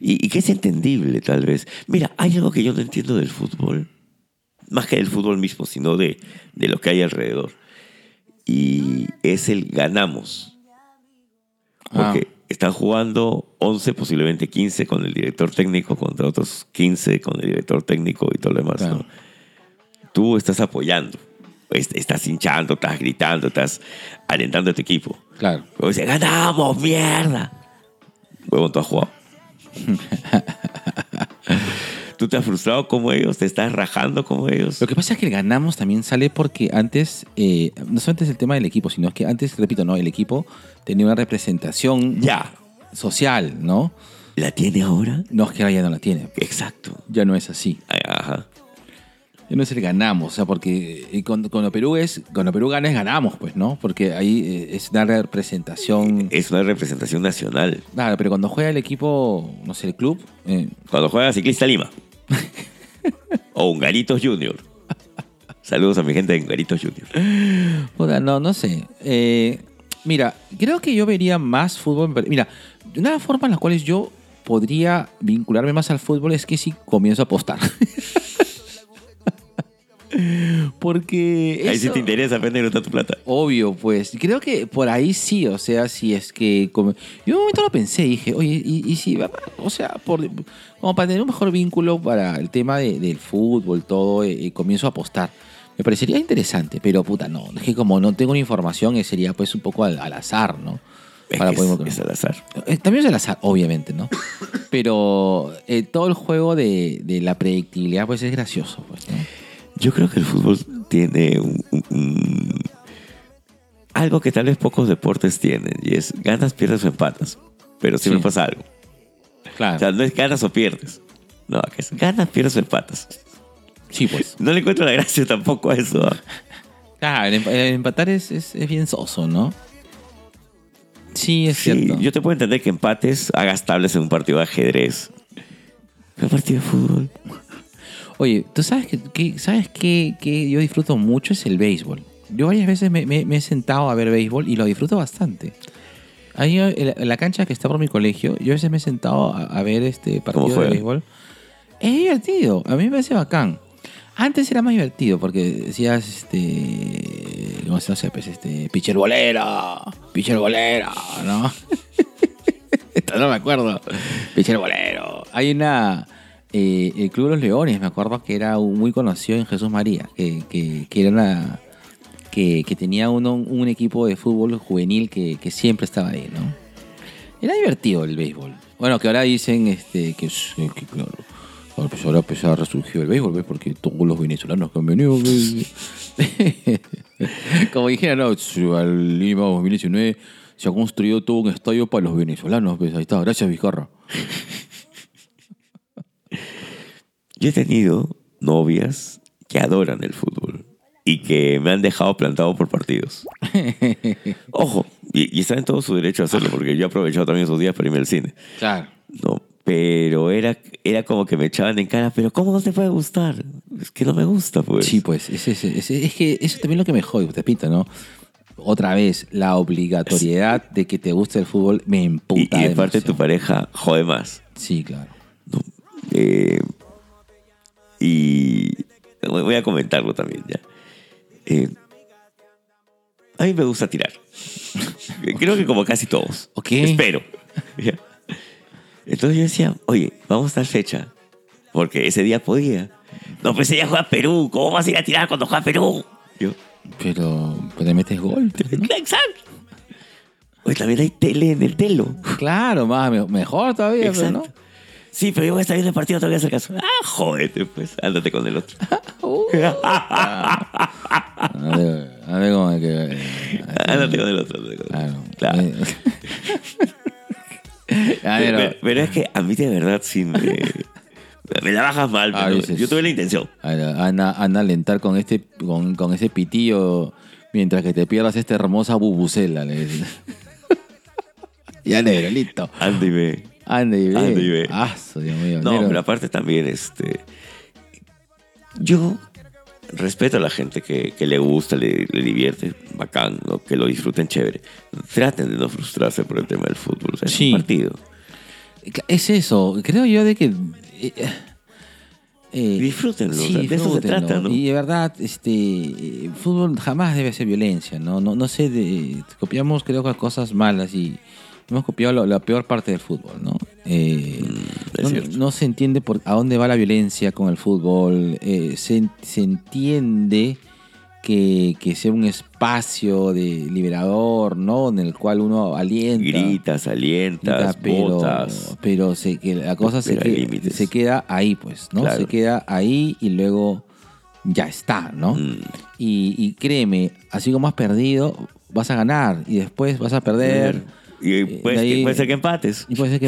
Speaker 3: Y, y que es entendible, tal vez. Mira, hay algo que yo no entiendo del fútbol. Más que del fútbol mismo, sino de, de lo que hay alrededor. Y es el ganamos.
Speaker 2: Ah,
Speaker 3: Porque están jugando 11, posiblemente 15 con el director técnico, contra otros 15 con el director técnico y todo lo demás.
Speaker 2: Claro.
Speaker 3: ¿no? Tú estás apoyando, est- estás hinchando, estás gritando, estás alentando a tu equipo.
Speaker 2: claro.
Speaker 3: Luego dice, ganamos, mierda. Huevón, tú has jugado. *laughs* tú te has frustrado como ellos, te estás rajando como ellos.
Speaker 2: Lo que pasa es que el ganamos también sale porque antes, eh, no solamente es el tema del equipo, sino que antes, repito, no, el equipo tenía una representación
Speaker 3: Ya,
Speaker 2: social, ¿no?
Speaker 3: ¿la tiene ahora?
Speaker 2: No es que ahora ya no la tiene,
Speaker 3: Exacto.
Speaker 2: ya no es así.
Speaker 3: Ajá.
Speaker 2: no es el ganamos, o sea, porque eh, cuando, cuando Perú es, cuando Perú gana es ganamos, pues, ¿no? Porque ahí eh, es una representación.
Speaker 3: Es una representación nacional.
Speaker 2: Claro, pero cuando juega el equipo, no sé, el club, eh,
Speaker 3: Cuando juega Ciclista Lima. o Hungaritos Junior. Saludos a mi gente de Hungaritos Junior.
Speaker 2: puta, no, no sé. Eh, mira, creo que yo vería más fútbol. en Perú. Mira, una de las formas en las cuales yo podría vincularme más al fútbol es que si comienzo a apostar. *laughs* Porque
Speaker 3: Ahí sí
Speaker 2: eso-
Speaker 3: te interesa, pero no está tu plata.
Speaker 2: Obvio, pues. Creo que por ahí sí, o sea, si es que. como- Yo en un momento lo pensé, dije, oye, y, y si, va- o sea, por, como para tener un mejor vínculo para el tema de- del fútbol, todo, eh, eh, comienzo a apostar. Me parecería interesante, pero puta, no. Es que como no tengo una información, eh, sería pues un poco al, al azar, ¿no?
Speaker 3: Es
Speaker 2: Para
Speaker 3: que
Speaker 2: poder-
Speaker 3: es, es al azar.
Speaker 2: Eh, También es al azar, obviamente, ¿no? Pero eh, todo el juego de, de la predictibilidad, pues es gracioso, pues, ¿no?
Speaker 3: Yo creo que el fútbol tiene un, un- un- algo que tal vez pocos deportes tienen y es ganas, pierdes o empatas. Pero siempre
Speaker 2: Sí.
Speaker 3: pasa algo.
Speaker 2: Claro.
Speaker 3: O sea, no es ganas o pierdes. No, que es ganas, pierdes o empatas.
Speaker 2: sí, pues.
Speaker 3: No le encuentro la gracia *laughs* tampoco a eso. ¿ah?
Speaker 2: Claro, el, emp- el empatar es, es, es bien soso, ¿no? Sí, es
Speaker 3: Sí,
Speaker 2: cierto.
Speaker 3: yo te puedo entender que empates hagas tablas en un partido de ajedrez. Pero un partido de fútbol.
Speaker 2: Oye, ¿tú sabes que, que- sabes que, que yo disfruto mucho es el béisbol? Yo varias veces me, me- me he sentado a ver béisbol y lo disfruto bastante. Ahí en la, en la cancha que está por mi colegio, yo a veces me he sentado a, a ver este partido de
Speaker 3: juegan?
Speaker 2: béisbol. Es divertido, a mí me parece bacán. Antes era más divertido porque decías, este, no sé, no sé, pues, este, pitcher bolera, pitcher bolera, ¿no? Esto *laughs* no me acuerdo. Pichero bolero. Hay una. eh, el Club de los Leones, me acuerdo que era un- muy conocido en Jesús María. Que, que- que era una. Que, que tenía uno- un equipo de fútbol juvenil que, que siempre estaba ahí, ¿no? Era divertido el béisbol. Bueno, que ahora dicen este, que, es- que claro. Ahora pues, ahora pues, ha resurgido el béisbol, ¿ves? Porque todos los venezolanos que han venido. ¿ves? Como dijeron, no, su- al Lima 2019 se ha construido todo un estadio para los venezolanos. ¿ves? Ahí está, gracias Vizcarra.
Speaker 3: Yo he tenido novias que adoran el fútbol y que me han dejado plantado por partidos. Ojo, y, y está en todo su derecho a hacerlo, porque yo he aprovechado también esos días para irme al cine.
Speaker 2: Claro.
Speaker 3: No, pero era, era como que me echaban en cara, pero ¿cómo no te puede gustar? Es que no me gusta, pues.
Speaker 2: Sí, pues, es, es- es- es que eso también es lo que me jode, te repito, ¿no? Otra vez, la obligatoriedad de que te guste el fútbol me
Speaker 3: y,
Speaker 2: emputa.
Speaker 3: y de parte de tu
Speaker 2: demasiado.
Speaker 3: pareja, jode más.
Speaker 2: Sí, claro.
Speaker 3: Eh, y voy voy a comentarlo también ya. Eh, a mí me gusta tirar. *laughs* Creo que como casi todos.
Speaker 2: Ok.
Speaker 3: Espero. Ya. Entonces yo decía, oye, vamos a tal fecha. Porque ese día podía. No, pues ella juega a Perú. ¿Cómo vas a ir a tirar cuando juega a Perú? Yo, *laughs*
Speaker 2: Pero, pero te metes gol. pues, ¿no?
Speaker 3: exacto. Oye, también hay tele en el telo.
Speaker 2: Claro, más, me- mejor todavía, pero
Speaker 3: Exacto. Sí, pero yo voy a estar viendo el partido, todavía hacer caso. Ah, jódete, pues. Ándate con el otro.
Speaker 2: ¿no? Uh. a ver, Eh, a ver cómo es que.
Speaker 3: Ándate con el otro. ándate con el
Speaker 2: Claro.
Speaker 3: otro. Claro.
Speaker 2: *laughs* a
Speaker 3: Pero,
Speaker 2: ver,
Speaker 3: pero es que a mí de verdad sí me... *laughs* me la bajas mal,
Speaker 2: Ah,
Speaker 3: pero
Speaker 2: dices-
Speaker 3: yo tuve la intención.
Speaker 2: a ver, anda, anda a alentar con este con, con ese pitillo mientras que te pierdas esta hermosa bubucela.
Speaker 3: *laughs*
Speaker 2: le dice. ya negro, listo.
Speaker 3: Andy ve.
Speaker 2: Ande y ve.
Speaker 3: Ande y ve.
Speaker 2: Ah, su Dios mío.
Speaker 3: No,
Speaker 2: negro.
Speaker 3: pero aparte también, este... Yo respeto a la gente que, que le gusta, le, le divierte, bacán, ¿no? que lo disfruten chévere. Traten de no frustrarse por el tema del fútbol. O sea,
Speaker 2: Sí.
Speaker 3: Es un partido.
Speaker 2: Es eso. Creo yo de que. eh, eh,
Speaker 3: Disfrútenlo, o sea, de eso se
Speaker 2: disfrútenlo.
Speaker 3: trata, ¿no?
Speaker 2: Y de verdad, este eh, fútbol jamás debe ser violencia, ¿no? No, no sé, de- copiamos creo que cosas malas y hemos copiado lo- la peor parte del fútbol, ¿no? Eh,
Speaker 3: Mm, es
Speaker 2: no,
Speaker 3: cierto.
Speaker 2: no se entiende por a dónde va la violencia con el fútbol. eh, se, se entiende que, que sea un espacio de liberador, ¿no? En el cual uno alienta.
Speaker 3: Gritas,
Speaker 2: Ya,
Speaker 3: alientas,
Speaker 2: pero,
Speaker 3: botas.
Speaker 2: pero se, que la cosa se,
Speaker 3: Pero hay
Speaker 2: que-
Speaker 3: límites.
Speaker 2: se queda ahí, pues, ¿no?
Speaker 3: Claro.
Speaker 2: Se queda ahí y luego ya está, ¿no?
Speaker 3: Mm.
Speaker 2: Y, y créeme, así como has perdido, vas a ganar y después vas a perder. eh,
Speaker 3: Claro. Y pues,
Speaker 2: ahí-
Speaker 3: que- puede ser que empates.
Speaker 2: Y puede ser que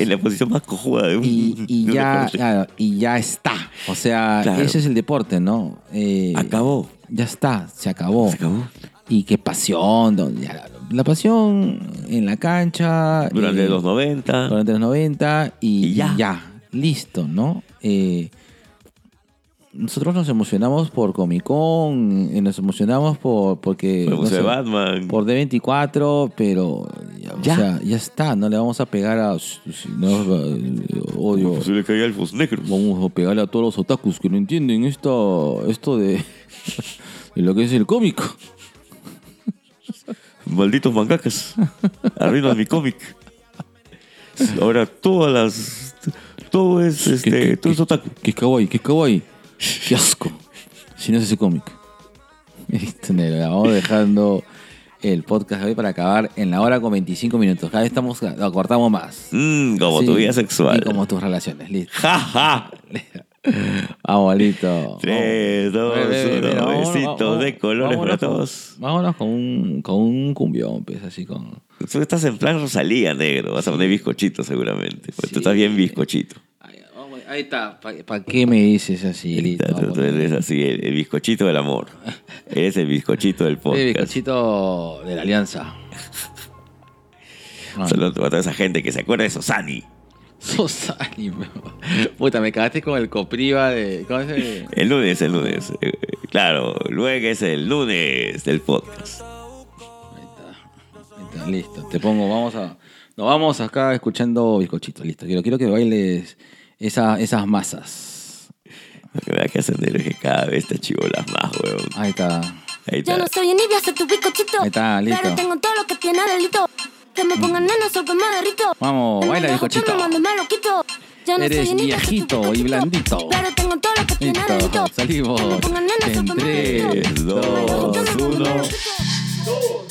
Speaker 3: *laughs* En la posición más cojuda de un. *laughs*
Speaker 2: y, y
Speaker 3: de un
Speaker 2: ya, eh,
Speaker 3: deporte.
Speaker 2: claro, y ya está. O sea,
Speaker 3: Claro.
Speaker 2: ese es el deporte, ¿no? Eh,
Speaker 3: Acabó.
Speaker 2: Ya está, se acabó.
Speaker 3: Se acabó.
Speaker 2: Y qué pasión. don- ya, la pasión en la cancha.
Speaker 3: Durante
Speaker 2: eh,
Speaker 3: los 90.
Speaker 2: durante los 90 y,
Speaker 3: Y ya.
Speaker 2: y listo, ¿no? Eh, nosotros nos emocionamos por Comic Con, eh, nos emocionamos por porque
Speaker 3: Por el
Speaker 2: no
Speaker 3: Museo de
Speaker 2: sé,
Speaker 3: Batman.
Speaker 2: por D24, pero ya, o
Speaker 3: Ya.
Speaker 2: sea, ya está, no le vamos a pegar a no, eh, odio.
Speaker 3: Se le caía el fus negro.
Speaker 2: Vamos a pegarle a todos los otakus que no entienden esto, esto de, *laughs* de lo que es el cómico.
Speaker 3: Malditos
Speaker 2: *laughs*
Speaker 3: mangakas. Arruinan mi cómic. Ahora todas las. Todo es este. Todo es otaku.
Speaker 2: Que es kawaii, que es kawaii. Qué asco. Si no es ese cómic. *laughs* Listo, Nero, la Vamos dejando el podcast de hoy para acabar en la hora con 25 minutos. Cada vez estamos, no, cortamos más.
Speaker 3: Mm, como
Speaker 2: Sí,
Speaker 3: tu vida sexual.
Speaker 2: Y como tus relaciones. Listo.
Speaker 3: Ja, ja.
Speaker 2: Vamos, listo.
Speaker 3: Tres, dos,
Speaker 2: Ve, ve, ve, mira,
Speaker 3: uno.
Speaker 2: vámonos,
Speaker 3: Besitos
Speaker 2: vámonos,
Speaker 3: de colores para
Speaker 2: vámonos con-
Speaker 3: todos.
Speaker 2: Vámonos con un, con un cumbión, pues así con.
Speaker 3: Tú estás en plan Rosalía, negro. Vas a poner bizcochito seguramente. Porque
Speaker 2: Sí.
Speaker 3: Tú estás bien bizcochito.
Speaker 2: Ahí, vamos, ahí está. ¿Para qué me dices así? Listo,
Speaker 3: Tú-
Speaker 2: vamos.
Speaker 3: tú eres así, el, el bizcochito del amor. Eres el bizcochito del
Speaker 2: *laughs* Sí,
Speaker 3: podcast.
Speaker 2: bizcochito de la alianza. Ah,
Speaker 3: Saludos a toda esa gente que se acuerda de Sosani.
Speaker 2: Susani, me- Puta, me cagaste con el copriva de. ¿Cómo es el-
Speaker 3: El lunes, el lunes. Eh, Claro, luego es el lunes del podcast.
Speaker 2: Ahí está. Ahí está, Listo, te pongo, vamos a. Nos vamos acá escuchando bizcochito, listo. Quiero, quiero que bailes esa- esas masas.
Speaker 3: Lo que me da que hacer negro es que cada vez te chivolas más, weón.
Speaker 2: Ahí está.
Speaker 3: Ahí
Speaker 10: Yo
Speaker 3: está.
Speaker 10: no soy un hace tu picochito.
Speaker 2: Ahí está, listo.
Speaker 10: Pero tengo todo lo que tiene delito. Que me pongan nenos o que me derrito.
Speaker 2: Vamos,
Speaker 10: Tengo
Speaker 2: baila,
Speaker 10: viejo
Speaker 2: bizcochito.
Speaker 10: chino, mando, me lo quito. Yo no
Speaker 2: Eres
Speaker 10: soy un idiota, soy tu
Speaker 2: viejito y
Speaker 10: bizcochito.
Speaker 2: blandito.
Speaker 10: Pero tengo todo lo que tiene
Speaker 2: Listo,
Speaker 10: delito.
Speaker 2: salimos.
Speaker 10: Que me pongan nenos o que me
Speaker 2: En
Speaker 10: derrito.
Speaker 2: tres,
Speaker 3: dos,
Speaker 10: Yo no soy un
Speaker 3: uno.
Speaker 10: idiota.
Speaker 1: Dos,